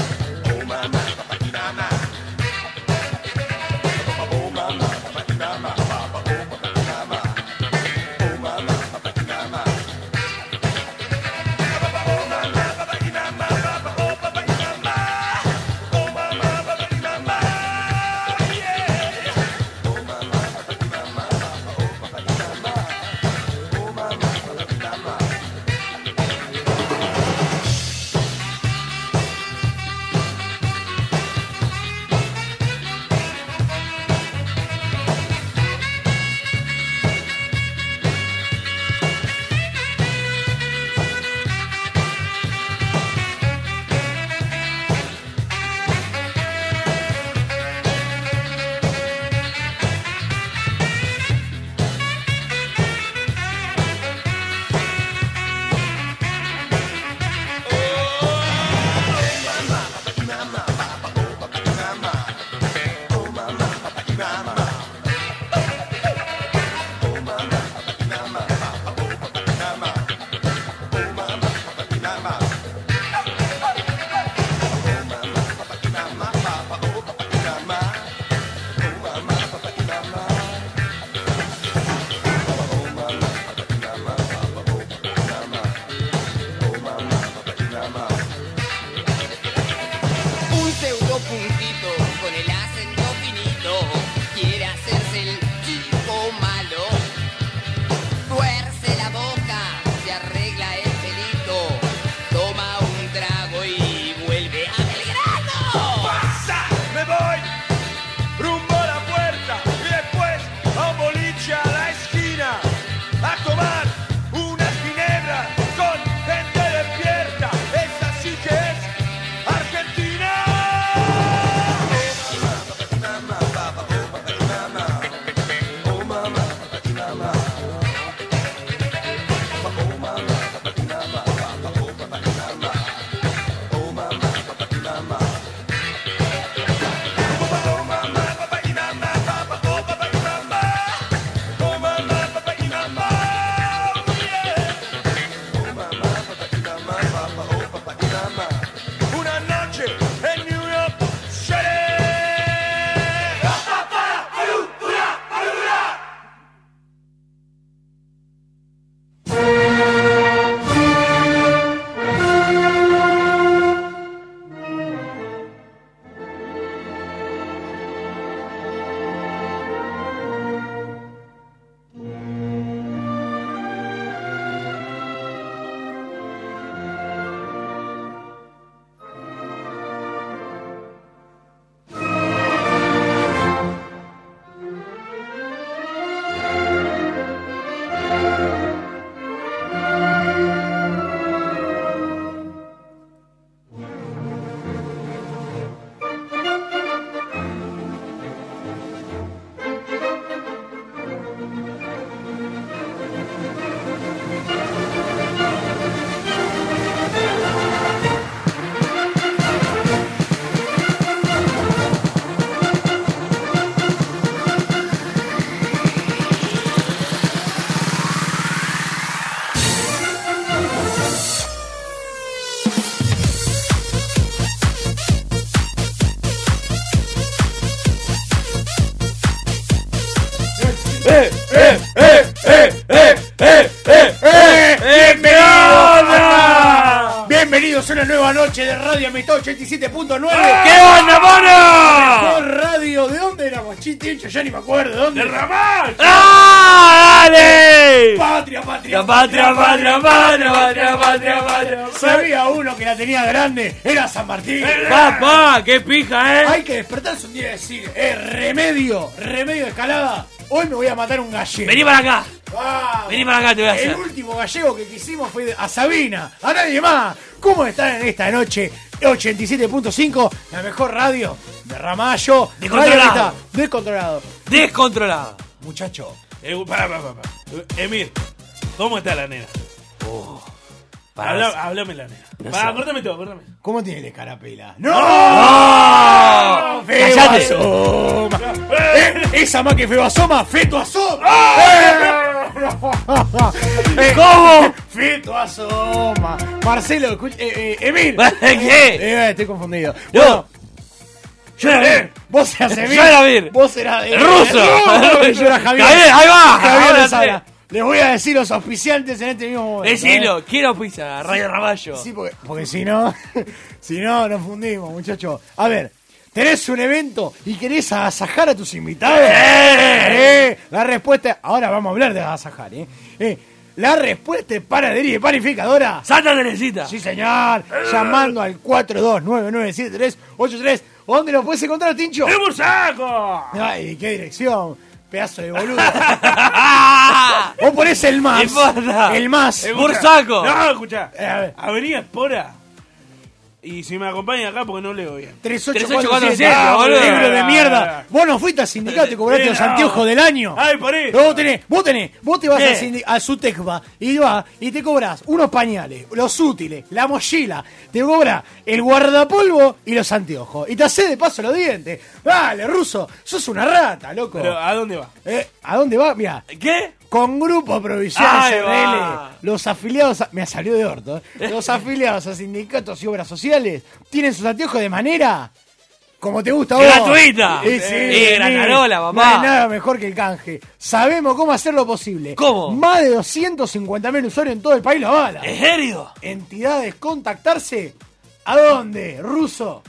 G: eh, eh, eh, eh, eh, eh, eh, eh,
E: ¡Bienvenidos! Bienvenidos a una nueva noche de Radio Amistad 87.9.
G: ¡Qué onda, mono!
E: Mejor radio, ¿de dónde éramos? Chiste, hecho, ya ni me acuerdo, ¿de dónde? ¡De
G: Ramal! ¡Ah, dale!
E: ¡Patria, patria!
G: patria, patria, patria, patria, patria, patria!
E: Sabía uno que la tenía grande, era San Martín.
G: ¡Papá, qué pija, eh!
E: Hay que despertarse un día y decir, eh, remedio, remedio de escalada. Hoy me voy a matar un gallego.
G: Vení para acá,
E: Vamos.
G: vení para acá, te voy a
E: El
G: hacer.
E: último gallego que quisimos fue a Sabina, a nadie más. ¿Cómo están en esta noche? 87.5, la mejor radio de Ramallo.
G: Descontrolado.
E: Radio Amistad, Descontrolado.
G: Descontrolado.
E: Muchacho,
H: Eh, pará, pará, pará. Eh, Emir, ¿cómo está la nena?
G: Pará,
H: Habla- háblame la nena.
G: Oh, No
H: Pará,
G: sé.
H: cortame todo, cortame.
E: ¿cómo tiene de carapela?
G: ¡Ah!
H: ¡Ah!
E: ¡No! ¡Feo
G: Cállate.
E: asoma! Eh, Esa más que feo asoma, feto asoma. (laughs) Eh,
G: ¿Cómo?
E: Feto asoma. Marcelo, escucha, eh, eh, Emil.
G: (laughs) ¿Qué?
E: Eh, estoy confundido.
G: No.
E: Bueno,
G: Yo era bien.
E: eh, Vos eras Emil.
G: Yo era Emil.
E: Vos eras
G: El ruso.
E: Y yo era Javier.
G: Javier, ahí va.
E: Javier
G: Ahora
E: Lozana.
G: sí.
E: Les voy a decir los auspiciantes en este mismo momento. ¿eh?
G: Decilo, quiero pizza, Radio Ramallo.
E: Sí, porque, porque si no, (laughs) si no, nos fundimos, muchachos. A ver, ¿tenés un evento y querés agasajar a tus invitados? Eh, La respuesta, ahora vamos a hablar de agasajar, ¿eh? Eh, la respuesta es panadería y panificadora.
G: Santa Teresita.
E: Sí, señor. Llamando al 42997383. ¿Dónde lo puedes encontrar, Tincho?
H: ¡Es un saco!
E: Ay, qué dirección. Pedazo de boludo. Vos ponés el más.
G: Importa.
E: El más.
G: El bursaco.
H: No, escuchá.
E: Eh, a ver.
H: Avenida Espora. Y si me acompañan acá porque no leo bien. Ah,
E: 3847,
G: Ah, boludo.
E: libro de mierda. Vos no fuiste al sindicato y cobraste
H: Eh,
E: los
H: no.
E: anteojos del año.
H: Ay, paré.
E: Pero vos tenés, vos tenés, vos te vas
G: ¿Qué?
E: al sindi- a Sutecba y vas y te cobras unos pañales, los útiles, la mochila, te cobra el guardapolvo y los anteojos. Y te haces de paso los dientes. Dale, ruso, sos una rata, loco.
H: Pero, ¿a dónde va?
E: Eh, ¿A dónde va? Mira,
G: ¿Qué?
E: con Grupo Provincial
G: Ahí
E: SRL,
G: va.
E: los afiliados, a- me salió de orto, ¿eh? los afiliados a sindicatos y obras sociales tienen sus anteojos de manera como te gusta a vos.
G: Gratuita.
E: Y sí,
G: Y
E: sí.
G: granarola,
E: No
G: papá.
E: hay nada mejor que el canje. Sabemos cómo hacer lo posible.
G: ¿Cómo?
E: Más de 250.000 usuarios en todo el país lo avalan.
G: ¿En serio?
E: Entidades, contactarse. ¿A dónde, ruso?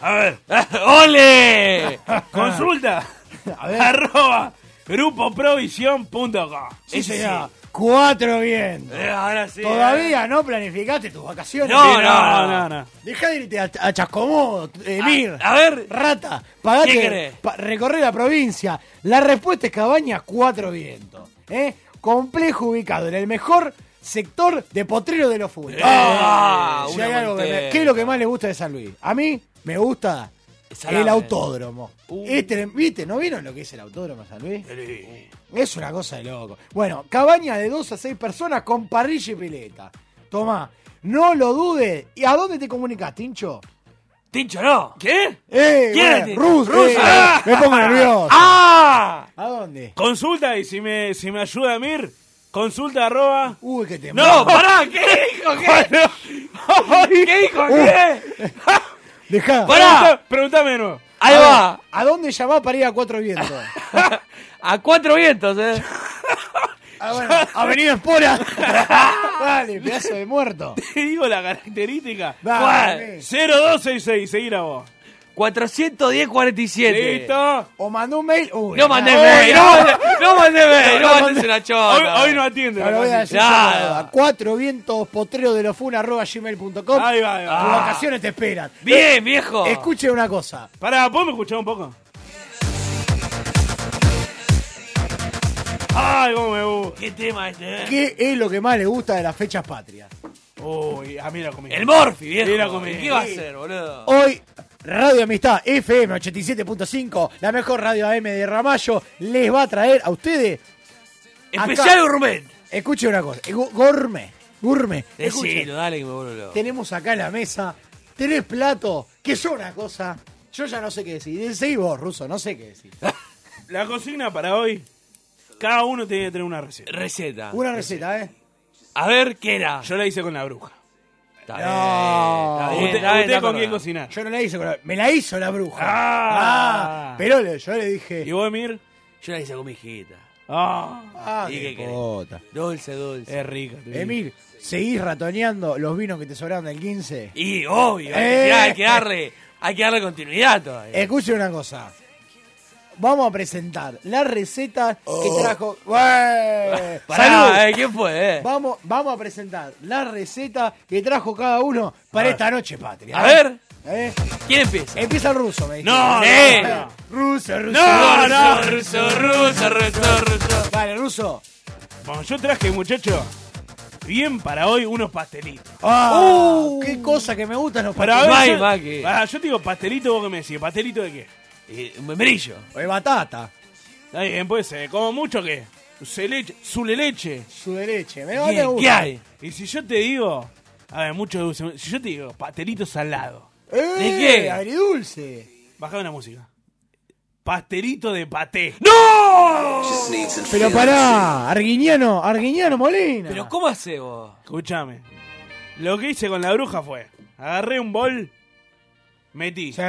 H: A ver.
G: (laughs) ¡Ole!
H: (laughs) Consulta.
E: A ver.
H: Arroba grupoprovisión.com.
E: Sí,
H: Ese
E: señor. Cuatro bien.
G: Eh, ahora sí. eh.
E: Todavía no planificaste tus vacaciones.
G: No,
E: Sí,
G: no,
H: no, no.
E: Dejá de irte a, a Chascomó, Emir.
G: A- a ver.
E: Rata, pagate.
G: ¿Qué querés?
E: pa- recorrer la provincia. La respuesta es Cabañas Cuatro Vientos. ¿eh? Complejo ubicado en el mejor sector de Potrero de los Funes.
G: Ah,
E: Si
G: una
E: hay algo que me-
G: manteca.
E: ¿Qué es lo que más le gusta de San Luis? A mí me gusta
G: Salame.
E: el autódromo.
G: eh. Uh.
E: Este, ¿Viste? ¿No vieron lo que es el autódromo San Luis? Es una cosa de loco. Bueno, cabaña de dos a seis personas con parrilla y pileta. Tomá, no lo dudes. ¿Y a dónde te comunicas, Tincho?
G: Tincho, no. ¿Qué?
E: ¡Eh!
G: ¿Quién es
E: bueno,
G: Tincho?
E: Ruso,
G: Ruso.
E: eh, me pongo nervioso.
G: (laughs) ¡Ah!
E: ¿A dónde?
H: Consulta y si me, si me ayuda Mir, consulta arroba.
E: Uy, qué tema.
G: No, pará, ¿qué dijo? ¿Qué? (laughs) ¿Qué dijo? ¿Qué?
E: (laughs) Dejá.
G: Pará.
H: Pregunta- Preguntame de nuevo.
G: Ahí
E: A ver,
G: va.
E: ¿A dónde llamás para ir a Cuatro Vientos?
G: (laughs) A cuatro vientos, eh.
E: ah, bueno, Avenida
H: (laughs)
E: Espora. Dale, pedazo de muerto.
H: Te digo la característica.
E: Dale.
H: 0266, seguir a vos.
G: 410-47.
H: Listo.
E: O mandó un mail. Uy,
G: No mandé
E: ah, uy,
G: mail, no mandé, no mandé mail,
E: No
G: no mandes
E: mandé-
G: una
H: Hoy,
G: chota.
H: hoy no atiende.
E: Ahora voy a decir
G: Ya.
E: solo a cuatro vientos potrero de los fun arroba gmail.com.
H: Ahí va, ahí va.
E: Tus vacaciones te esperan. Eh,
G: Bien, viejo.
E: Escuche una cosa.
H: Pará, ¿vos me escuchás un poco? Ay, cómo me gusta.
G: ¿Qué tema este, eh?
E: ¿Qué es lo que más le gusta de las fechas patrias?
H: Uy, a mí la comida.
G: El Morphy,
H: Mira
G: viejo.
H: conmigo.
G: ¿Qué va a hacer, boludo?
E: Hoy, Radio Amistad FM 87.5, la mejor radio AM de Ramallo, les va a traer a ustedes.
G: Especial Gourmet.
E: Escuche una cosa. eh, gu- Gourmet. Gourmet. Escuche,
G: Decilo, dale que me vuelvo loco.
E: tenemos acá en la mesa tres platos que son una cosa. Yo ya no sé qué decir. Decí vos, ruso, no sé qué decir.
H: La consigna para hoy, cada uno tiene que tener una receta.
G: Receta.
E: Una receta, ¿eh?
G: A ver, ¿qué era?
H: Yo la hice con la bruja.
G: Está
E: No.
G: bien, Eh, está bien,
H: ¿Usted,
G: está bien,
H: usted
G: está
H: con quién
G: acordado.
H: cocinar?
E: Yo no la hice, con la- me la hizo la bruja.
H: Ah.
E: Ah, pero le- yo le dije.
H: ¿Y vos, Emir?
G: Yo la hice con mi hijita.
H: Ah,
G: ¿Y qué querés?
E: Jota.
G: Dulce, dulce.
H: Es rica. tu vida.
E: Emil, ¿seguís ratoneando los vinos que te sobraron del 15?
G: Y obvio, hay que-
E: Eh.
G: hay que darle, hay que darle continuidad todavía.
E: Escuchen una cosa. Vamos a presentar las recetas
G: Oh.
E: que trajo. ¡Ué!
G: Pará,
E: ¡Salud!
G: eh, ¿quién fue? eh?
E: Vamos, vamos a presentar las recetas que trajo cada uno para esta noche, patria.
G: A ver,
E: ¿Eh?
G: ¿quién empieza?
E: Empieza el ruso, me dice.
H: No,
G: Eh.
H: no, no.
E: Ruso, ruso.
H: No, no.
G: Ruso, ruso, ruso, ruso.
E: Vale, ruso.
H: Bueno, yo traje, muchacho, bien para hoy unos pastelitos.
E: Ah,
G: Uh.
E: ¡Qué cosa que me gustan los
H: Para
E: pastelitos.
H: hoy
G: No hay
H: yo-
G: más que-
H: Pará, yo te digo pastelito, vos que me decís, ¿pastelito de qué?
G: Eh, Un membrillo.
E: Hoy batata.
H: Está bien, puede ser, como mucho que. Se leche, su leche.
E: Su de leche. Me, me
G: ¿Qué,
E: gusta.
G: qué hay?
H: Y si yo te digo, a ver, mucho dulce, si yo te digo pastelito salado,
E: Eh,
G: ¿De qué?
E: Agridulce.
H: bajame la música. Pastelito de paté.
E: Pero pará, Arguiñano, Arguiñano Molina.
G: Pero ¿cómo hace vos?
H: Ah. Escúchame. Lo que hice con la bruja fue, agarré un bol, metí
E: Sí.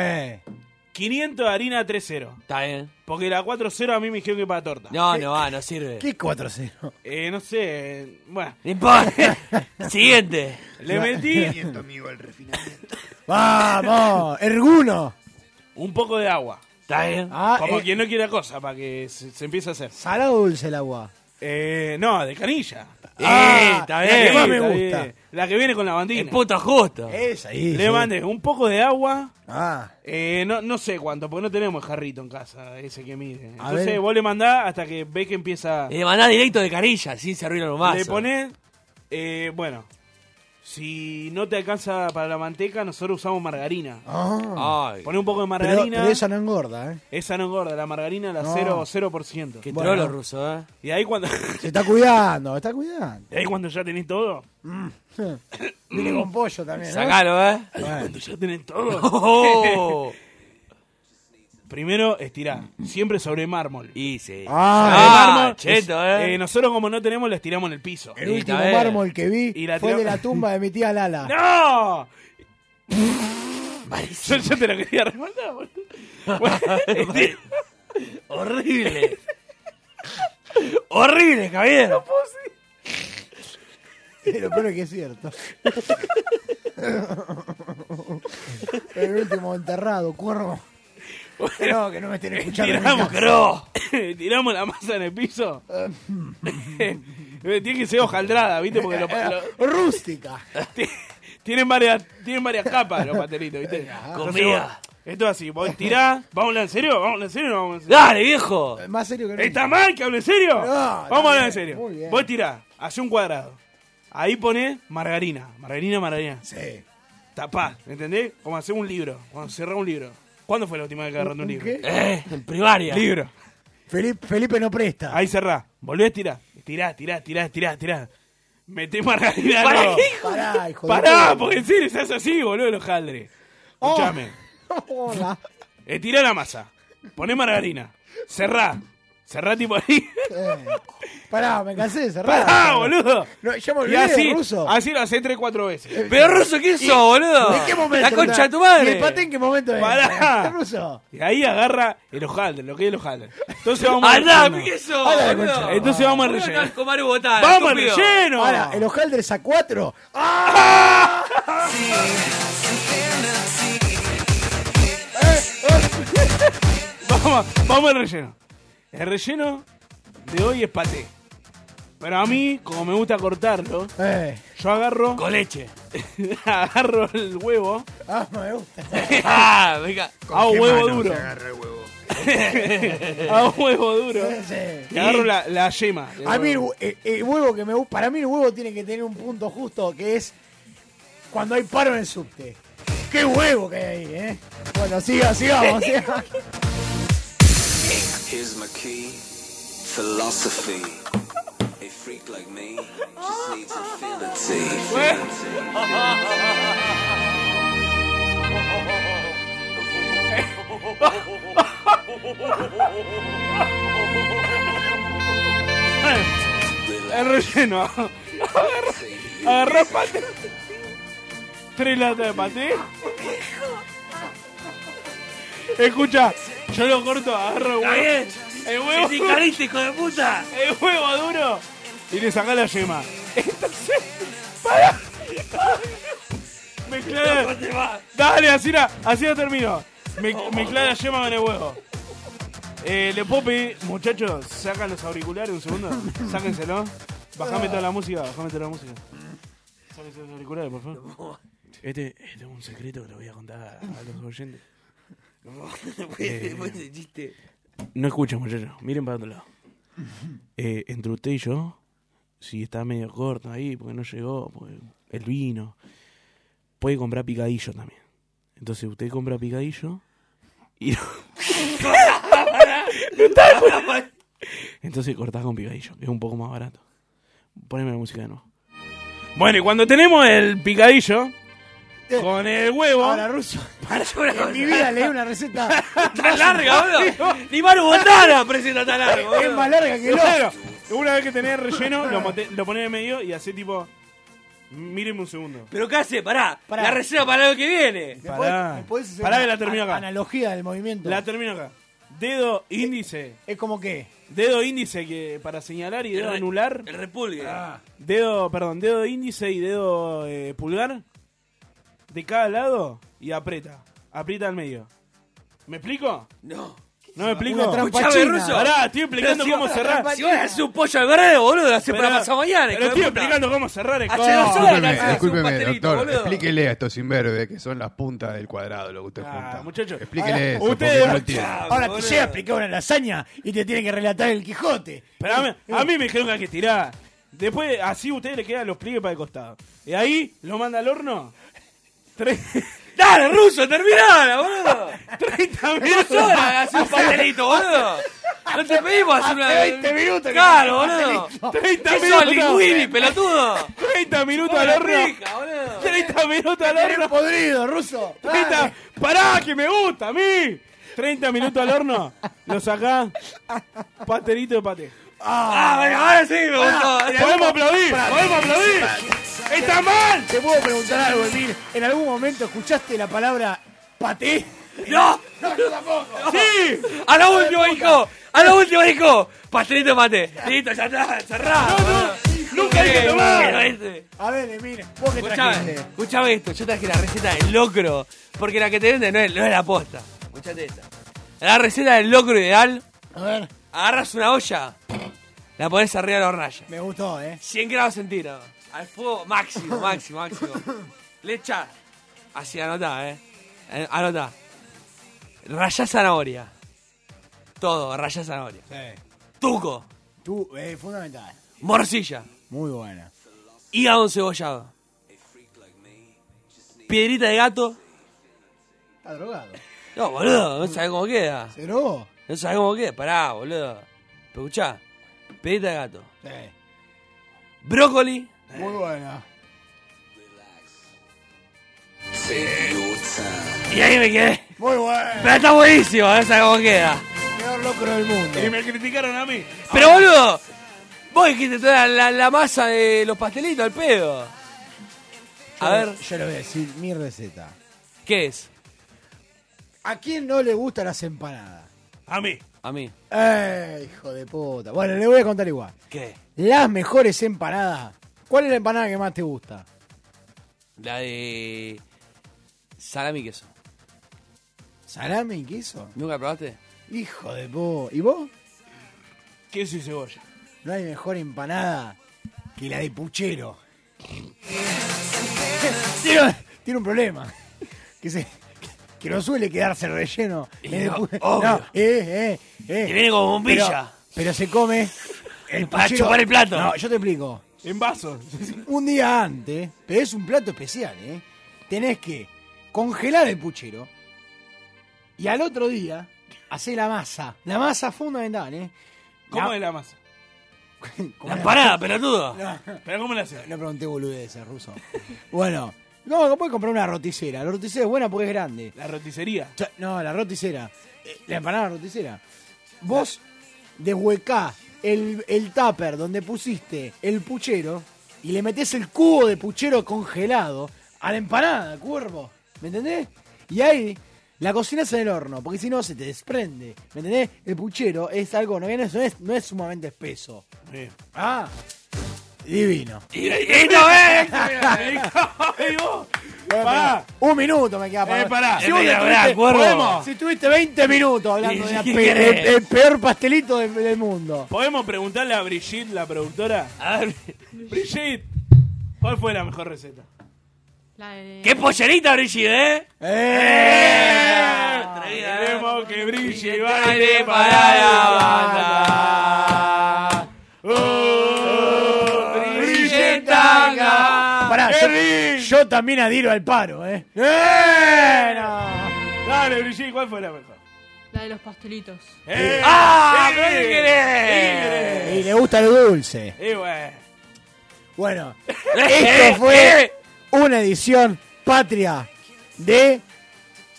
H: 500 de harina 3-0.
G: Está bien.
H: Porque la 4-0 a mí me dijeron que para torta.
G: No, no va, no sirve.
E: ¿Qué 4-0?
H: Eh, no sé, eh, bueno.
G: No importa. (laughs) Siguiente.
H: Le metí
E: ¡Vamos! ¡Erguno!
H: un poco de agua.
G: Está bien.
E: Ah,
H: como
E: eh,
H: quien no quiere la cosa, para que se, se empiece a hacer.
E: Salado o dulce el agua.
H: Eh, no, de canilla.
E: Ah,
G: Eh, está
E: la que
G: bien.
E: más me
H: está
E: gusta.
H: bien. La que viene con la
G: El
H: bandina.
G: puto justo.
E: Esa, ahí.
H: Le mandé un poco de agua.
E: Ah,
H: eh, no, no sé cuánto, porque no tenemos jarrito en casa, ese que mide.
E: A
H: Entonces
E: ver.
H: vos le mandás hasta que ve que empieza.
G: Le mandás directo de carilla, sin servirlo nomás.
H: le ponés. eh, bueno, si no te alcanza para la manteca, nosotros usamos margarina.
G: Ay,
H: Poné un poco de
E: Ah. pero,
H: margarina.
E: pero esa no engorda, ¿eh?
H: Esa no engorda, la margarina la
E: No.
H: 0%. 0%.
G: qué
E: Bueno.
G: trolo ruso, ¿eh?
H: Y
E: (laughs)
H: ahí cuando.
E: Se está cuidando, está cuidando.
H: y ahí cuando ya tenés todo.
E: Mm. (coughs) Viene con pollo también, ¿no?
G: Sacalo, ¿eh?
H: Cuando ya tenés todo.
G: (laughs) Oh.
H: (laughs) Primero estirá. Siempre sobre mármol.
G: Y sí.
E: Ah,
H: mármol,
G: cheto,
H: es-
G: ¿eh?
H: eh, nosotros como no tenemos, la estiramos en el piso.
E: El
G: Sí,
E: último
G: está eh. bien.
E: mármol que vi
H: eh. Y la
E: fue
H: tiró-
E: de la tumba de mi tía Lala.
G: (laughs)
H: ¡No! yo, Ah. yo te lo quería remandar, boludo.
G: (laughs)
H: Bueno, este- esti-
E: (laughs)
G: Horrible. Horrible, Javier.
E: Pero creo que es
H: (laughs)
E: cierto. el último enterrado, cuervo. No, que no me estén escuchando. en mi
H: Estiramos,
E: casa.
H: creo. (laughs) Tiramos la masa en
E: (laughs)
H: el piso. Tiene que ser hojaldrada,
E: (laughs)
H: ¿viste? Porque lo- lo-
E: Rústica.
H: ti- (laughs) tienen, varias, tienen varias capas los pastelitos, ¿viste? Entonces,
G: Comida.
H: vos- Esto es así, vos tirás. ¿Vamos a hablar en serio? ¿Vamos a hablar en serio o no vamos a hablar en serio?
G: Dale, viejo.
E: Más serio que no.
H: ¿Está mal que hable en serio? Vamos a hablar
E: bien, muy
H: en serio.
E: bien.
H: Vos tirá, hace un cuadrado. Ahí pone margarina, margarina, margarina.
E: Sí.
H: Tapá, ¿entendés? Como hacer un libro, cuando cerrá un libro. ¿Cuándo fue la última vez que agarraste un libro?
E: ¿Qué?
G: Eh, en primaria.
H: Libro.
E: Felipe, Felipe no presta.
H: Ahí cerrá. Volvés a tirar. Tirá, tirá, tirá, tirá, tirá. Meté margarina.
G: ¿Para
H: no.
G: qué?
E: Pará, hijo de
H: Pará,
E: puta.
H: porque en serio se hace así, boludo, los jaldres. Escuchame.
E: (laughs) Oh. Hola.
H: Estirá la masa. Poné margarina. Cerrá. Cerrá tipo ahí.
E: Eh, Pará, me cansé de cerrar.
H: Pará, Ah, boludo.
E: No, ya me
H: Y
E: olvidé,
H: así,
E: ruso. Eh,
H: así lo hacés 3, 4 veces.
G: Pero ruso, ¿qué sos, boludo?
E: ¿En qué momento?
G: La concha de tu
E: ¿Y
G: madre.
E: el paté en qué momento es?
H: Pará.
E: ruso?
H: Y ahí agarra el hojaldre, lo que es el hojaldre.
E: (laughs)
H: Entonces vamos
G: Andá,
H: relleno.
G: ¿qué sos,
E: Ahora la
G: boludo?
E: concha.
H: Entonces vamos al
G: Boludo, no
H: relleno.
G: es comer botana,
H: ¡Vamos al
G: estúpido.
H: relleno!
E: Ahora, el hojaldre es a cuatro.
H: (laughs) Vamos, vamos al relleno. El relleno de hoy es paté. Pero a mí, como me gusta cortarlo,
E: Eh,
H: yo agarro.
G: Con leche.
H: (laughs) agarro el huevo.
E: ah, me
H: (laughs)
E: gusta.
G: ah, venga.
H: Hago huevo duro. (laughs) Hago Eh. huevo duro.
E: Sí.
H: Y agarro la, la yema. del
E: A mí el,
H: huevo.
E: hu- el- el huevo que me gusta, para mí el huevo tiene que tener un punto justo que es cuando hay paro en el subte. ¡Qué huevo que hay ahí, eh! Bueno, siga, sigamos, (laughs) siga.
K: Here's my key. Philosophy. A freak like me just needs infinity.
H: El relleno. (laughs) Agarrás paté. Tres latas de paté. Escucha, yo lo corto, agarro el huevo. El huevo.
G: Sindicalista, hijo de puta.
H: El huevo duro. Y le saca la yema. Entonces. ¡Para! Mezclá
G: Loco, te va. Oh.
H: la... Dale, así, la- así la termino. Me, mezclá la yema con el huevo. Eh, le puedo pedir, muchachos, sacan los auriculares un
G: (laughs)
H: segundo. Sáquenselo. Bajame
G: Ah.
H: toda la música, bajame toda la música. Sáquense los auriculares, por favor. Este, este es un secreto que lo voy a contar a los
G: (laughs)
H: oyentes. Eh, No escuchen, muchachos. Miren para otro lado. Eh, entre usted y yo, si está medio corto ahí, porque no llegó, porque el vino, puede comprar picadillo también. Entonces usted compra picadillo y... No está escuchando. (laughs) Entonces cortás con picadillo, que es un poco más barato. Poneme la música de nuevo. Bueno, y cuando tenemos el picadillo, con el huevo...
E: Ahora, Russo. En mi vida leí una receta.
G: (laughs) Está larga, boludo. Ni Maru Bondara presenta tan largo. boludo.
H: Claro, una vez que tenés relleno, lo, mote- lo ponés en medio y hacés tipo. Míreme un segundo.
G: Pero ¿qué hace? Pará.
H: Pará.
G: La reserva para el año que viene.
H: Pará. Pará que la termino acá.
E: Analogía del movimiento.
H: La termino acá. Dedo índice.
E: ¿Es como qué?
H: Dedo índice que para señalar y dedo
G: re-
H: anular. Ah.
G: El repulgue.
H: Dedo, perdón, dedo índice y dedo eh, pulgar. De cada lado y aprieta. Aprieta al medio. ¿Me explico?
G: No.
H: ¿No me explico?
G: Una trampa Escuchame, china. Ruso.
H: Pará, estoy explicando
G: Pero si
H: cómo
G: vos-
H: cerrar.
G: si vos haces un pollo al verdeo, boludo, lo haces
H: Pero-
G: para pasado mañana, hijo
H: Pero
G: de
H: estoy
G: puta. Ah,
H: explicando cómo cerrar el
G: Hace dos
H: codo.
G: horas
A: Discúlpeme,
G: que haces un
A: discúlpeme,
G: pastelito,
A: doctor.
G: boludo.
A: Explíquele a estos imberbes que son las puntas del cuadrado lo que
G: Ah,
A: usted junta.
H: Muchachos,
A: Explíquele eso.
H: ustedes-
A: porque no lo entiende.
E: Ahora te llega a explicar una lasaña y te tiene que relatar el Quijote.
H: Pero a mí, a mí me dijeron que hay que tirar. Después, así ustedes le quedan los pliegues para el costado. Y ahí lo manda al horno. Tre-
G: Dale, ruso,
H: (laughs)
G: terminala, boludo.
H: 30
G: Dos
H: minutos.
G: horas haces un pastelito, boludo. No te pedimos hacer una.
E: Hace 20 minutos que
G: Claro,
E: no haces
G: boludo.
E: pastelito.
H: 30
G: ¿Qué sos,
H: minutos.
G: Linguini, pelotudo?
H: 30 minutos al
G: Hola,
H: horno.
G: pija, boludo.
H: 30 minutos al
E: Eres
H: horno.
E: podrido, ruso.
H: 30. Pará, que me gusta a mí. 30 minutos al horno. Lo sacás. Pastelito de paté.
G: Ah, bueno, ahora sí me gustó.
H: Podemos aplaudir. Podemos aplaudir. Está mal.
E: Te puedo preguntar algo, Emil. ¿En algún momento escuchaste la palabra paté?
G: ¡No!
E: (laughs) No, yo tampoco.
G: (laughs)
H: Sí.
G: ¡A la última, hijo! ¡A la última, hijo! Pastelito de mate. Listo, ya está, cerrado. boludo.
H: nunca hay que
G: Eh,
H: tomar.
G: bueno, este.
E: A ver, Emil, vos que
G: Escuchame,
E: trajiste.
G: escuchame esto, yo traje la receta del locro, porque la que te venden no es, no es la posta. Escuchate esta. La receta del locro ideal,
E: A ver,
G: agarras una olla, la pones arriba de la hornalla.
E: me gustó, eh.
G: 100 grados centígrados. Al fuego máximo, máximo, máximo. Le echás. Así, anotá, eh. Eh, Anotá. Rayá zanahoria. Todo, rayá zanahoria. Tuco,
E: Tú, eh, fundamental.
G: morcilla,
E: Muy buena.
G: hígado cebollado. Piedrita de gato.
E: Está drogado.
G: No, boludo, no sabés cómo queda.
E: ¿Se drogó?
G: No sabés cómo queda. Pará, boludo. Pero escuchá. Piedrita de gato.
E: Sí.
G: Brócoli.
E: Muy buena.
K: Take your time.
G: Y ahí me quedé.
E: Muy buena.
G: Pero está buenísimo, no sabés cómo queda.
E: Peor locro del mundo.
H: Y me criticaron a mí.
G: Pero boludo, vos dijiste toda la, la masa de los pastelitos al pedo. A ver,
E: Yo le voy a decir mi receta.
G: ¿qué es?
E: ¿A quién no le gustan las empanadas?
H: A mí.
G: A mí.
E: Eh, hijo de puta. Bueno, le voy a contar igual.
G: ¿Qué?
E: Las mejores empanadas. ¿Cuál es la empanada que más te gusta?
G: La de salami y queso.
E: ¿Salame y queso?
G: ¿Nunca probaste?
E: Hijo de puta. ¿Y vos?
H: Queso y cebolla.
E: No hay mejor empanada que la de puchero. (laughs) tiene, tiene un problema. Que, se, que no suele quedarse relleno.
G: Y
E: en el
G: no,
E: pu-
G: obvio.
E: no, eh, eh, eh.
G: Y viene como bombilla.
E: Pero, pero se come. El
G: Para
E: puchero-
G: chupar (laughs) el plato.
E: No, yo te explico.
H: En vasos.
E: (laughs) Un día antes, pero es un plato especial, ¿eh? Tenés que congelar el puchero y al otro día hacer la masa. La masa fundamental, ¿eh?
H: ¿Cómo
E: La-
H: es la masa?
G: La empanada, pelotudo.
H: ¿Pero cómo la haces?
E: No pregunté boludeces, ruso. bueno, no, puedes comprar una roticera. La roticera es buena porque es grande.
H: La roticería.
E: Cha- No, la roticera. Eh, La empanada roticera. Vos deshuecá el, el tupper donde pusiste el puchero y le metés el cubo de puchero congelado a la empanada, cuervo. ¿Me entendés? Y ahí La cocina es en el horno, porque si no se te desprende. ¿Me entendés? El puchero es algo, no, no es, no es- no es sumamente espeso. Ah, divino.
C: ¡Divino, eh!
E: Eh, pará. Un minuto me queda para.
C: Eh, pará.
E: Si, vos
C: Eh, pará,
E: estuviste-
C: pará, cuervo.
E: podemos, si estuviste 20 minutos hablando
H: Sí,
E: del
H: ¿qué
E: el,
H: querés?
E: el peor pastelito del, del mundo.
H: ¿Podemos preguntarle a Brigitte, la productora? A ver, Brigitte, ¿cuál fue la mejor receta?
G: ¡Qué pollerita, Brigitte, eh!
H: Queremos que brille y
G: baile
H: para la
G: banda. Oh.
E: Brilletaga. Pará, yo, yo también adhiero al paro, ¿eh? ¡Eh, no!
H: Dale, Brigitte, ¿cuál fue la mejor?
L: La de los pastelitos.
H: ¡Eh!
E: ¡Ah!
H: ¡Eh!
E: pero ¿qué
H: querés?
E: Y le gusta lo dulce.
H: Y bueno.
E: Bueno, esto fue una edición patria de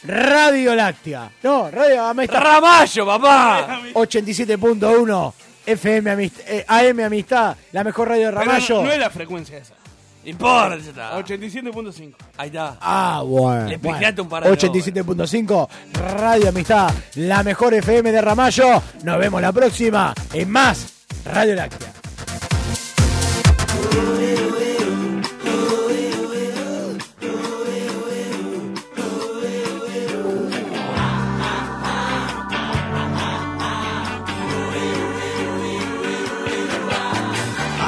E: Radio Láctea. No, Radio Amistad.
G: Ramallo, papá.
E: 87.1 FM Amist- eh, AM Amistad, la mejor radio de
H: Pero
E: Ramallo.
H: No, no es la frecuencia esa.
G: Importa, ya está.
H: 87.5.
G: Ahí está.
E: Ah, bueno.
G: Le
E: bueno.
G: pifiaste un par de
E: 87.5 Radio Amistad, la mejor FM de Ramallo. Nos vemos la próxima en más Radio Láctea.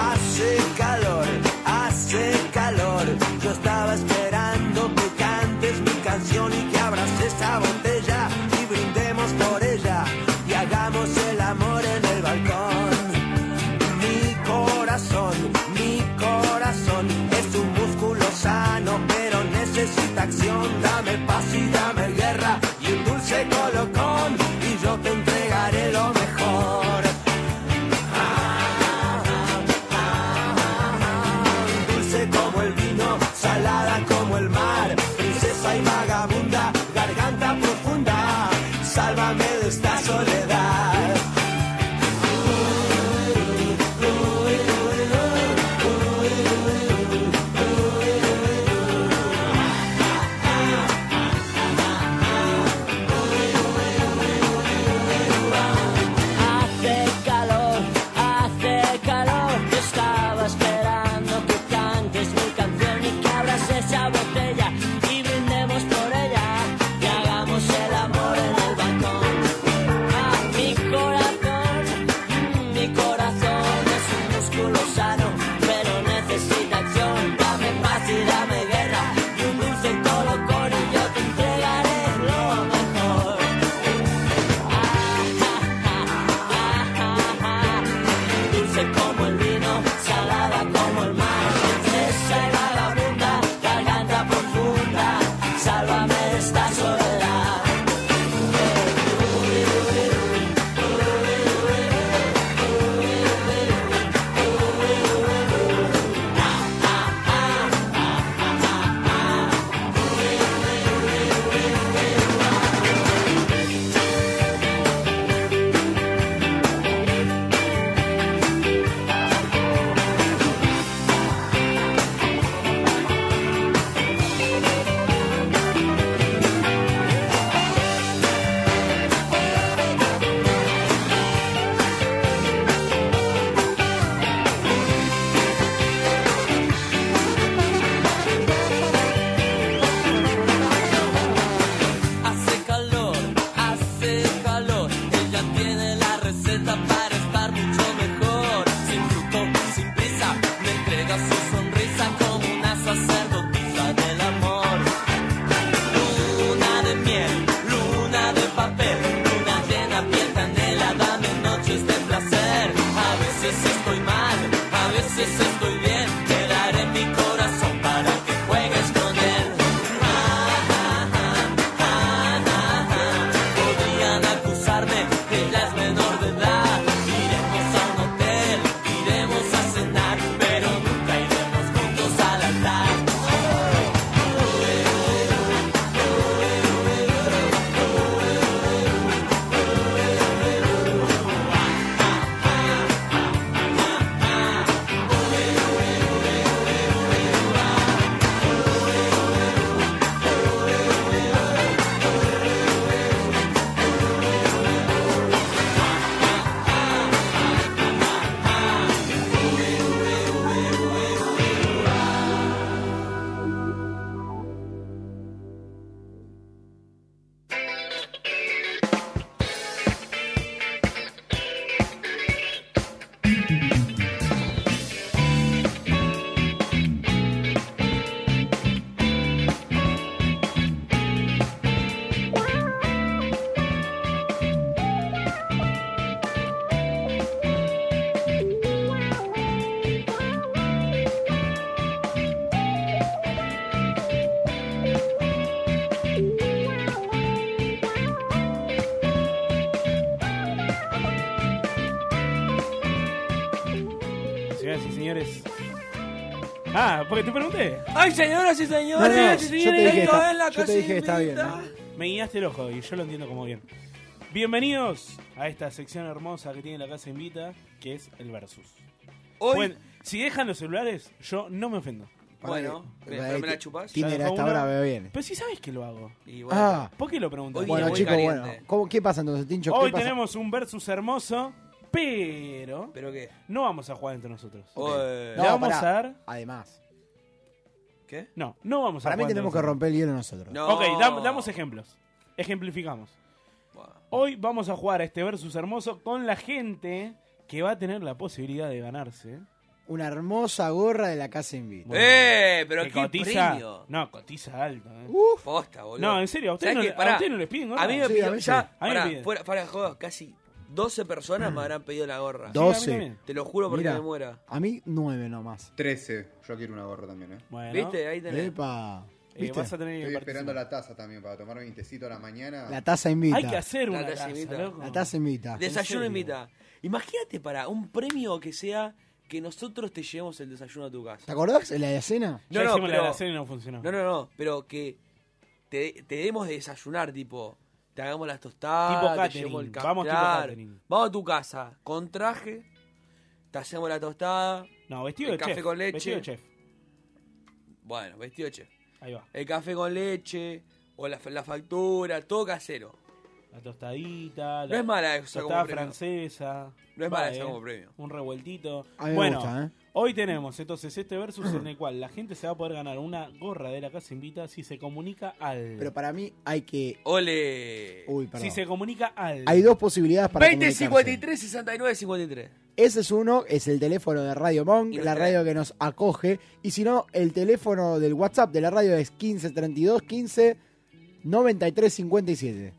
C: Hace calor, hace calor. Yo estaba esperando que cantes mi canción y que abras esta botella y brindemos por ella y hagamos el amor en el balcón. Mi corazón, mi corazón es un músculo sano, pero necesita acción. Dame paz y dame guerra y un dulce colocón y yo te entregaré lo mejor. dulce como el vino, salada como el mar, princesa y vagabunda, garganta profunda, sálvame de esta soledad.
M: Hace calor, hace calor. Yo estaba esperando que cantes mi canción y que abras esa botella y brindemos por ella y hagamos el amor en el balcón. Ah, mi corazón, mm, mi corazón es un músculo sano, pero necesita acción. Dame paz y dame guerra y un dulce colocón y yo te entregaré lo mejor. Ah, dulce como el vino, salada como el mar, princesa y vagabunda, garganta profunda, sálvame de esta soledad.
C: Hace calor, hace calor. Ella tiene la receta para estar mucho mejor. Sin fruto, sin prisa, me entrega su sonrisa como una sacerdotisa del amor. Luna de miel, luna de papel, luna llena, piel canela, dame noches de placer. A veces estoy mal, a veces estoy bien. Te daré mi corazón para que juegues con él. Podrían acusarme que ella es menor de edad. Iremos a un
H: señoras y señores. Ah, porque te pregunté.
G: ¡Ay, señoras y señores!
H: No, no,
G: señores,
H: yo te dije que
G: esto
H: está-
G: es la
H: yo te
G: casa
H: dije que está
G: invicta.
H: Me guiñaste el ojo y yo lo entiendo como bien. Bienvenidos a esta sección hermosa que tiene la casa invita, que es el versus.
G: Hoy-
H: Bueno, si dejan los celulares, yo no me ofendo.
G: Bueno,
H: Vale,
G: pero me la
H: te-
G: chupás.
H: ya
G: Tinder
H: dejó
G: a esta
H: uno.
G: hora me
E: viene.
H: Pero si sabes que lo hago.
E: bueno. Ah.
H: ¿Por qué lo preguntas?
E: bueno, chicos, bueno. ¿cómo- ¿Qué pasa entonces, Tincho? ¿Qué
H: Hoy
E: pasa?
H: tenemos un versus hermoso, pero.
G: ¿Pero qué?
H: No vamos a jugar entre nosotros.
G: Ok. Eh,
H: Le
E: No,
H: vamos
E: pará.
H: a dar.
E: Además.
G: ¿Qué?
H: No, no vamos a
E: Para mí
H: jugar. entre
E: tenemos que
H: nosotros.
E: romper el hielo nosotros.
H: Ok, dam- damos ejemplos. Ejemplificamos. Hoy vamos a jugar a este versus hermoso con la gente que va a tener la posibilidad de ganarse.
E: Una hermosa gorra de la casa invita.
G: ¡Eh! Pero
H: que
G: qué
H: cotiza-
G: premio.
H: No, cotiza alto. eh.
E: Uh,
G: Posta, boludo.
H: No, en serio, a ustedes
G: ¿Sabés
H: no le-
G: qué?
H: a
G: Pará.
H: ustedes no les piden gorra.
G: A mí me
H: Sí, a
G: pidieron,
H: mí sí.
G: ya,
H: A mí me
G: pará,
H: piden. Mm.
G: fuera, fuera de jodas, casi 12 personas me habrán pedido la gorra.
E: 12. Sí, a mí también.
G: Te lo juro por
E: Mirá.
G: Dios me muera.
E: A mí, nueve nomás.
A: 13. Yo quiero una gorra también, ¿eh?
H: Bueno.
G: ¿Viste? Ahí tenés.
E: Epa.
G: Eh,
E: ¿Viste?
A: Estoy esperando la taza también para tomarme mi tecito a la mañana.
E: La taza invita.
G: Hay que hacer La una taza
E: taza
G: taza, invita. loco.
E: La
A: Ah,
E: taza invita.
G: Desayuno invita. Imagínate para un premio que sea que nosotros te llevemos el desayuno a tu casa.
E: ¿Te acordás de la de la cena?
H: Ya hicimos la de la cena y no funcionó.
G: No, no, no, pero que te, te demos de desayunar, tipo, te hagamos las
H: Tipo
G: tostadas, te
H: catering,
G: llevamos el ca-
H: vamos tipo
G: claro.
H: catering.
G: Vamos a tu casa, con traje, te hacemos la tostada.
H: No, vestido
G: el
H: de
G: café
H: chef,
G: con leche.
H: vestido de chef.
G: Bueno, vestido de chef.
H: Ahí va.
G: El café con leche, o la, la factura, todo casero.
H: La tostadita.
G: No es mala esa como
H: tostada
G: premio.
H: francesa.
G: No es mala
H: Va,
G: esa
H: eh.
G: como premio.
H: Un revueltito.
E: A mí me
H: bueno,
E: gusta, ¿eh?
H: hoy tenemos entonces este versus en el cual la gente se va a poder ganar una gorra de la casa invita si se comunica al.
E: Pero para mí hay que.
G: ¡Ole!
E: Uy, perdón.
H: Si se comunica al.
E: Hay dos posibilidades para
G: 20,
E: comunicarse.
G: 53, 69, 53.
E: Ese es uno, es el teléfono de Radio Monk, la radio que nos acoge. Y si no, el teléfono del WhatsApp de la radio es 15 32 15 93 57.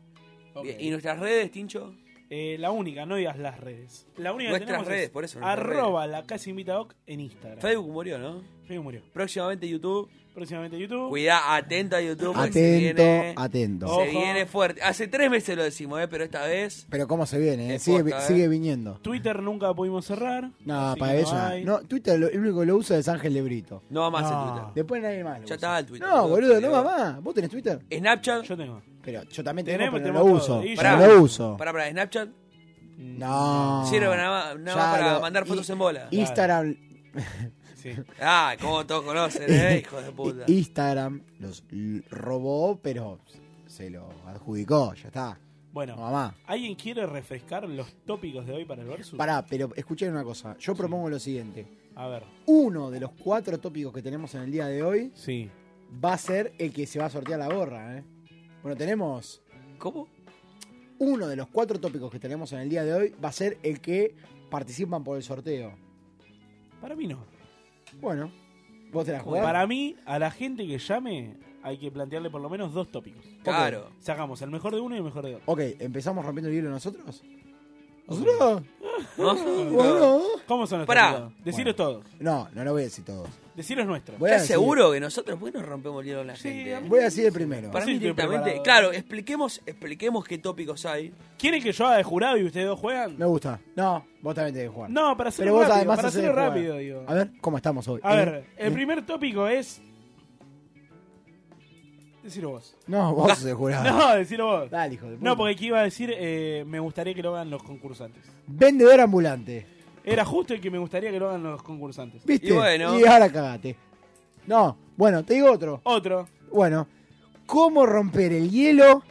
G: Bien, ¿Y nuestras redes, Tincho?
H: Eh, la única, no digas las redes. La única
G: Nuestras
H: que tenemos
G: redes,
H: es
G: por eso, nuestras
H: arroba la casa invita doc en Instagram.
G: Facebook murió, ¿no?
H: Facebook murió.
G: Próximamente YouTube.
H: Próximamente YouTube.
G: Cuidá, atento a YouTube. porque se
E: Atento,
G: viene-
E: atento.
G: Se
E: Ojo.
G: viene fuerte. Hace tres meses lo decimos, ¿eh? pero esta vez.
E: Pero cómo se viene, eh?
G: Es
E: sigue,
G: posta, eh.
E: sigue viniendo.
H: Twitter nunca pudimos cerrar.
E: No,
H: así
E: para
H: que
E: eso.
H: hay.
E: No, Twitter lo- el único que lo usa es Ángel de Brito.
G: No va más
E: No.
G: el Twitter.
E: Después nadie más.
G: Ya está el Twitter.
E: No, boludo, no va más. ¿Vos tenés Twitter?
G: Snapchat.
H: Yo tengo.
E: Pero yo también tengo,
G: Tenemos-
E: pero no lo
G: tenemos
E: uso.
G: todo. Y
E: Yo
G: yo-
E: no lo uso.
G: Para, para, Snapchat.
E: No.
G: Sirve para nada, nada
E: Ya
G: más para
E: lo-
G: mandar fotos en bola.
E: Instagram, (laughs)
G: Ah, como todos conocen, ¿eh? hijos de puta.
E: Instagram los l- robó, pero se lo adjudicó, ya está.
H: Bueno,
E: Mamá.
H: ¿alguien quiere refrescar los tópicos de hoy para el versus?
E: Pará, pero escuchen una cosa. Yo propongo lo siguiente.
H: A ver.
E: Uno de los cuatro tópicos que tenemos en el día de hoy
H: Sí.
E: va a ser el que se va a sortear la gorra, ¿eh? Bueno, tenemos...
G: ¿Cómo?
E: Uno de los cuatro tópicos que tenemos en el día de hoy va a ser el que participan por el sorteo.
H: Para mí no.
E: Bueno, vos te la jugás.
H: Para mí, a la gente que llame, hay que plantearle por lo menos dos tópicos.
E: Claro.
H: Ok, Sacamos el mejor de uno y el mejor de otro.
E: Ok, ¿empezamos rompiendo el libro nosotros? ¿Nosotros?
H: ¿Cómo son los
G: Pará.
H: tópicos? Deciros todos.
E: No, no lo voy a decir todos.
H: Deciros nuestros.
E: Voy a
G: ¿Estás
E: decir-
G: seguro que nosotros pues nos rompemos el hielo a la gente?
E: Voy a decir el primero.
G: Para mí,
H: estoy
G: directamente.
H: preparado.
G: Claro, expliquemos, expliquemos qué tópicos hay.
H: ¿Quieren que yo haga de jurado y ustedes dos juegan?
E: Me gusta. No, vos también tenés que jugar.
H: No, para hacerlo
E: Pero vos
H: rápido,
E: además
H: para
E: hacés
H: hacerlo
E: jugar.
H: rápido, digo.
E: A ver, ¿cómo estamos hoy?
H: A
E: ¿Eh?
H: ver, el
E: ¿Eh?
H: primer tópico es. Decirlo vos.
E: No, vos sos el (laughs) jurado.
H: (laughs) No, decirlo vos.
E: Dale, hijo de puta.
H: No, porque aquí iba a decir, eh, me gustaría que lo hagan los concursantes.
E: Vendedor ambulante.
H: Era justo el que me gustaría que lo hagan los concursantes.
E: ¿Viste? Y ahora cagate. No, bueno, te digo otro.
H: Otro.
E: Bueno, ¿cómo romper el hielo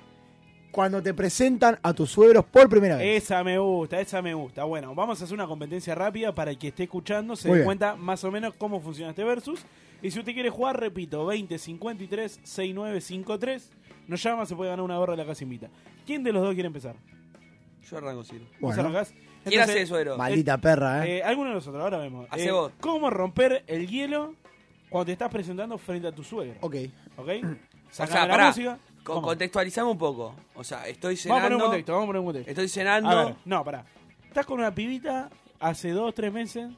E: cuando te presentan a tus suegros por primera vez?
H: Esa me gusta, esa me gusta. Bueno, vamos a hacer una competencia rápida para el que esté escuchando se
E: Muy
H: dé
E: bien.
H: cuenta más o menos cómo funciona este versus. Y si usted quiere jugar, repito, 20 53 6953. Nos llama, se puede ganar una gorra de la casa invita. ¿Quién de los dos quiere empezar?
G: Yo arranco, Ciro.
H: ¿Vos
E: Bueno.
H: arrancás?
G: ¿Quién
H: Entonces,
G: hace eso, Ero?
E: Maldita perra, ¿eh?
H: Eh, alguno de nosotros, ahora vemos.
G: Hacé
H: Eh,
G: vos.
H: ¿Cómo romper el hielo cuando te estás presentando frente a tu suegro?
E: Ok.
G: (clears throat)
H: ¿Ok?
G: O
H: Sacame
G: sea,
H: la
G: pará,
H: música.
G: co-
H: Vamos.
G: contextualizamos un poco. O sea, estoy
H: Vamos a
G: cenando.
H: poner un contexto, vamos a poner un contexto. A
G: Estoy
H: ver,
G: cenando.
H: no, pará. Estás con una pibita hace dos, tres meses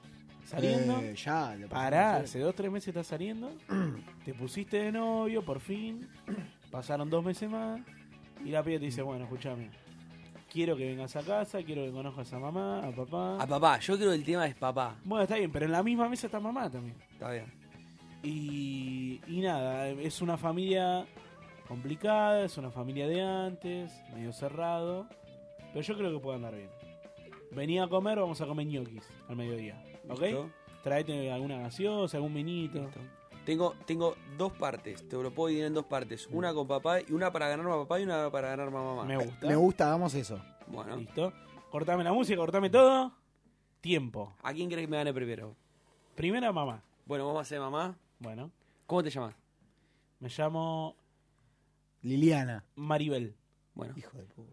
H: saliendo.
E: Eh, ya, lo
H: Pará,
E: pasamos.
H: hace dos, tres meses estás
E: (clears throat)
H: saliendo. te pusiste de novio, por fin. Pasaron dos meses más. Y la piba te dice, bueno, escúchame. Quiero que vengas a casa, quiero que conozcas a mamá, a papá.
G: A papá, yo creo que el tema es papá.
H: Bueno, está bien, pero en la misma mesa está mamá también.
G: Está bien.
H: Y, y nada, es una familia complicada, es una familia de antes, medio cerrado. Pero yo creo que puede andar bien. Venía a comer, vamos a comer ñoquis al mediodía. ¿Ok?
G: Listo.
H: Traete alguna gaseosa, algún vinito.
G: Tengo, tengo dos partes, te lo puedo dividir en dos partes. Una con papá y una para ganarme a papá y una para ganarme a mamá.
H: Mm. Eh, Me gusta.
N: Me gusta, hagamos eso.
G: Bueno.
H: Listo. Cortame la música, cortame todo. Tiempo.
G: ¿A quién crees que me gane primero?
H: Primera mamá.
G: Bueno, vos vas a ser mamá.
H: Bueno.
G: ¿Cómo te llamas?
H: Me llamo
N: Liliana.
H: Maribel.
G: Bueno.
N: Hijo de puta.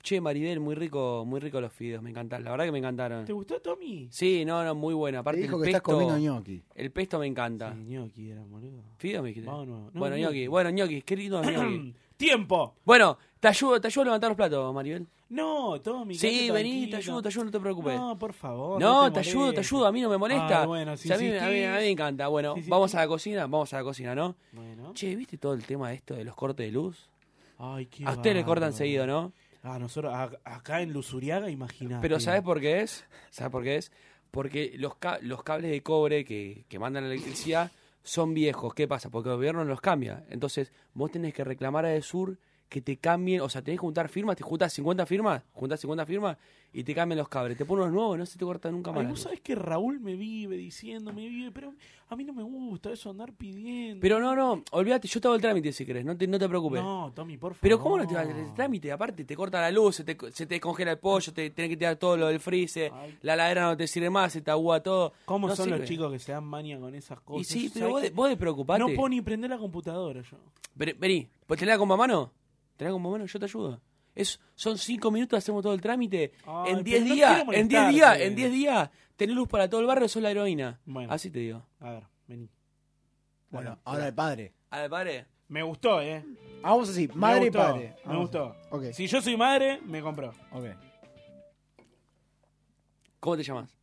G: Che, Maribel, muy rico, muy rico los fideos, me encantaron. La verdad que me encantaron.
H: ¿Te gustó, Tommy?
G: Sí, no, no, muy buena. Aparte
N: Te dijo
G: el
N: que estás
G: pesto-
N: comiendo ñoqui.
G: El pesto me encanta.
H: Sí, ñoqui era, boludo.
G: ¿Fideos me dijiste?
H: Vamos de nuevo. No,
G: bueno,
H: ñoqui.
G: ñoqui. Bueno, ñoqui,
H: (clears throat)
G: qué lindo ñoqui.
H: ¡Tiempo!
G: Bueno, te ayudo, te ayudo a levantar los platos, Maribel.
H: No, Tommy.
G: Sí,
H: quédate
G: vení, te
H: tranquilo.
G: ayudo, te ayudo, no te preocupes.
H: No, por favor.
G: No, te,
H: molestes.
G: ayudo, te ayudo, a mí no me molesta.
H: Ah, bueno, si
G: O sea, a, mí, a mí- a mí me
H: insistís.
G: encanta. Bueno,
H: Si
G: vamos a la cocina, vamos a la cocina, ¿no?
H: Bueno.
G: Che, ¿viste todo el tema de esto de los cortes de luz?
H: Ay, qué
G: a ustedes le cortan
H: bárbaro.
G: seguido, ¿no?
H: Ah, nosotros a- acá en Lusuriaga, imaginate.
G: Pero ¿sabes por qué es? ¿Sabes por qué es? Porque los, ca- los cables de cobre que, que mandan la electricidad son viejos. ¿Qué pasa? Porque el gobierno los cambia. Entonces, vos tenés que reclamar a Edesur que te cambien, o sea, tenés que juntar firmas, te juntas 50 firmas, juntas 50 firmas y te cambian los cables. Te ponen unos nuevos, no se te corta nunca más.
H: Ay,
G: la
H: vos
G: luz.
H: sabés que Raúl me vive diciendo, me vive, pero a mí no me gusta eso andar pidiendo.
G: Pero no, no, olvídate, yo te hago el trámite si querés, no te, no te preocupes.
H: No, Tommy, por favor.
G: Pero ¿cómo no te va a hacer el trámite? Aparte, te corta la luz, se te, se te congela el pollo, te tenés que tirar todo lo del freezer, la ladera no te sirve más, se te agua todo.
H: ¿Cómo
G: No
H: son
G: sirve.
H: los chicos que se dan mania con esas cosas?
G: Y sí, pero
H: ¿Sabés
G: vos,
H: que
G: de- vos despreocupate.
H: No puedo ni prender la computadora yo.
G: Vení, Vení, pues tenés la comba a mano. Tenés la comba a mano, yo te ayudo. Es, son cinco minutos, hacemos todo el trámite.
H: Ay, pero
G: en 10
H: no
G: días,
H: quiero
G: en 10 días,
H: molestarte.
G: en 10 días, tenés luz para todo el barrio, sos la heroína.
H: Bueno.
G: Así te digo.
H: A ver, vení.
N: Bueno, ahora el padre.
G: A ver, padre.
H: Me gustó, ¿eh?
N: Vamos así, Ah, madre
H: me
N: y
H: gustó,
N: padre.
H: Me
N: Vamos.
H: gustó.
N: Ok.
H: Si yo soy madre, me compró.
N: Ok.
G: ¿Cómo te llamas?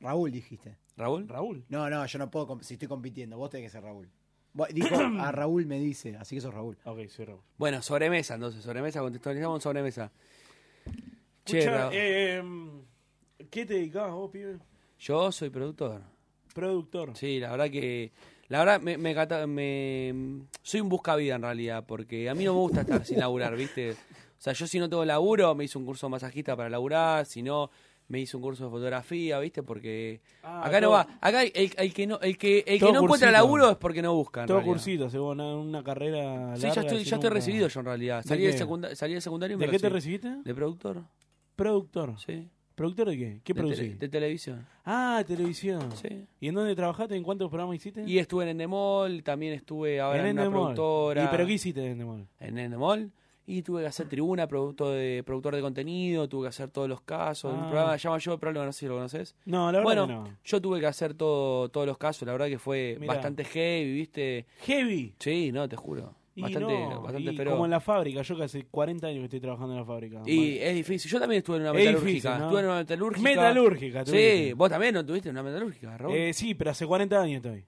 N: Raúl dijiste.
G: ¿Raúl?
H: Raúl.
N: No, no, yo no puedo, com- si estoy compitiendo, vos tenés que ser Raúl. Vos-
H: (coughs)
N: Dijo, a Raúl me dice, así que sos Raúl.
H: Ok, soy Raúl.
G: Bueno, sobremesa entonces, sobremesa, contextualizamos sobremesa. Che,
H: Escuchá,
G: Raúl,
H: eh, ¿qué te dedicabas vos, pibe?
G: yo soy productor.
H: Productor.
G: Sí, la verdad que. La verdad, me, me, cata- me- soy un buscavida en realidad, porque a mí no me gusta estar
H: (laughs)
G: sin laburar, ¿viste? O sea, yo si no tengo laburo, me hice un curso de masajista para laburar, si no, me hice un curso de fotografía, ¿viste? Porque
H: Ah,
G: acá no
H: todo-
G: va. Acá el, el que no, el que, el
H: Todo
G: que no encuentra
H: cursito.
G: laburo es porque no busca. en
H: Todo
G: realidad.
H: cursito, según una, una carrera.
G: Sí, ya
H: larga,
G: estoy,
H: sin
G: ya estoy
H: nunca-
G: recibido yo en realidad. Salí,
H: ¿De
G: de
H: qué?
G: secunda- salí del secundario y me
H: ¿De qué te
G: recibí.
H: recibiste?
G: De productor.
H: Productor.
G: Sí.
H: ¿Productor de qué? ¿Qué
G: de, tele-
H: producís?
G: de televisión.
H: Ah, televisión.
G: Sí.
H: ¿Y en dónde trabajaste? ¿En cuántos programas hiciste?
G: Y estuve en Endemol, también estuve ahora en, una
H: Endemol.
G: productora.
H: ¿Y pero qué hiciste en Endemol?
G: en Endemol y tuve que hacer tribuna, producto de, productor de contenido, tuve que hacer todos los casos, un
H: Ah.
G: programa que se llama Yo el problema, no sé si lo conoces.
H: No, la verdad
G: bueno,
H: que no.
G: yo tuve que hacer todo, todos los casos, la verdad que fue
H: Mirá.
G: bastante heavy, ¿viste?
H: Heavy.
G: Sí, no, te juro.
H: Y
G: Bastante,
H: no,
G: bastante
H: y
G: feroz.
H: Como en la fábrica, yo que hace 40 años que estoy trabajando en la fábrica.
G: Y es difícil. Yo también estuve en una
H: Es
G: metalúrgica.
H: difícil, ¿no?
G: Estuve en una metalúrgica.
H: Metalúrgica,
G: Sí,
H: tuviste.
G: vos también no tuviste en una metalúrgica, Raúl.
H: Eh, sí, pero hace 40 años estoy.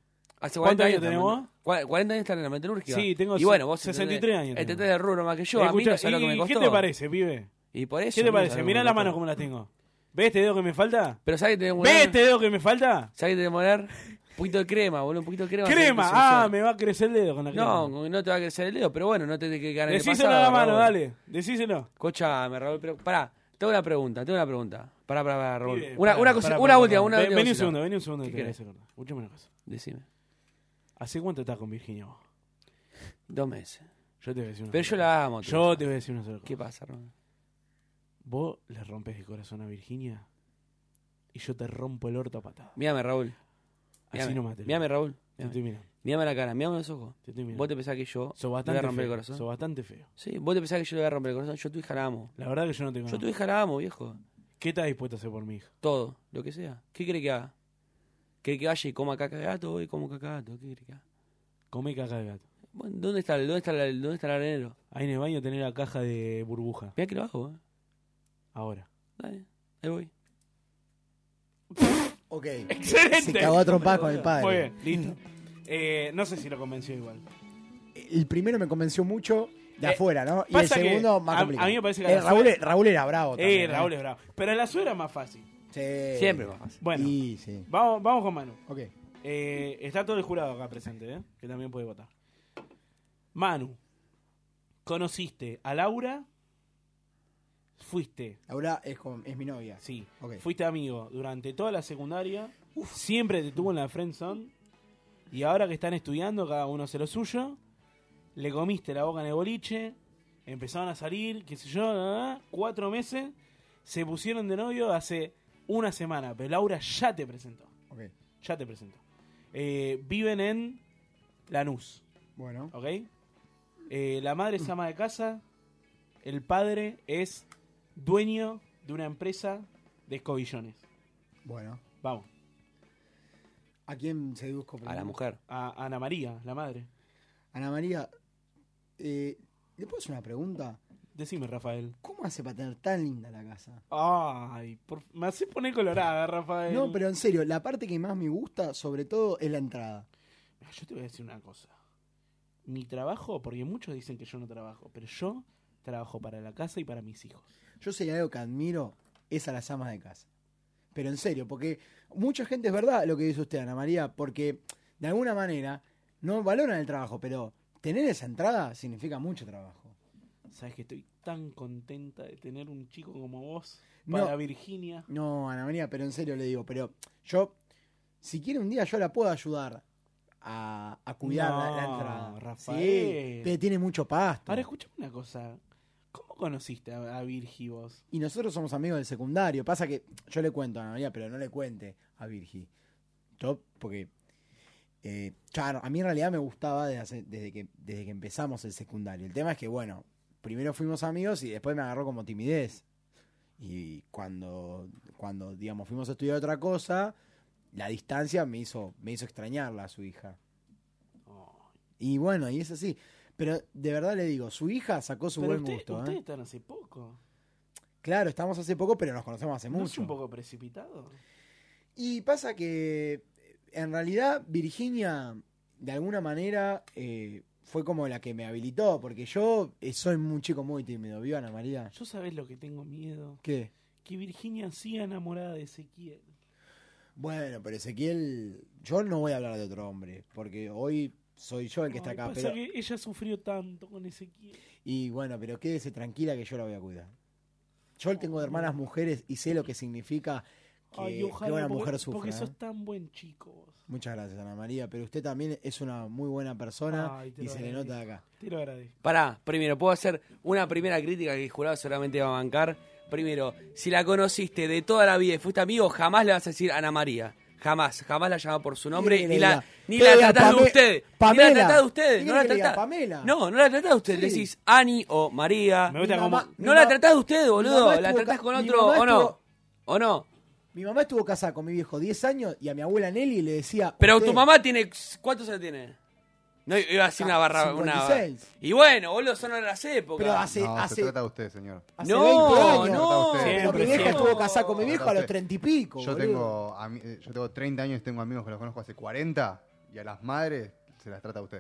H: ¿Cuántos
G: Hace 40
H: años
G: también,
H: tenemos?
G: ¿no? Cua- 40 años están en la metalúrgica.
H: Sí, tengo
G: Y bueno, vos
H: 63
G: entendés,
H: años tengo.
G: Entendés de rubro más que yo. a mí
H: Escuchá,
G: no sabés lo que me
H: ¿y
G: costó.
H: ¿Qué te parece, pibe?
G: Y por eso,
H: ¿Qué te
G: no
H: parece?
G: sabés lo
H: Mirá
G: que
H: la
G: me
H: mano
G: costó.
H: cómo la tengo. ¿Ves este dedo que me falta?
G: Pero ¿sabes que tenemos que
H: ¿Ves
G: poner?
H: este dedo que me falta?
G: ¿Sabes que tenemos que poner? Un poquito de crema, boludo. Un poquito de crema.
H: Crema.
G: Tenés que
H: Ah,
G: usar.
H: me va a crecer el dedo con la crema.
G: No, no te va a crecer el dedo, pero bueno, no te tenés que quedar en el
H: Decíselo
G: pasado,
H: a la mano,
G: Raúl.
H: dale. Decíselo.
G: Escuchame, Raúl, pero pará. Tengo una pregunta, tengo una pregunta. Pará, pará, pará, Raúl.
H: Pibe,
G: una,
H: pará,
G: una, cosa,
H: pará,
G: una
H: pará,
G: última,
H: pará.
G: una
H: Ve-
G: última.
H: Vení un segundo, vení un segundo.
G: ¿Qué
H: te voy a
G: querés?
H: decir una cosa. Escuchame una cosa.
G: Decime.
H: ¿Hace cuánto estás con Virginia vos?
G: Dos meses.
H: Yo te voy a decir una
G: Pero
H: sola
G: yo
H: cosa.
G: la amo. te
H: Yo
G: digo.
H: te voy a decir una sola cosa.
G: ¿Qué pasa, Raúl?
H: Vos le rompes el corazón a Virginia y yo te rompo el orto a patada.
G: Mírame, Raúl.
H: Así
G: Mírame.
H: nomás te lo
G: Mírame,
H: digo.
G: Raúl.
H: Te estoy mirando.
G: Mírame la cara, mírame los ojos.
H: Te estoy mirando.
G: Vos te pensás que yo
H: Sos
G: le voy a
H: bastante
G: romper el
H: feo.
G: corazón.
H: Sos bastante feo.
G: Sí, vos te pensás que yo le voy a romper el corazón. Yo a tu hija la amo.
H: La verdad que yo no tengo
G: Yo a tu
H: nada.
G: hija la amo, viejo.
H: ¿Qué estás dispuesto a hacer por mi hija?
G: Todo, lo que sea. ¿Qué cree que haga? ¿Cree que vaya y coma caca de gato? Voy y como caca de gato. ¿Qué cree que haga?
H: Come caca de gato.
G: Bueno, ¿Dónde está, el- dónde está, el- dónde está el arenero?
H: Ahí en el baño tenés la caja de burbuja.
G: Mira que lo hago, eh.
H: Ahora.
G: Dale, ahí
E: (laughs)
G: voy.
N: Ok. Se
H: ¡Excelente!
N: cagó a trompadas con el padre.
H: Muy bien, listo. Eh, no sé si lo convenció igual. Eh,
N: El primero me convenció mucho.
E: de afuera, ¿no? Y el
H: pasa que
E: segundo
H: a-
E: más complicado.
H: a mí me parece que
E: Eh,
H: a la
E: Raúl,
H: suerte-
E: Raúl era bravo.
H: Eh,
E: también,
H: Raúl
E: ¿no?
H: es bravo. Pero el azul era más fácil.
E: Sí.
G: Siempre más fácil.
H: Bueno,
E: Y, sí.
H: vamos, vamos con Manu.
E: Ok.
H: Eh, está todo el jurado acá presente, ¿eh? que también puede votar. Manu, conociste a Laura, fuiste.
E: Laura es, con- es mi novia.
H: Sí.
E: Ok.
H: Fuiste amigo durante toda la secundaria, siempre te tuvo en la friendzone, y ahora que están estudiando, cada uno hace lo suyo, le comiste la boca en el boliche, empezaron a salir, qué sé yo, la, la, la, cuatro meses, se pusieron de novio hace una semana, pero Laura ya te presentó.
E: Ok.
H: Ya te presento. Eh, viven en Lanús,
E: Bueno.
H: ¿ok? Eh, la madre es ama de casa, el padre es dueño de una empresa de escobillones.
E: Bueno.
H: Vamos.
E: ¿A quién seduzco? primero?
H: A Ana María, la madre.
E: Ana María, eh, ¿le puedo hacer una pregunta?
H: Decime, Rafael.
E: ¿Cómo hace para tener tan linda la casa?
H: Ay, por- me hace poner colorada, Rafael.
E: No, pero en serio, la parte que más me gusta, sobre todo, es la entrada.
H: Mira, Ah, Yo te voy a decir una cosa. Mi trabajo, porque muchos dicen que yo no trabajo, pero yo trabajo para la casa y para mis hijos.
E: Yo sé que algo que admiro es a las amas de casa. Pero en serio, porque mucha gente es verdad lo que dice usted, Ana María, porque de alguna manera no valoran el trabajo, pero tener esa entrada significa mucho trabajo.
H: Sabes que estoy tan contenta de tener un chico como vos
E: No.
H: para Virginia.
E: No, Ana María, pero en serio le digo, pero yo, si quiere un día yo la puedo ayudar a, a cuidar la, la
H: No,
E: entrada.
H: Rafael.
E: Sí, pero tiene mucho pasto.
H: Ahora escuchame una cosa. ¿Cómo conociste a, a Virgi vos?
E: Y nosotros somos amigos del secundario. Pasa que yo le cuento a Ana María, pero no le cuente a Virgi. Yo, porque. eh, claro, a mí en realidad me gustaba desde, hace- desde que, desde que empezamos el secundario. El tema es que, bueno, primero fuimos amigos y después me agarró como timidez. Y cuando, cuando digamos, fuimos a estudiar otra cosa, la distancia me hizo, me hizo extrañarla a su hija. Y bueno, y es así. Pero de verdad le digo, su hija sacó su
H: Pero
E: buen
H: usted-
E: gusto. ¿eh?
H: Ustedes están hace poco.
E: Claro, estamos hace poco, pero nos conocemos hace
H: ¿No es
E: mucho.
H: un poco precipitado?
E: Y pasa que en realidad Virginia, de alguna manera, eh, fue como la que me habilitó, porque yo eh, soy un chico muy tímido, ¿vio Ana María?
H: Yo sabés lo que tengo miedo.
E: ¿Qué?
H: Que Virginia siga enamorada de Ezequiel.
E: Bueno, pero Ezequiel, yo no voy a hablar de otro hombre, porque hoy soy yo el que está
H: Ay,
E: acá.
H: pasa
E: Pero,
H: que ella sufrió tanto con Ezequiel.
E: Y bueno, pero quédese tranquila que yo la voy a cuidar. Yo tengo hermanas mujeres y sé lo que significa que,
H: Ay,
E: que
H: ojalá,
E: una
H: porque-
E: mujer sufra.
H: Porque
E: ¿eh?
H: sos tan buen chico vos.
E: Muchas gracias, Ana María, pero usted también es una muy buena persona
H: Ay, te
E: y
H: lo
E: se le
H: agradezco.
E: nota de acá.
H: Te lo agradezco.
G: Pará, primero, puedo hacer una primera crítica que el jurado seguramente va a bancar. Primero, si la conociste de toda la vida y fuiste amigo, jamás le vas a decir Ana María. Jamás, jamás la llamás por su nombre,
E: ¿Qué
G: ni
E: le
G: la,
E: diga?
G: ni
E: ¿Qué
G: la
E: le diga
G: tratás de
E: Pame-
G: usted.
E: Pamela?
G: Ni la tratás de usted.
E: ¿Qué
G: No
E: quiere
G: la
E: que le diga,
G: tratás.
E: Pamela?
G: No, no la tratás de usted. Le decís Ani o María.
H: gusta Mi como- mamá-
G: no
E: mi
G: la
E: ma-
G: tratás de usted,
E: mi mamá
G: boludo. La
E: estuvo
G: tratás
E: ca-
G: con
E: mi
G: otro,
E: mamá
G: ¿o no?
E: estuvo-
G: ¿O no?
E: Mi mamá estuvo casada con mi viejo 10 años y a mi abuela Nelly le decía.
G: Pero
E: usted,
G: tu mamá tiene. ¿Cuántos años tiene? No, iba a
E: Ah,
G: decir una barra. Una...
E: 56.
G: Y bueno, boludo, son las épocas.
E: Pero hace-
A: No,
E: hace-
A: se trata de usted, señor.
E: Hace
G: No,
E: 20 años.
G: no.
E: Pero
A: Siempre,
E: mi vieja
A: siempre.
E: estuvo casada con mi viejo a los
A: Usted.
E: 30 y pico.
A: Yo
E: boludo.
A: tengo, ami- eh, yo tengo 30 años, tengo amigos que los conozco hace 40 y a las madres se las trata a usted.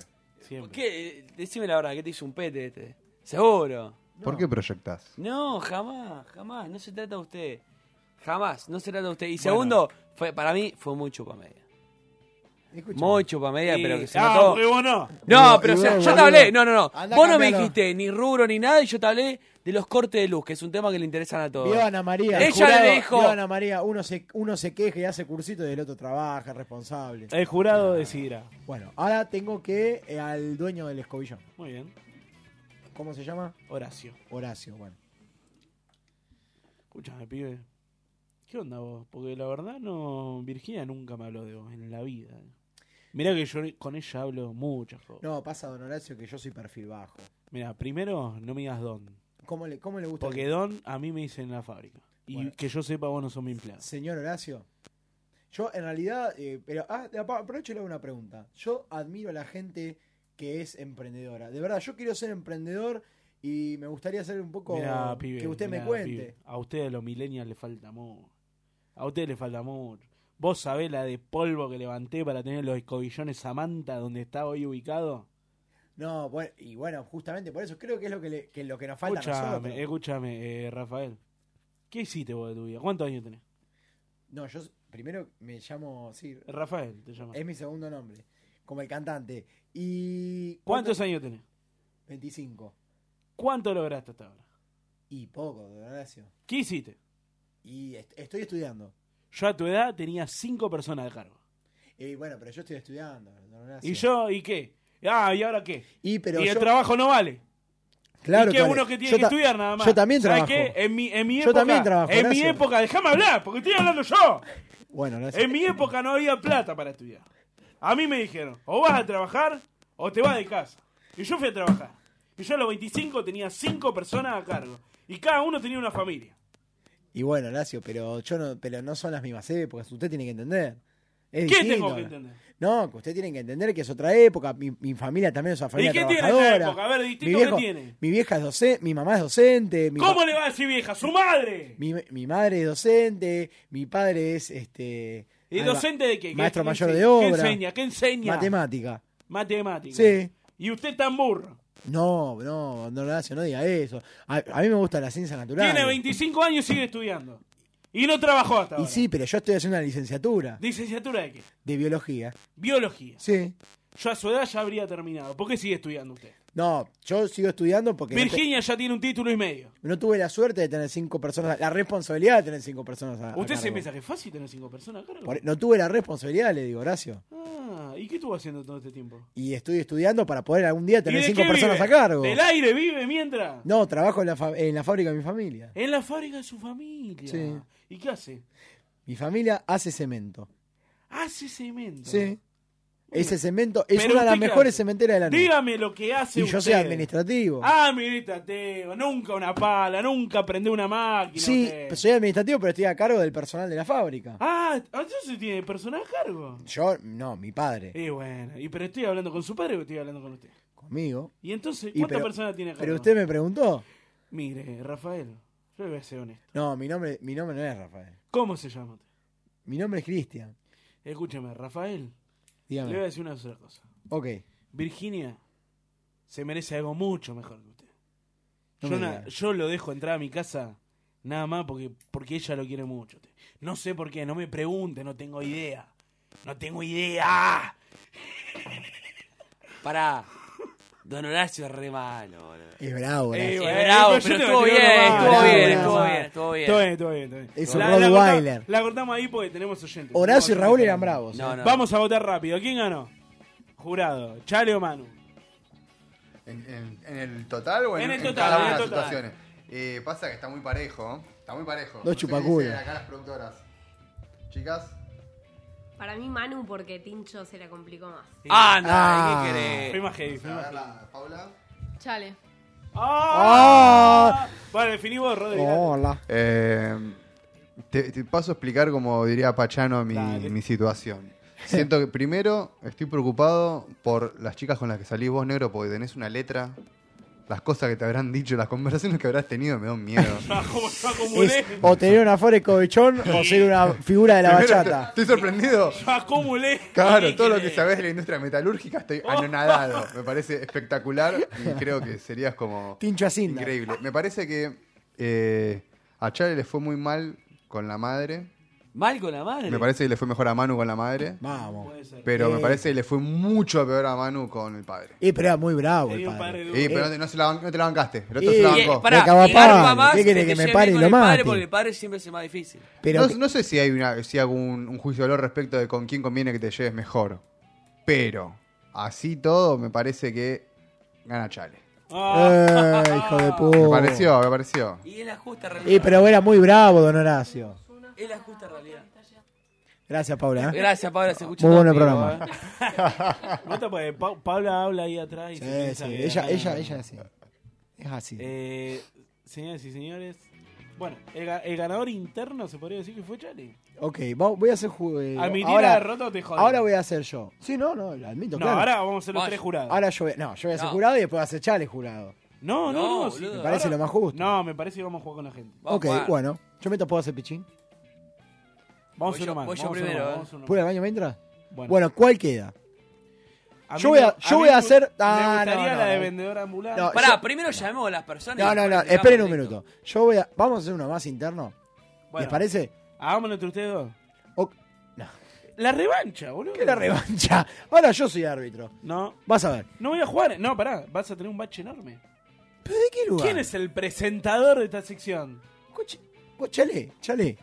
G: ¿Qué? Decime la verdad, ¿qué te hizo un pete este? Seguro.
A: ¿Por qué proyectás?
G: No, jamás, jamás. No se trata de usted. Jamás, no se trata de usted. Y segundo, fue, para mí fue muy chupamedia. Muy chupamedia,
H: Sí.
G: pero que se
H: Ah,
G: notó.
H: porque vos no.
G: No,
H: Y
G: pero o
H: vos,
G: sea, yo te
H: boludo.
G: hablé. No, no, no.
E: Andá,
G: vos no me
E: cambialo.
G: dijiste ni rubro ni nada y yo te hablé de los cortes de luz, que es un tema que le interesan a todos.
E: Vio a Ana María. el
G: Ella
E: jurado
G: le dijo.
E: vio a Ana María, uno se, uno se queja y hace cursito y el otro trabaja, es responsable.
H: El jurado decidirá.
E: Bueno, ahora tengo que eh, al dueño del escobillón.
H: Muy bien.
E: ¿Cómo se llama?
H: Horacio.
E: Horacio, bueno.
H: Escúchame, pibe. ¿Qué onda vos? Porque la verdad no. Virginia nunca me habló de vos en la vida. Mirá que yo con ella hablo muchas cosas.
E: No, pasa don Horacio que yo soy perfil bajo.
H: Mira, primero no me digas don.
E: ¿Cómo le, cómo le gusta?
H: Porque don a mí me dicen en la fábrica. Y
E: Bueno.
H: que yo sepa, vos no sos mi empleado.
E: Señor Horacio, yo en realidad, eh, pero ah, de- apa- aprovecho y le hago una pregunta. Yo admiro a la gente que es emprendedora. De verdad, yo quiero ser emprendedor y me gustaría ser un poco
H: Mirá, pibe,
E: que usted
H: mirá,
E: me cuente.
H: pibe. A ustedes los millennials le falta amor. A ustedes les falta amor. Vos sabés la de polvo que levanté para tener los escobillones Samantha donde está hoy ubicado.
E: No, bueno, y bueno, justamente por eso creo que es lo que, le- que lo que nos falta a nosotros.
H: Escúchame, escúchame, eh, Rafael. ¿Qué hiciste vos de tu vida? ¿Cuántos años tenés?
E: No, yo s- primero me llamo. Sí,
H: Rafael te llamas.
E: Es mi segundo nombre, como el cantante. ¿Y
H: ¿Cuántos años tenés?
E: 25.
H: ¿Cuánto lograste hasta ahora?
E: Y poco, don Horacio.
H: ¿Qué hiciste?
E: Y est- estoy estudiando.
H: Yo a tu edad tenía cinco personas de cargo.
E: Y Eh, bueno, pero yo estoy estudiando, don Horacio.
H: ¿Y yo? ¿Y qué? Ah, ¿y ahora qué?
E: Y, pero
H: el
E: yo-
H: trabajo no vale.
E: Claro
H: ¿Y qué
E: que vale.
H: uno que tiene
E: Yo
H: que
E: ta-
H: estudiar nada más?
E: yo también
H: ¿Sabes
E: trabajo.
H: qué? En mi, en mi
E: Yo
H: época,
E: también trabajo,
H: En mi
E: Horacio.
H: época, déjame hablar, porque estoy hablando yo.
E: Bueno, Horacio.
H: En mi época no había plata para estudiar. A mí me dijeron, o vas a trabajar o te vas de casa. Y yo fui a trabajar. Y yo a los 25 tenía cinco personas a cargo. Y cada uno tenía una familia.
E: Y bueno, Horacio, pero yo no, pero no son las mismas épocas, usted tiene que entender. Es
H: ¿Qué
E: distinto,
H: tengo que
E: ¿no?
H: entender?
E: No, que usted tiene que entender que es otra época. Mi, mi familia también es una familia
H: ¿Y qué tiene esa
E: trabajadora.
H: época? A ver, distinto,
E: mi
H: ¿qué
E: viejo-
H: tiene?
E: Mi vieja es docente, mi mamá es docente. Mi
H: ¿Cómo
E: pa-
H: le va a decir vieja? ¡Su madre!
E: mi, mi madre es docente, mi padre es este.
H: ¿Y
E: alba-
H: docente de qué? ¿Qué-
E: Maestro
H: qué
E: mayor de
H: enseña?
E: obra.
H: ¿Qué enseña? ¿Qué enseña?
E: Matemática.
H: Matemática.
E: Sí.
H: Y usted tan burro.
E: No, no, no, Horacio, no diga eso. A, a mí me gusta la ciencia natural.
H: Tiene 25 años y sigue estudiando. Y no trabajó hasta
E: Y
H: ahora.
E: sí, pero yo estoy haciendo una licenciatura
H: ¿Licenciatura de qué?
E: de biología.
H: Biología.
E: Sí.
H: Yo a su edad ya habría terminado. ¿Por qué sigue estudiando usted?
E: No, yo sigo estudiando porque. no te-
H: Virginia ya tiene un título y medio.
E: No tuve la suerte de tener cinco personas, la responsabilidad de tener cinco personas. a- a
H: ¿Usted se
E: cargo.
H: piensa que es fácil tener cinco personas a cargo?
E: Por- e- no tuve la responsabilidad, le digo, Horacio.
H: Ah, ¿y qué estuvo haciendo todo este tiempo?
E: Y estoy estudiando para poder algún día
H: ¿Y
E: tener
H: de
E: cinco
H: qué
E: personas
H: vive?
E: a cargo.
H: ¿Del aire vive mientras?
E: No, trabajo en la, fa- en la fábrica de mi familia.
H: En la fábrica de su familia.
E: Sí.
H: ¿Y qué hace?
E: Mi familia hace cemento.
H: Hace cemento.
E: Sí. Ese cemento es
H: Pero
E: una de las
H: usted qué
E: mejores
H: hace?
E: cementeras de la noche.
H: Dígame lo que hace
E: Y
H: usted.
E: yo soy administrativo.
H: Ah, administrativo. Nunca una pala, nunca prende una máquina.
E: sí,
H: usted.
E: soy administrativo, pero estoy a cargo del personal de la fábrica.
H: Ah, entonces tiene personal a cargo.
E: Yo, no, mi padre,
H: Y bueno, y pero estoy hablando con su padre o estoy hablando con usted.
E: conmigo.
H: Y entonces,
E: Y
H: ¿cuántas
E: pero-
H: personas tiene a cargo?
E: Pero usted me preguntó.
H: Mire, Rafael, yo le voy a ser honesto.
E: No, mi nombre, mi nombre no es Rafael.
H: ¿Cómo se llama usted?
E: Mi nombre es Cristian.
H: Escúchame, Rafael, le voy a
E: Dígame.
H: decir una sola cosa.
E: Ok.
H: Virginia se merece algo mucho mejor que usted.
E: No
H: yo,
E: me
H: na-
E: diga.
H: yo lo dejo entrar a mi casa nada más porque, porque ella lo quiere mucho. usted. No sé por qué, no me pregunte, no tengo idea. No tengo idea.
G: Pará. Don Horacio es re malo, boludo.
E: Es bravo, Horacio.
G: Es
H: bueno,
G: bravo,
H: eh,
G: pero
H: yo te
G: estuvo
H: lo
G: bien,
H: tiro nomás.
G: estuvo
H: Bravo, bravo.
G: bien, estuvo bien, estuvo bien.
H: Todo bien, todo bien, todo bien.
E: Es un
H: La- la corta-
E: Rottweiler.
H: La cortamos ahí porque tenemos oyentes.
E: Horacio y
H: Tenemos
E: Raúl
H: oyentes.
E: eran bravos.
G: No,
E: ¿eh?
G: no.
H: Vamos a votar rápido. ¿Quién ganó? Jurado, Chale o Manu.
A: ¿En, en- en el total o en,
H: En el
A: en
H: total,
A: cada
H: en
A: una
H: el
A: de las
H: total.
A: situaciones? Eh, pasa que está muy parejo. ¿eh? Está muy parejo.
E: Dos
A: No sé qué
E: chupaculos.
A: dicen Acá las productoras. Chicas,
O: Para mí Manu porque Tincho se la complicó más.
G: Ah, no,
E: Ah.
G: ¿qué querés?
H: Fui más heavy, fui más
A: a ver
H: heavy.
A: la Paula.
P: Chale.
E: Ah.
H: Vale, definí vos, Rodri.
E: Hola.
A: Eh, te, te paso a explicar, como diría Pachano, mi, mi situación. Siento que primero estoy preocupado por las chicas con las que salís vos, negro, porque tenés una letra. Las cosas que te habrán dicho, las conversaciones que habrás tenido me dan miedo.
H: (laughs) ¿Cómo yo
G: Ah,
H: acumulé?
E: Es o tener una Afore Covechón o ser una figura de la
A: Primero,
E: bachata.
A: (laughs) Estoy sorprendido.
H: (laughs) Yo acumulé. Oh.
A: Claro, todo lo que sabés de la industria metalúrgica estoy
H: (laughs)
A: anonadado. Me parece espectacular y creo que serías como
E: Tincho Asinda.
A: increíble. Me parece que eh, a Chale le fue muy mal con la madre.
G: Mal con la madre.
A: Me parece que le fue mejor a Manu con la madre.
E: Vamos.
A: Pero me
E: Eh.
A: parece que le fue mucho peor a Manu con el padre.
E: Eh, pero era muy bravo el
H: Tenía un
E: padre.
H: padre
A: Y, pero no, te- no se la ban- no te la bancaste. El otro
E: Eh,
A: se la
G: Y, eh,
A: bancó.
G: pará,
E: Me cago a
G: y garpa
E: palo.
G: más
E: ¿Qué querés que
G: te
E: me
G: lleve
E: pare y
G: con
E: lo
G: el padre
E: mate?
G: porque el padre siempre es el más difícil.
E: Pero
A: no, no sé si hay una, si hago un, un juicio de valor respecto de con quién conviene que te lleves mejor. Pero, así todo, me parece que gana Chale.
H: Ah.
E: Eh, hijo de puta.
A: Me pareció, me pareció.
G: Y es la justa realidad.
E: Eh, pero era muy bravo, don Horacio.
G: Es la justa realidad.
E: Gracias, Paula. ¿eh?
G: Gracias, Paula, se escucha
E: Muy bueno el
G: contigo,
E: programa.
G: ¿eh?
H: Nota porque Pa- Paula habla ahí atrás. Y se
G: ¿eh?
E: Sí,
H: piensa
E: sí,
H: que-
E: Ella, ella, ella es así. Es así.
H: Eh, señoras y señores. Bueno, el, ga- el ganador interno se podría decir que fue Chale.
E: Ok, va- voy a hacer. ju- eh,
H: Admitir la
E: ahora,
H: derrota o te jode.
E: ahora voy a hacer yo. Sí, no, no, lo admito,
H: No,
E: claro.
H: ahora vamos a ser los tres jurados.
E: Ahora yo voy, no, yo voy a ser
G: No.
E: jurado y después va a ser Chale jurado.
H: No, no,
G: No,
H: no. sí,
G: boludo.
E: Me parece
H: ahora-
E: lo más justo.
H: No, me parece que vamos a jugar con la gente.
G: Vamos
E: ok,
G: a jugar.
E: bueno. Yo me puedo hacer pichín.
H: Vamos
G: Voy
H: a uno
G: yo-
H: más.
G: voy yo
H: vamos a uno
G: primero,
H: más,
G: eh.
H: vamos a uno más.
E: ¿Pura el baño mientras?
H: Bueno.
E: Bueno, ¿cuál queda? yo voy a, yo voy a hacer.
H: me
E: Ah, no,
H: gustaría
E: no,
H: la de
E: no.
H: vendedor ambulante.
E: No,
G: Pará,
E: yo-
G: primero llamemos a las personas. y
E: No, no,
G: después
E: no,
G: le damos
E: esperen un
G: esto.
E: minuto. Yo voy a. ¿Vamos a hacer uno más interno?
H: Bueno.
E: ¿Les parece?
H: Hagámoslo entre ustedes dos.
E: O-
H: La revancha, boludo. ¿Qué
E: La revancha. Ahora yo soy árbitro.
H: No.
E: Vas a ver.
H: No voy a jugar. No, pará, vas a tener un bache enorme.
E: ¿Pero de qué lugar?
H: ¿Quién es el presentador de esta sección?
E: Vos, chale, chale.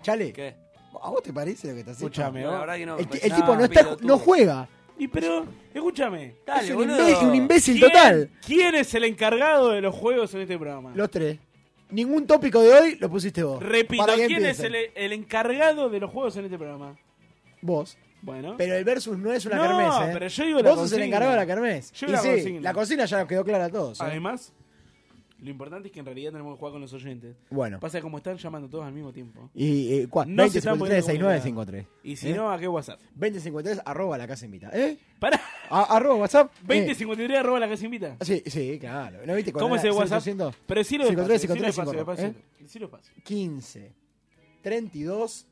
E: Chale.
G: ¿Qué?
E: ¿A vos te parece lo que estás haciendo?
H: Escúchame, No, la vos. verdad que no me
E: El, ti-
H: parece
E: el tipo
H: nada,
E: no, está,
H: pelotudo.
E: no juega.
H: Y pero, escúchame.
E: Dale, Es un boludo. imbé- un imbécil total.
H: ¿Quién es el encargado de los juegos en este programa?
E: Los tres. Ningún tópico de hoy lo pusiste vos.
H: Repito,
E: Para que
H: ¿quién es el,
E: empiecen.
H: el encargado de los juegos en este programa?
E: Vos.
H: Bueno.
E: Pero el versus no es una
H: No,
E: kermés, ¿eh?
H: pero yo digo la
E: Vos sos el
H: consigna.
E: encargado de la kermés.
H: Yo
E: Y
H: la
E: sí,
H: consigna.
E: la consigna ya nos quedó clara a todos. ¿eh?
H: Además, lo importante es que en realidad tenemos que jugar con los oyentes.
E: Bueno.
H: Pasa como están llamando todos al mismo tiempo.
E: Y, eh, ¿cuá-
H: No se
E: 20
H: están
E: 53
H: poniendo
E: 69
H: como
E: 53.
H: Y si no, ¿a qué WhatsApp?
E: 2053 arroba la casa invita. ¿Eh?
H: Pará.
E: A- arroba WhatsApp. eh.
H: 2053 arroba la casa invita.
E: Sí, sí, claro. ¿No viste? Con
H: ¿Cómo
E: la-
H: es el WhatsApp?
E: 0800?
H: Pero sí lo de
E: 53,
H: paso, sí lo de
E: 53,
H: paso, de
E: 52,
H: paso,
E: ¿eh?
H: sí lo paso.
E: 15 32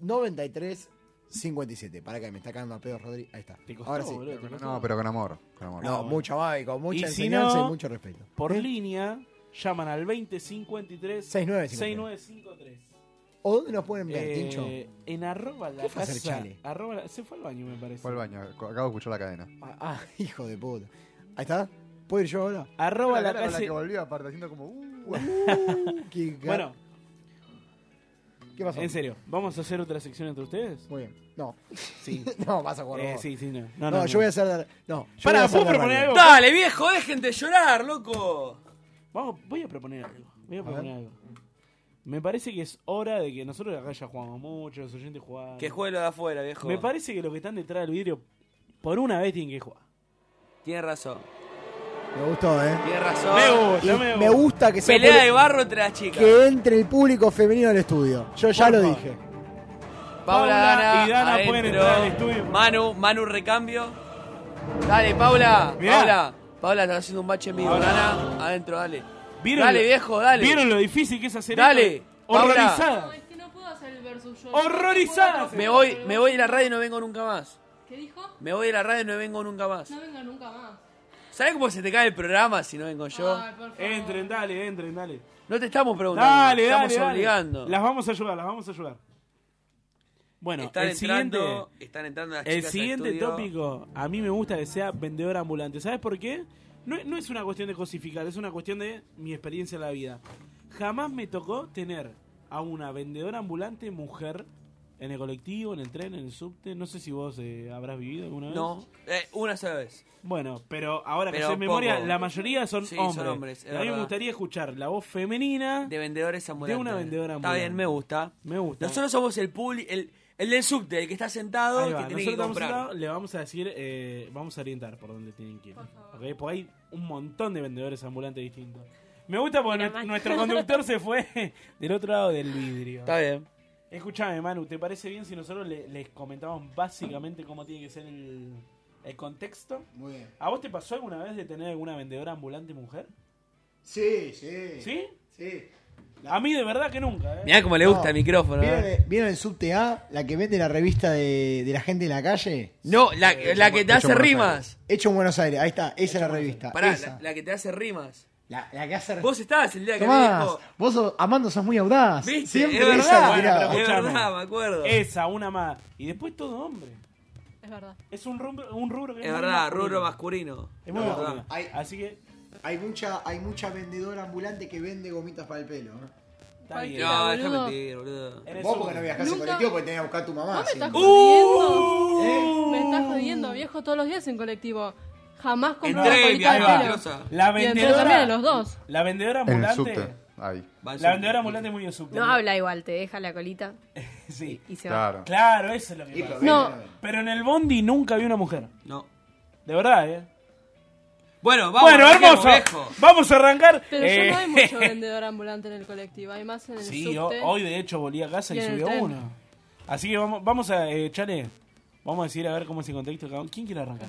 E: 93 57. Para que me está cagando a pedo Rodri. Ahí está. Ahora sí.
H: boludo, te costó.
A: No, pero con amor. Con amor.
E: No, mucho va y con mucha
H: Ah, Y si
E: enseñanza
H: no,
E: y mucho respeto. ¿Eh?
H: Por línea, llaman al 2053
E: 6953.
H: 6953.
E: ¿O dónde nos pueden ver,
H: Eh,
E: Tincho?
H: En arroba la
E: ¿Qué fue a hacer
H: casa.
E: Chale?
H: Arroba la- se fue al baño, me parece.
A: Fue al baño, ac- acabo de escuchar la cadena.
E: Ah, ah, hijo de puta. Ahí está. ¿Puedo ir yo ahora?
H: Arroba la,
A: cara con
H: casa.
A: la que volvió aparte, haciendo como...
H: (laughs)
A: uh,
E: Qué ga-
H: Bueno,
E: ¿qué pasó?
H: en serio, ¿vamos a hacer otra sección entre ustedes?
E: Muy bien. No.
H: Sí.
E: (laughs) no, vas a jugar.
H: Eh,
E: vos.
H: sí, sí, no.
E: No, yo voy a hacer. la- No, yo
H: Pará,
E: voy a hacer
H: ¿puedo
E: la
H: proponer
E: radio.
H: algo?
G: Dale, viejo, dejen de llorar, loco.
H: Vamos, voy a proponer algo. Voy a
G: ver.
H: proponer algo. Me parece que es hora de que nosotros acá ya jugamos mucho, los oyentes jugaban.
G: Que juegue lo de afuera, viejo.
H: Me parece que los que están detrás del vidrio, por una vez tienen que jugar.
G: Tienes razón.
E: Me gustó, ¿eh?
G: Tienes razón.
H: Me gusta,
E: Y me gusta que sea
G: Pelea
E: por-
G: de barro entre las chicas.
E: Que entre el público femenino al estudio. Yo ya lo dije.
G: Paula,
H: Paula
G: Dana,
H: y Dana
G: adentro.
H: pueden entrar al estudio.
G: Manu, Manu recambio. Dale, Paula.
H: Mirá.
G: Paula. Paula está haciendo un bache mío.
H: Paula.
G: Dana, adentro, dale. Dale,
H: lo-
G: viejo, dale.
H: ¿Vieron lo difícil que es hacer
G: Dale,
H: esto?
G: Paula.
H: Horrorizada.
P: Es que no puedo hacer el versus yo.
H: Horrorizada.
G: Me voy, me voy de la radio y no vengo nunca más.
P: ¿Qué dijo?
G: Me voy de la radio y no vengo nunca más.
P: No venga nunca más.
G: ¿Sabes cómo se te cae el programa si no vengo yo?
P: Ay, por favor.
H: Entren, dale, entren, dale.
G: No te estamos preguntando.
H: Dale,
G: te estamos
H: dale, dale.
G: obligando.
H: Las vamos a ayudar, las vamos a ayudar. Bueno,
G: están
H: el siguiente,
G: entrando, están entrando las
H: el
G: chicas al
H: siguiente
G: estudio.
H: tópico, a mí me gusta que sea vendedor ambulante. ¿Sabes por qué? No, no es una cuestión de cosificar, es una cuestión de mi experiencia en la vida. Jamás me tocó tener a una vendedora ambulante mujer en el colectivo, en el tren, en el subte. No sé si vos eh, habrás vivido alguna vez.
G: No, eh, una sola vez.
H: Bueno, pero ahora que
G: Pero
H: sé en memoria,
G: poco.
H: la mayoría son
G: Sí, son
H: hombres.
G: hombres, es
H: Y a mí me
G: verdad.
H: gustaría escuchar la voz femenina
G: De vendedores
H: de
G: ambulantes.
H: una vendedora
G: Está
H: ambulante.
G: bien, me gusta.
H: Me gusta.
G: Nosotros somos el publi, el, el del subte, el que está sentado
H: Ahí
G: y
H: va,
G: que tiene que
H: nosotros vamos
G: comprar.
H: al lado, le vamos a decir, eh, vamos a orientar por dónde tienen que ir. ¿ok? Porque hay un montón de vendedores ambulantes distintos. Me gusta porque nue- nuestro conductor se fue del otro lado del vidrio.
G: (laughs) Está bien.
H: Escuchame, Manu, ¿te parece bien si nosotros le- les comentamos básicamente cómo tiene que ser el, el contexto?
N: Muy bien.
H: ¿A vos te pasó alguna vez de tener alguna vendedora ambulante mujer?
N: Sí, sí.
H: ¿Sí?
N: Sí.
H: A mí de verdad que nunca, ¿eh?
G: Mirá cómo le gusta el micrófono.
N: ¿Vieron,
G: ¿eh?
N: el- vieron el subte A, la que vende la revista de, de la gente en la calle?
G: No, la, la que te hace rimas.
N: Hecho en Buenos Aires, ahí está, esa es la revista.
G: Pará,
N: Ah, esa.
G: la, la que te hace rimas.
N: La, que hace
G: Vos estabas el día que me
N: Tomás,
G: dijo.
N: vos sos- Amando sos muy audaz.
G: ¿Viste?
N: Siempre
G: es verdad,
N: esa la
G: bueno,
N: tiraba.
G: pero es
H: escuchame.
G: verdad, me acuerdo.
H: Esa, una más. Y después todo hombre.
P: Es verdad.
H: Es un rubro, un rubro que
G: Es
H: muy
G: verdad,
H: masculino.
G: rubro masculino.
H: Es muy
G: Es
H: masculino.
G: verdad.
N: Hay,
H: Así que
N: hay mucha, hay mucha vendedora ambulante que vende gomitas para el pelo. ¿eh?
H: está bien.
G: No,
P: Cualquiera,
G: deja
P: boludo.
G: mentir, boludo.
H: En el
N: Vos
H: sur. Uh.
N: porque no viajás en
P: Nunca-
N: colectivo porque tenías que buscar a tu mamá.
P: Vos me estás
N: siempre.
P: jodiendo. Eh, Me estás jodiendo, viejo, todos los días en colectivo. Jamás compro una
G: Entré,
P: colita de
G: viajé,
P: pelo.
G: grosa.
H: La
P: Y entré también a los
H: vendedora,
P: dos.
H: la vendedora
A: En el
H: ambulante.
A: subte. Ahí.
G: Va al
H: La
G: sur.
H: vendedora ambulante es muy en subte.
O: No habla igual, te deja la colita
H: Sí.
O: y se va.
A: Claro.
H: Claro, eso es lo que
N: Y
H: pasa.
N: pero
P: No.
N: vende,
H: Pero en el Bondi nunca vi una mujer.
G: No.
H: De verdad, eh.
G: Bueno, vamos.
H: bueno,
G: arranquemos,
H: hermoso.
G: viejo.
H: Vamos a arrancar.
P: Pero
H: Eh,
P: ya no
H: (laughs)
P: hay mucho vendedor ambulante en el colectivo. Hay más en el
H: Sí, ho-
P: subte.
H: hoy de hecho volví a casa y,
P: Y en el
H: subió
P: tren.
H: uno. Así que vamos, vamos a, eh, Chale, vamos a decir a ver cómo es el contexto. cada uno. ¿Quién quiere arrancar?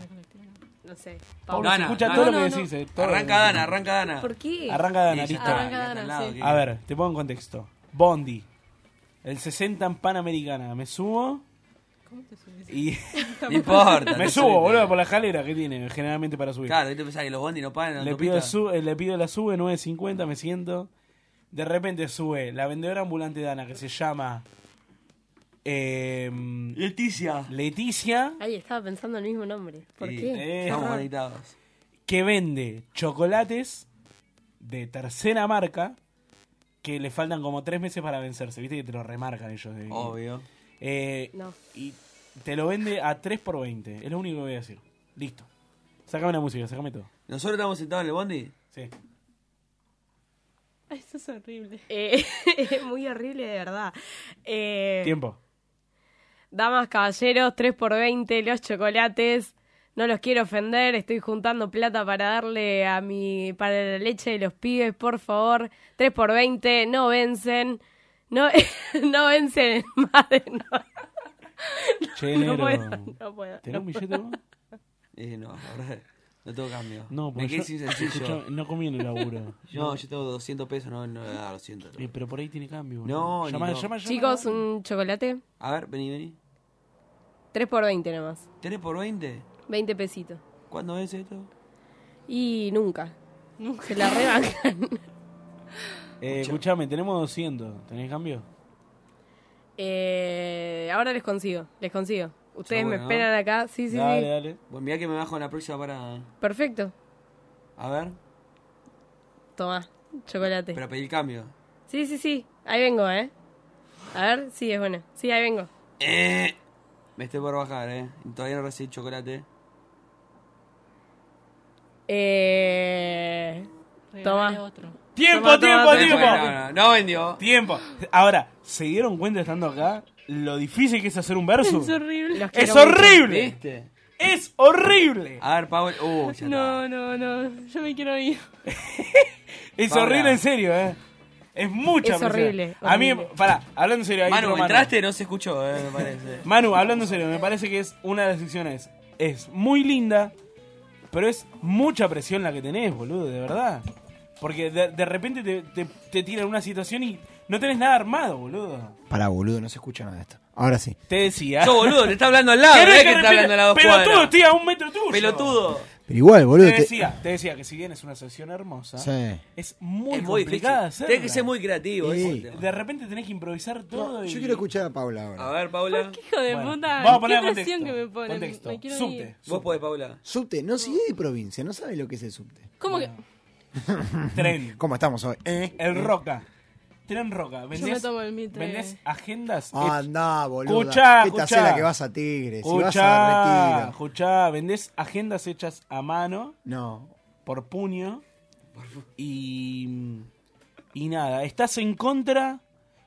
O: No sé.
H: Pablo,
O: Paula.
H: se
G: Dana,
H: escucha
G: Dana.
H: todo lo
P: No,
H: que
P: no,
H: decís. eh, todo lo que
G: Arranca
H: decís.
G: Dana, arranca Dana.
O: ¿Por qué?
H: Arranca Dana,
G: Sí, ya
H: listo.
G: está,
P: Arranca
G: ya está
P: Dana,
G: al lado,
P: sí.
G: ¿qué?
H: A ver, te pongo en contexto. Bondi. El 60 en Panamericana. Me subo.
P: ¿Cómo te subís?
G: Y- (laughs) No
H: (laughs)
G: importa,
H: Me
G: no
H: subo,
G: sube.
H: boludo, por la escalera que tiene generalmente para subir.
G: Claro, ¿viste? Pensás que los bondi no pagan en
H: Le pido,
G: autopista.
H: su- eh, le pido la sube, 9.50, me siento. De repente sube la vendedora ambulante de Ana que se llama. em,
G: Leticia.
H: Leticia,
P: Ahí estaba pensando el mismo nombre. ¿Por
H: Y-
P: qué?
H: Eh,
P: Qué
H: estamos
P: raro.
G: conectados.
H: que vende chocolates de tercera marca que le faltan como tres meses para vencerse. Viste que te lo remarcan ellos. de-
G: Obvio.
H: Eh,
P: No.
H: Y te lo vende a 3 por 20. Es lo único que voy a decir. Listo. Sácame la música, sácame todo.
G: ¿Nosotros estamos sentados en el bondi?
H: Sí.
P: Ay, Eso es horrible.
O: Eh, (laughs) muy horrible, de verdad. Eh,
H: Tiempo.
O: Damas, caballeros, 3 por 20 los chocolates. No los quiero ofender, estoy juntando plata para darle a mi para la leche de los pibes, por favor. 3 por 20 no vencen. No, (laughs) no vencen, madre. No, (laughs)
H: Che,
O: no
H: negro.
O: puedo, no puedo.
H: ¿Tenés un billete vos?
G: Eh, no, la verdad, no tengo cambio.
H: No,
G: Me
H: porque
G: quedé
H: yo-
G: sin sencillo.
H: escuchá, no comí en el laburo.
G: No, (laughs) yo tengo 200 pesos, no, no le voy a dar 200.
H: Eh, pero por ahí tiene cambio.
G: No, ni
H: llama,
G: no.
H: llama, llama.
O: Chicos, un chocolate.
G: A ver, vení, vení.
O: 3 por 20 nomás.
G: ¿Tenés por 20?
O: 20 pesitos.
G: ¿Cuándo es esto?
O: Y nunca. Se la rebancan. (laughs)
H: Eh, escuchame, tenemos 200. ¿Tenés cambio?
O: Eh, ahora les consigo, les consigo. Ustedes
G: Está
O: me
G: bueno, ¿no?
O: esperan acá. Sí, sí, sí.
G: Bueno, mirá que me bajo en la próxima parada.
O: Perfecto.
G: A ver,
O: Tomá, chocolate.
G: para pedir cambio.
O: Sí, sí, sí. Ahí vengo, ¿eh? A ver, sí, es buena. Sí, ahí vengo.
G: Eh, me estoy por bajar, eh. Todavía no recibí chocolate.
O: Eh... Toma.
H: ¡Tiempo,
O: Toma,
H: tiempo,
O: toma,
H: tiempo!
O: toma.
G: No, no, no vendió.
H: Tiempo. Ahora, ¿se dieron cuenta estando acá lo difícil que es hacer un verso?
P: Es horrible.
H: ¡Es horrible!
G: ¿Viste?
H: ¡Es horrible!
G: A ver, Paul. Uh, ya está.
P: No, no, no. Yo me quiero ir. (laughs)
H: Es
G: Paula.
H: horrible en serio, eh. Es mucha
P: Es
H: presión.
P: horrible,
H: A mí,
P: horrible.
H: pará, hablando en serio. ahí
G: Manu,
H: entró
G: entraste, no se escuchó, eh, me parece.
H: (laughs) Manu, hablando en serio, me parece que es una de las secciones. Es muy linda, pero es mucha presión la que tenés, boludo, de verdad. Porque de, de repente te, te, te tiran una situación y no tenés nada armado, boludo.
N: Pará, boludo, no se escucha nada de esto. Ahora sí.
H: Te decía.
G: Yo, boludo, te está
H: (laughs)
G: hablando al lado,
H: ¿Querés
G: ¿eh? Que está
H: repita?
G: hablando a las dos
H: Pelotudo,
G: cuadras.
H: estoy a un metro tuyo.
G: Pelotudo.
N: Pero igual, boludo.
H: Te
N: te-
H: decía, te decía que si bien es una sección hermosa,
N: Sí.
H: es muy
G: Es muy
H: complicada
G: difícil.
H: hacerla.
G: Tenés que ser muy creativo. eh, ese es el tema.
H: De repente tenés que improvisar todo. y...
N: Yo quiero escuchar a Paula ahora.
G: A ver, Paula.
P: Hijo de
H: Bueno,
P: puta.
H: vamos a poner
P: Qué
H: en
P: presión
H: contexto.
P: que me ponen.
H: Contexto.
P: Me quiero
H: Subte.
P: ir.
G: Vos
H: (laughs)
G: podés, Paula.
N: Subte, no, si es de provincia, no sabe lo que es el subte.
P: ¿Cómo que?
H: Tren.
N: (laughs) ¿Cómo estamos hoy? ¿Eh?
H: El Roca. Tren Roca.
P: Yo me
H: ¿Vendés,
P: tomo el mitre.
H: vendés agendas?
N: Andá, boludo.
H: Escuchá,
N: Esta
H: escuchá.
N: es la que vas a Tigres. Si vas a
H: Escuchá,
N: Retiro.
H: escuchá, vendés agendas hechas a mano,
N: No.
H: por puño, y, y nada, estás en contra,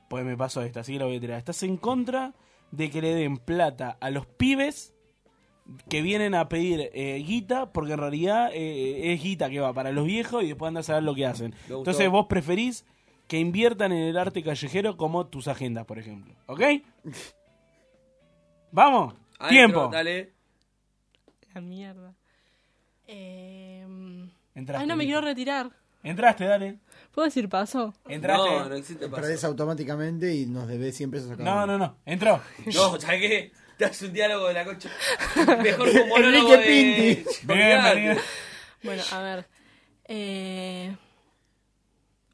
H: pues me pasó esta, así que la voy a tirar, estás en contra de que le den plata a los pibes que vienen a pedir eh, guita, porque en realidad eh, es guita que va para los viejos y después andas a ver lo que hacen.
G: gustó.
H: Entonces vos preferís que inviertan en el arte callejero como tus agendas, por ejemplo, ¿ok? Vamos,
G: Adentro,
H: tiempo.
G: Dale.
P: La mierda. Eh,
H: Entraste,
P: Ay, no me
H: listo.
P: quiero retirar.
H: Entraste, dale.
P: ¿Puedo decir paso?
H: Entraste.
G: No, no existe paso.
N: Perdés automáticamente y nos debés 100 pesos a cada
H: No,
N: uno.
H: no, no.
N: (laughs)
H: Entró.
G: No, ¿sabes qué? Te hace un diálogo de la concha.
P: (laughs)
G: Mejor como monólogo
N: Enrique
G: de...
N: Pinti.
H: Bienvenido.
P: Bueno, a ver. Eh,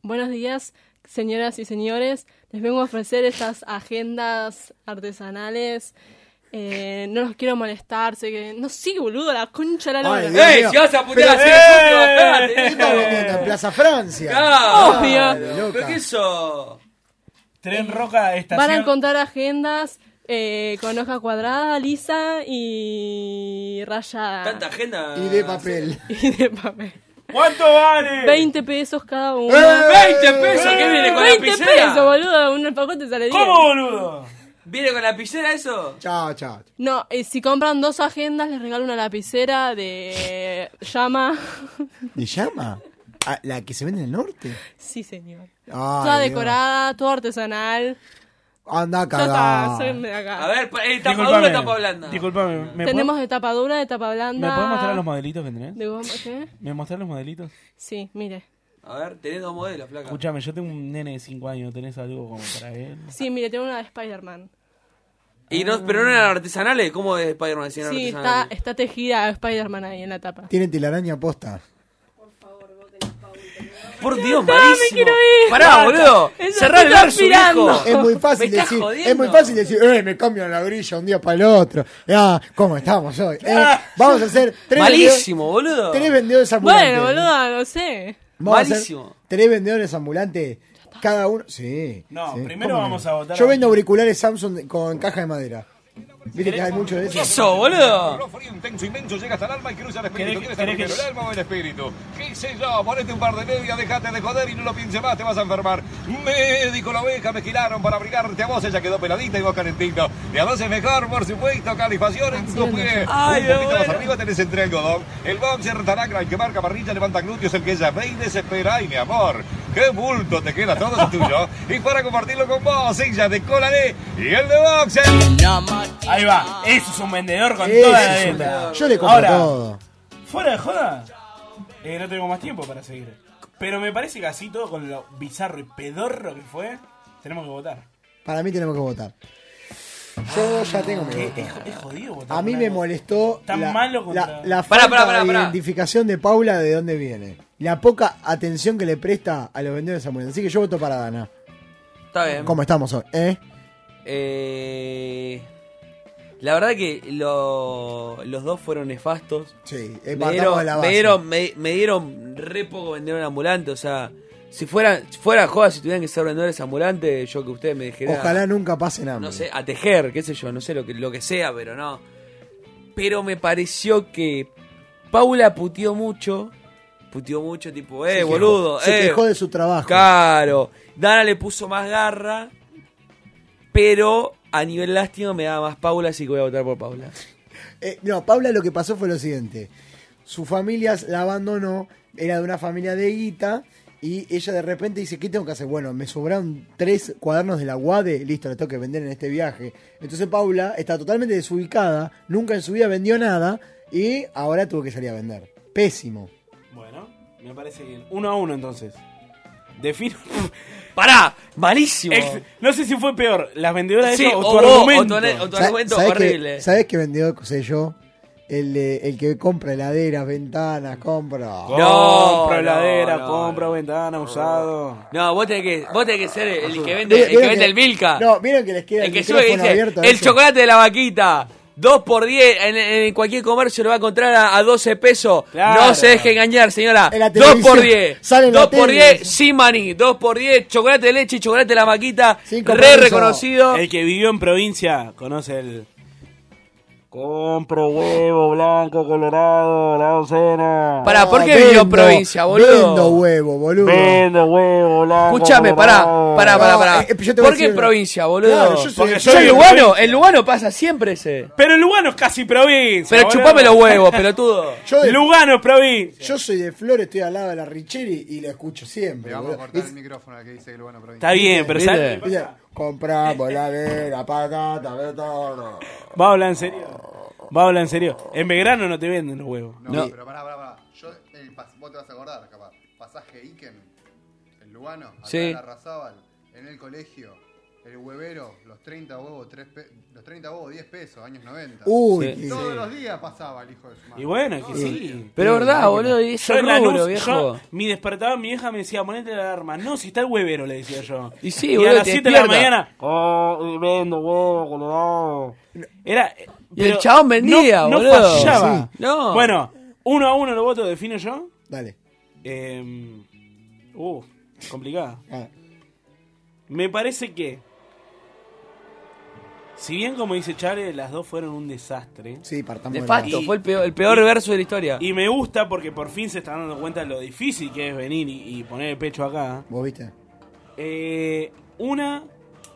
P: Buenos días, señoras y señores. Les vengo a ofrecer estas agendas artesanales. Eh, no los quiero molestar, sé que... No, sí, boludo, la concha de la
N: Ay,
P: lora.
N: Dios
G: ¡Ey!
N: mío.
G: Si vas a putear
N: Pero-
H: ¡Eh!
G: así, ¡Eh!
N: Estamos viendo en Plaza Francia.
G: ¡Claro!
P: Obvio.
N: loca.
G: ¿Pero qué eso?
H: Tren Roca estación.
P: Van a encontrar agendas eh, con hoja cuadrada, lisa y rayada.
G: Tanta agenda.
N: Y de papel.
P: Y de papel.
H: ¿Cuánto vale?
P: 20 pesos cada uno.
G: ¡20 pesos! ¿Qué viene con
P: 20
G: la lapicera?
P: pesos, boludo. Un alfajor te sale 10.
H: ¿Cómo, boludo?
G: ¿Viene con la lapicera eso?
N: Chao, chao.
P: No, eh, si compran dos agendas, les regalo una lapicera de llama.
N: ¿De llama? Ah, ¿La que se vende en el norte?
P: Sí, señor.
N: Ay,
P: toda
N: Dios.
P: decorada, todo artesanal.
N: Anda
P: Ya está,
N: cagada.
P: soy de acá.
G: A ver, pa- eh, tapa dura o tapa blanda.
H: Disculpame. ¿me,
P: Tenemos
H: podés-
P: de tapa dura, de tapa blanda.
H: ¿Me podés mostrar los modelitos que tenés?
P: de goma, ¿qué?
H: ¿Me mostrás los modelitos?
P: Sí, mire.
G: A ver, tenés dos modelos, flaca.
H: Escuchame, yo tengo un nene de 5 años. ¿Tenés algo como para él?
P: Sí, mire, tengo una de Spider-Man.
G: Y no, pero no eran artesanales, ¿cómo es Spider-Man si no eran
P: Sí, está,
G: artesanales?
P: está tejida Spider-Man ahí en la tapa.
E: Tiene telaraña posta.
G: Por Dios,
P: está,
G: malísimo.
P: ¡Ah, me quiero (laughs) ir.
G: Pará,
P: Basta.
G: boludo.
P: Eso
G: Cerrá el
P: estoy
G: verso, viejo.
E: Es muy fácil
G: Me estás
E: decir,
G: jodiendo.
E: es muy fácil decir, eh, me cambian la grilla un día para el otro. Ah, ¿cómo estamos hoy? Eh,
P: (laughs)
E: vamos a hacer tres
G: Malísimo,
E: vendedores-
G: boludo.
E: Tres vendedores ambulantes.
P: Bueno, boludo, no sé.
E: Vamos a hacer
G: Malísimo.
E: tres vendedores ambulantes, cada uno. Sí.
H: No,
E: sí.
H: primero
E: ¿Cómo
H: vamos
E: no?
H: a votar
E: Yo
H: a-
E: vendo auriculares Samsung con caja de madera. ¿Viste que hay mucho de eso?
G: Eso, boludo.
Q: Frío intenso, inmenso, llega hasta el alma y cruza el espíritu.
H: ¿Querés
Q: ¿Quién
H: que-
Q: está
H: querés que-
Q: primero, el alma o el espíritu? ¿Qué sé yo? Ponete un par de medias, dejate de joder y no lo pienses más, te vas a enfermar. Médico, la oveja me giraron para abrigarte a vos, ella quedó peladita y vos calentito. De a dos es mejor, por supuesto, calefacción en tu pie.
G: Ay,
Q: un poquito
G: bueno.
Q: más arriba tenés entre algodón. El boxer Tanacra, el que marca parrilla, levanta glúteos, el que ella ve y desespera. Ay, mi amor, qué bulto te queda, todo es tuyo. Y para compartirlo con vos, ella de cola D y el de boxer.
H: Ahí va, eso es un vendedor con
E: Ese
H: toda la
E: es un-
H: letra.
E: Yo le compro
H: Ahora,
E: todo.
H: Fuera de joda, eh, no tengo más tiempo para seguir. Pero me parece que así todo con lo bizarro y pedorro que fue, tenemos que votar.
E: Para mí tenemos que votar. Yo ya tengo mi
H: Es,
E: voto.
H: Eh, es- es jodido votar.
E: A mí me molestó
H: Tan
E: la,
H: malo contra-
E: la- la
G: Pará,
E: falta
G: pará, pará,
E: de
G: pará.
E: identificación de Paula de dónde viene. La poca atención que le presta a los vendedores ambulantes. Así que yo voto para Dana.
G: Está bien.
E: ¿Cómo estamos hoy? ¿Eh?
G: Eh, la verdad que lo- los dos fueron nefastos.
E: Sí, eh,
G: me
E: partamos de
G: dieron,
E: la
G: me,
E: base.
G: dieron, me, me dieron re poco vendedor ambulante. O sea, si fuera, fuera joda, si tuvieran que ser vendedores ambulantes, yo que ustedes me dijeran.
E: Ojalá nunca pase nada.
G: no sé, a tejer, qué sé yo, no sé lo que, lo que sea, pero no. Pero me pareció que Paula puteó mucho. Puteó mucho, tipo, eh,
E: Se quejó.
G: boludo,
E: Se
G: eh.
E: quejó de su trabajo.
G: Claro. Dana le puso más garra, pero a nivel lástima me daba más Paula, así que voy a votar por Paula.
E: Eh, no, Paula lo que pasó fue lo siguiente. Su familia la abandonó, era de una familia de guita, y ella de repente dice, ¿qué tengo que hacer? Bueno, me sobraron tres cuadernos de la UADE, listo, la tengo que vender en este viaje. Entonces Paula está totalmente desubicada, nunca en su vida vendió nada, y ahora tuvo que salir a vender. Pésimo.
H: Bueno, me parece bien. Uno a uno entonces. Defino.
G: (laughs) ¡Pará! ¡Malísimo!
H: Ex- no sé si fue peor, las vendedoras de
G: Sí,
H: eso o, tu
G: o vos, o tu
H: argumento.
G: (laughs) ane- o tu-
E: Sa-
G: argumento
E: ¿sabés
G: horrible.
E: Que, ¿Sabes qué vendió, qué sé yo? El, de- el que compra heladeras, ventanas, compra...
G: No,
H: compra
G: no,
H: heladera,
G: no,
H: compra ventana, usado.
G: No, vos tenés que, vos tenés que ser el, el que vende, el, que
E: ¿Vieron
G: vende el Milka.
E: No, vieron que les queda
G: el
E: el
G: que sube y
E: micrófono
G: dice,
E: abierto a
G: el
E: eso?
G: chocolate de la vaquita. 2 por 10 en, en cualquier comercio lo va a encontrar a, a 12 pesos.
H: Claro.
G: No se deje engañar, señora.
E: En la
G: 2 por
E: televisión.
G: 10.
E: Sale en la
G: 2 por
E: tele.
G: 10 sin maní. 2 por 10 chocolate de leche y chocolate de la vaquita.
E: Sin
G: Re
E: compromiso.
G: reconocido.
H: El que vivió en provincia conoce el. Compro huevo blanco colorado, la docena.
G: Pará, ¿por qué
E: Ah,
G: vivió en
E: vendo,
G: provincia, boludo?
E: Vendo huevo, boludo.
H: Vendo huevo blanco.
G: Escuchame, pará,
H: colorado.
G: pará, pará,
E: No,
G: pará.
E: eh, yo te voy a
G: ¿Por qué
E: decir
G: en
E: una-
G: provincia, boludo?
E: Claro, yo soy-
G: Porque
H: yo
G: yo
H: soy
G: en
H: de
G: Lugano,
H: provincia.
G: en Lugano pasa siempre ese.
H: Pero Lugano es casi provincia.
G: Pero
H: boludo.
G: chupame los
H: (laughs)
G: huevos, pelotudo.
E: Yo, de-
H: Lugano es provincia.
E: yo soy de Flores, estoy al lado de la Richeri y lo escucho siempre.
A: Le vamos a
E: boludo.
A: cortar el micrófono al que dice que lo van a provincia.
H: Está bien, pero
G: ¿Viste?
H: ¿sabes?
E: Dice, compramos la vera, patata, betorro.
H: Va a hablar en serio. Va a hablar en serio. En Belgrano no te venden los huevos.
A: No, pero pará, pará, pará. Yo, el pas- vos te vas a acordar, capaz. Pasaje Iken, el Lugano, acá
G: Sí.
A: en Arrazábal, en el colegio, el huevero, los 30 huevos, tres pe- los 30 huevos, 10 pesos, años 90.
E: Uy,
G: Sí.
E: qué-
A: Todos los días pasaba el hijo de su madre.
H: Y bueno, que
A: Todos los
H: sí.
A: días.
G: Pero verdad, boludo, y eso
H: Yo en la
G: rubro,
H: luz,
G: viejo.
H: mi despertaba mi vieja me decía, ponete la alarma. No, si está el huevero, le decía yo.
G: Y sí,
H: a
G: boludo,
H: las
G: te
H: 7 de la
G: despierta.
H: mañana. Oh, y vendo huevo, colorado. Era.
G: Y el chabón vendía,
H: no,
G: boludo.
H: No fallaba.
G: Sí. No.
H: Bueno, uno a uno los votos defino yo.
E: Dale.
H: Eh, uh, complicada.
E: Ah.
H: Me parece que. Si bien, como dice Chale, las dos fueron un desastre.
E: Sí, partamos
G: De
E: la
G: facto,
H: Y-
G: fue el peor, el peor
H: y-
G: verso de la historia.
H: Y me gusta porque por fin se están dando cuenta de lo difícil que es venir y, y poner el pecho acá.
E: ¿Vos viste?
H: Eh, una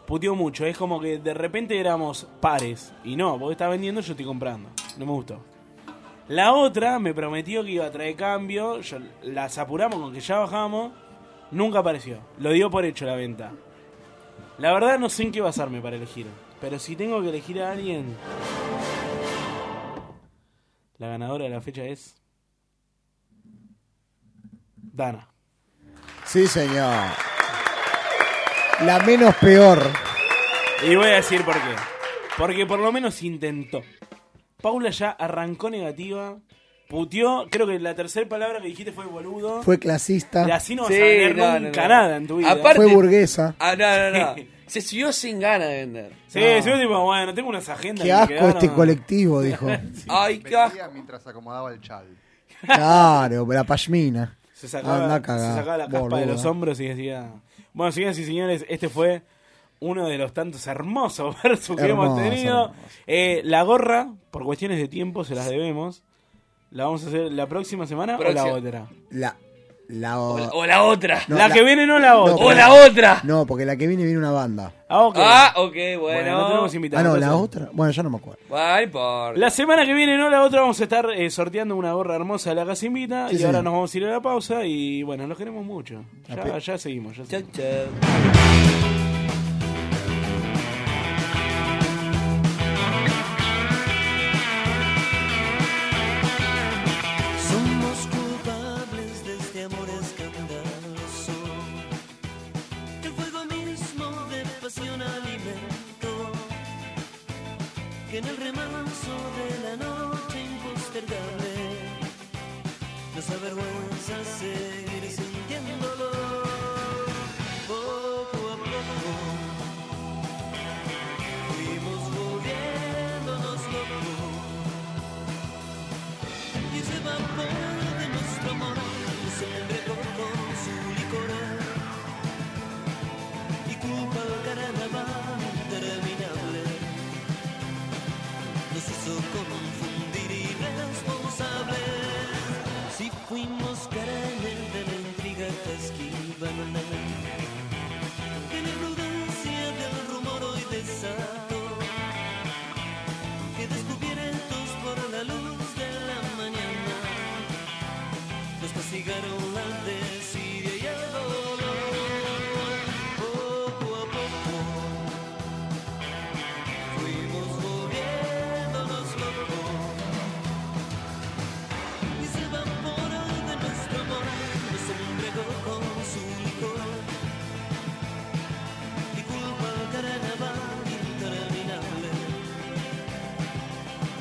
H: puteó mucho. Es como que de repente éramos pares. Y no, vos estás vendiendo, yo estoy comprando. No me gustó. La otra me prometió que iba a traer cambio. Yo, las apuramos con que ya bajamos. Nunca apareció. Lo dio por hecho la venta. La verdad no sé en qué basarme para elegir. Pero si tengo que elegir a alguien... La ganadora de la fecha es... Dana.
E: Sí, señor. La menos peor.
H: Y voy a decir por qué. Porque por lo menos intentó. Paula ya arrancó negativa. Puteó, creo que la tercera palabra que dijiste fue boludo.
N: Fue clasista.
H: Y así no vas
G: Sí,
H: a vender
G: no, no,
H: nunca
G: no.
H: nada en tu vida.
G: Aparte-
N: Fue burguesa.
G: Ah,
H: (laughs)
G: no, no, no. Se subió sin ganas de vender.
H: Sí, yo tipo, bueno, Ah, tengo unas agendas.
N: Qué
H: que me
N: asco
H: quedaron.
N: este
H: (laughs)
N: colectivo, dijo.
G: Ay,
A: qué asco. mientras acomodaba el chal.
N: Claro, la pashmina.
H: Se sacaba,
N: Anda a
H: se
N: cagar,
H: sacaba la caspa de
N: boluda.
H: los hombros y decía. Bueno, señoras y señores, este fue uno de los tantos hermosos (laughs) versos que hemos
N: Hermoso,
H: tenido. Eh, la gorra, por cuestiones de tiempo, se las debemos. ¿La vamos a hacer la próxima semana o la
N: Próxima.
H: otra?
N: La, la, o,
G: o la otra.
N: No,
H: la,
N: la-
H: que viene no la otra.
N: No, pero-
G: otra!
N: No, porque la que viene viene una banda.
H: Ah, ok.
G: Ah, ok, bueno.
H: no tenemos invitado.
N: Ah, no, la
H: entonces.
N: otra. Bueno, ya no me acuerdo.
G: Bueno, no importa.
H: La semana que viene, no la otra, vamos a estar eh, sorteando una gorra hermosa de la casa invita.
N: Sí,
H: y ahora
N: señor.
H: nos vamos a ir a la pausa. Y bueno, los queremos mucho. Ya, ya seguimos. Ya seguimos.
R: Somos culpables de este amor escandaloso Que el fuego mismo de pasión alimentó Que en el remanso de la noche impostergable Nos avergüenza seguir sintiéndolo Poco a poco Fuimos volviéndonos locos y ese vapor de nuestro amor se embriagó con su licor y culpa al carnaval interminable nos hizo confundir irresponsables si fuimos caramel de la intriga que esquivan que la prudencia del rumor hoy desató que descubiertos por la luz de la mañana nos castigaron la desidia y el dolor. Poco a poco fuimos volviéndonos locos y se evaporó de nuestro amor, nos entregó con su licor y culpa al carnaval interminable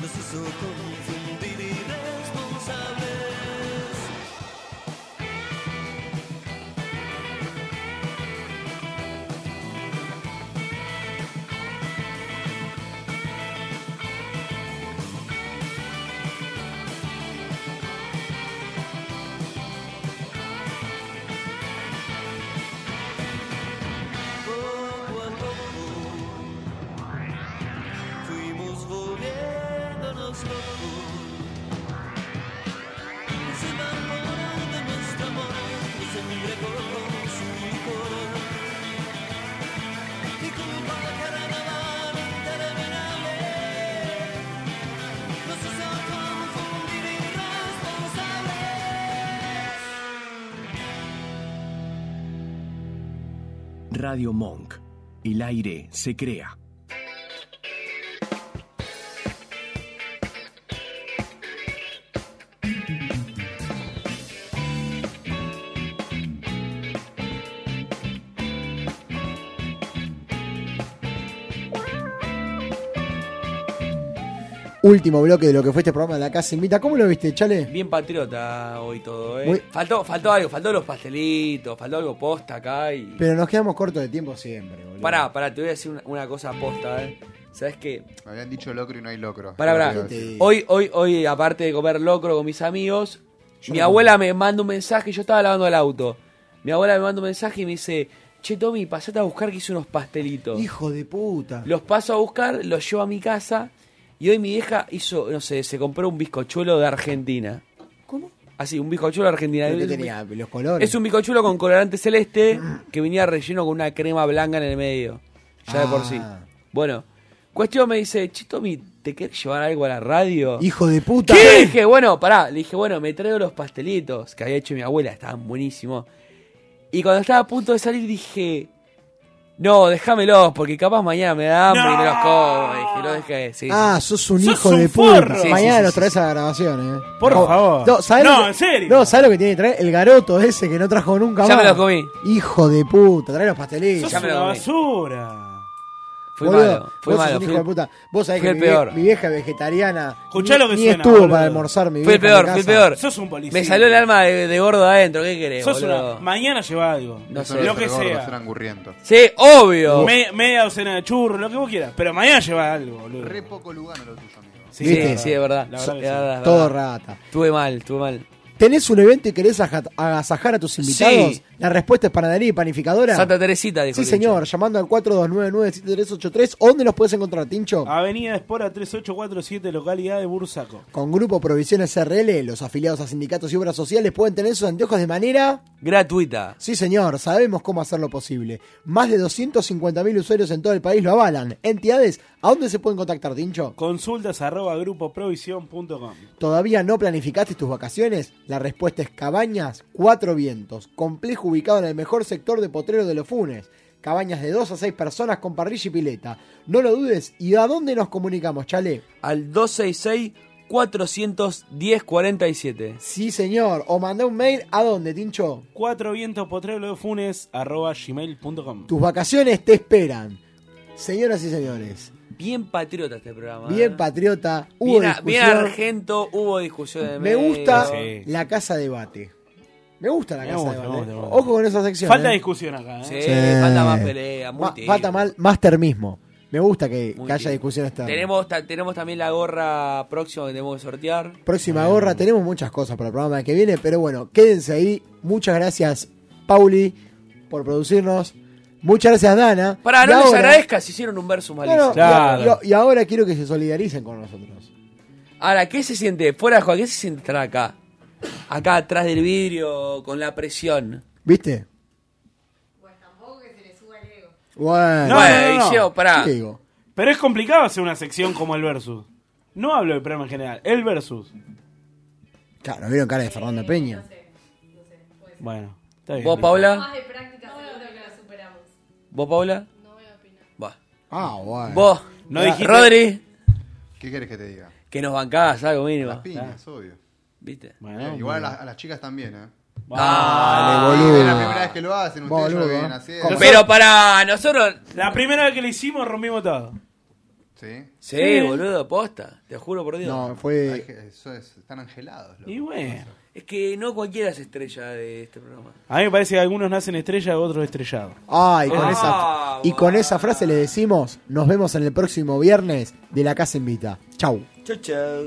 R: nos hizo confundir irresponsables. Poco a poco fuimos volviéndonos locos. Se enamoró de nuestro amor, nos embriagó con su licor. Y como para carnaval interminable, nos hizo confundir irresponsables.
D: Radio Monk. El aire se crea.
N: Último bloque de lo que fue este programa de la casa invita. ¿Cómo lo viste, Chale?
G: Bien patriota hoy todo, ¿eh?
N: Muy-
G: Faltó, faltó algo, faltó los pastelitos, faltó algo posta acá y...
N: Pero nos quedamos cortos de tiempo siempre, boludo.
G: Pará, pará, te voy a decir una, una cosa posta, ¿eh? ¿Sabes qué?
A: Me habían dicho locro y no hay locro.
G: Pará, pará.
A: Lo que iba a decir.
G: Hoy, hoy, hoy, aparte de comer locro con mis amigos,
N: Yo
G: mi
N: no
G: abuela me manda un mensaje, yo estaba lavando el auto. Mi abuela me manda un mensaje y me dice, che Tommy, pasate a buscar que hice unos pastelitos.
N: Hijo de puta.
G: Los paso a buscar, los llevo a mi casa y hoy mi vieja hizo, no sé, se compró un bizcochuelo de Argentina. ¿Cómo? Así, un bizcochuelo de Argentina.
N: ¿Pero qué
G: Es un-
N: tenía? Los colores. Ah.
G: Es un bizcochuelo con colorante celeste que venía relleno con una crema blanca en el medio. Ya de por sí.
N: Ah.
G: Bueno, cuestión me dice, che Tommy, ¿te querés llevar algo a la radio?
N: Hijo de puta.
G: ¿Qué? Le dije, bueno, pará, le dije, bueno, me traigo los pastelitos que había hecho mi abuela, estaban buenísimos. Y cuando estaba a punto de salir dije, no, déjamelos, porque capaz mañana me da hambre y me los como. Dije, lo dejé, sí.
N: Ah, sos un hijo
G: un
N: de puta.
G: forro. Sí,
N: Mañana
G: sí, sí,
N: nos
G: sí,
N: traes a la grabación, eh.
G: Por
N: No,
G: favor.
N: No, ¿sabés
G: No,
N: lo que-
G: en serio.
N: No, ¿sabes lo que tiene que traer? El garoto ese que no trajo nunca
G: Ya
N: más.
G: me lo comí.
N: Hijo de puta, trae los pastelitos.
H: Sos una basura.
G: Fui
E: Boludo,
G: malo,
E: vos
G: fui
E: sos
G: malo,
E: un hijo
G: fui
E: de
G: el-
E: puta. Vos sabés
G: fui
E: que
G: el
E: mi, vie-
G: peor.
E: mi vieja vegetariana
G: Escuchá
E: ni,
G: lo que
E: ni
G: suena,
E: estuvo
G: boludo.
E: para almorzar mi
G: Fui
E: vieja
G: el
E: en
G: peor,
E: mi
G: fui el
E: casa.
G: peor. Me salió el alma de, de gordo adentro, ¿qué querés,
H: Sos una-
G: boludo?
H: Mañana lleva algo.
G: No
H: No
G: sé.
H: sé. Lo
G: Eso
H: que
G: es gordo,
H: sea.
G: será
A: angurriento.
G: Sí, obvio.
H: Me- media docena de churros, lo que vos quieras. Pero mañana lleva algo, boludo.
A: Re poco lugar lo tuyo, amigo.
G: Sí,
E: ¿Viste?
G: sí, es verdad.
E: La
G: Es
E: verdad que sí.
G: verdad, es
E: Todo
G: verdad.
E: rata.
G: Estuve mal, estuve mal.
E: ¿Tenés un evento y querés aja- agasajar a tus invitados?
G: Sí.
E: La respuesta es panadería y panificadora.
G: Santa Teresita, dijo
E: Ah. Sí,
G: el
E: señor. Llamando al 4299-7383. ¿O ¿Dónde los puedes encontrar, Tincho?
H: Avenida Espora 3847, localidad de Bursaco.
E: Con Grupo Provisiones RL, los afiliados a sindicatos y obras sociales pueden tener sus anteojos de manera...
G: Gratuita.
E: Sí, señor, sabemos cómo hacerlo posible. Más de 250.000 usuarios en todo el país lo avalan. Entidades, ¿a dónde se pueden contactar, Tincho?
H: Consultas arroba grupoprovision.com.
E: ¿Todavía no planificaste tus vacaciones? La respuesta es Cabañas Cuatro Vientos, complejo ubicado en el mejor sector de Potrero de los Funes. Cabañas de 2 a 6 personas con parrilla y pileta. No lo dudes, ¿y a dónde nos comunicamos, Chale?
G: Al 266-410-47.
E: Sí, señor, o mandá un mail a dónde, Tincho.
H: Cuatro vientos potrero de funes arroba gmail.com.
E: Tus vacaciones te esperan. Señoras y señores,
G: Bien patriota este programa.
E: bien
G: ¿eh?
E: patriota, hubo
G: Bien, a- bien
E: discusión.
G: argento, hubo discusión de
E: Me gusta
G: medio.
E: la casa debate. Me gusta la
G: Me
E: casa
G: gusta,
E: debate.
G: me gusta, me gusta.
E: Ojo con esa sección.
H: Falta
E: eh.
H: discusión acá, ¿eh?
G: Sí, falta más pelea, muy
E: Ma-
G: tibio.
E: falta mal, más termismo. Me gusta que,
G: Muy
E: que haya
G: tibio.
E: discusión externa.
G: Tenemos, ta- tenemos también la gorra próxima que tenemos que sortear.
E: Próxima gorra, tenemos muchas cosas para el programa que viene, pero bueno, quédense ahí. Muchas gracias, Pauli, por producirnos. Muchas gracias, Dana.
G: Para,
E: Y
G: no les
E: ahora-
G: agradezcas, hicieron un verso
E: No, no,
G: malísimo.
E: y- y, y ahora quiero que se solidaricen con nosotros.
G: Ahora, ¿qué se siente? Fuera de juego, ¿qué se siente estar acá? Acá atrás del vidrio, con la presión.
E: ¿Viste? Bueno,
H: No, no, no, no.
G: Eliseo, eh, pará.
E: ¿Qué digo?
H: Pero es complicado hacer una sección como el versus. No hablo del programa en general, el versus.
E: Claro, vieron cara de Fernanda Peña.
H: Bueno, está bien.
G: ¿Vos, Paula? ¿Vos, Paula? Va.
E: Ah, bueno.
G: ¿Vos?
A: No dijiste-
G: Rodri,
A: ¿Qué querés que te diga?
G: que nos bancás algo mínimo.
A: Las piñas, obvio.
G: Ah. ¿Viste?
A: Eh, igual a las, a las chicas también, ¿eh?
G: Dale, boludo.
A: Es la primera vez que lo hacen, ustedes
E: Boludo.
A: lo vienen haciendo.
G: Ah. Pero Nosotros- pará, nosotros.
H: La primera vez que lo hicimos rompimos todo.
A: ¿Sí?
G: Sí, boludo, posta. Te juro por Dios.
E: No, fue.
A: Ay, eso es- están angelados. loco.
H: Y bueno.
G: Es que no cualquiera es estrella de este programa.
H: A mí me parece que algunos nacen estrella, otros estrellados.
E: Ay, con
H: Ah,
E: esa, y con esa frase le decimos, nos vemos en el próximo viernes de la Casa Invita. Chau.
G: Chau, chau.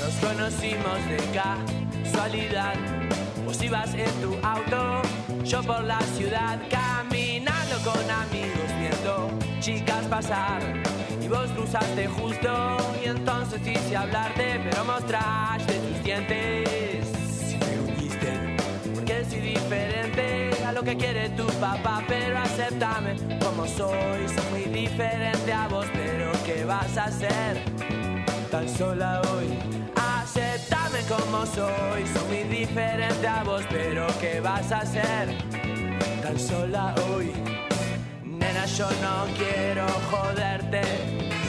F: Nos conocimos de casualidad. Vos ibas en tu auto, yo por la ciudad, caminando con amigos, viendo chicas pasar. Y vos cruzaste justo, y entonces quise hablarte, pero mostraste tus dientes. Si te uniste, porque soy diferente a lo que quiere tu papá, pero acéptame como soy. Soy muy diferente a vos, pero ¿qué vas a hacer? tan sola hoy. Aceptame como soy, soy muy diferente a vos, pero ¿qué vas a hacer? Tan sola hoy. Nena, yo no quiero joderte,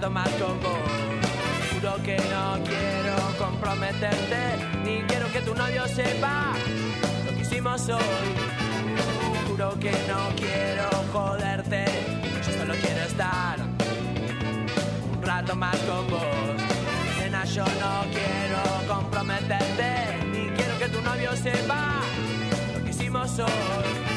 F: tomar con vos. Juro que no quiero comprometerte, ni quiero que tu novio sepa lo que hicimos hoy. Juro que no quiero joderte, yo solo quiero estar un rato más con vos. Nena, yo no quiero comprometerte, ni quiero que tu novio sepa lo que hicimos hoy.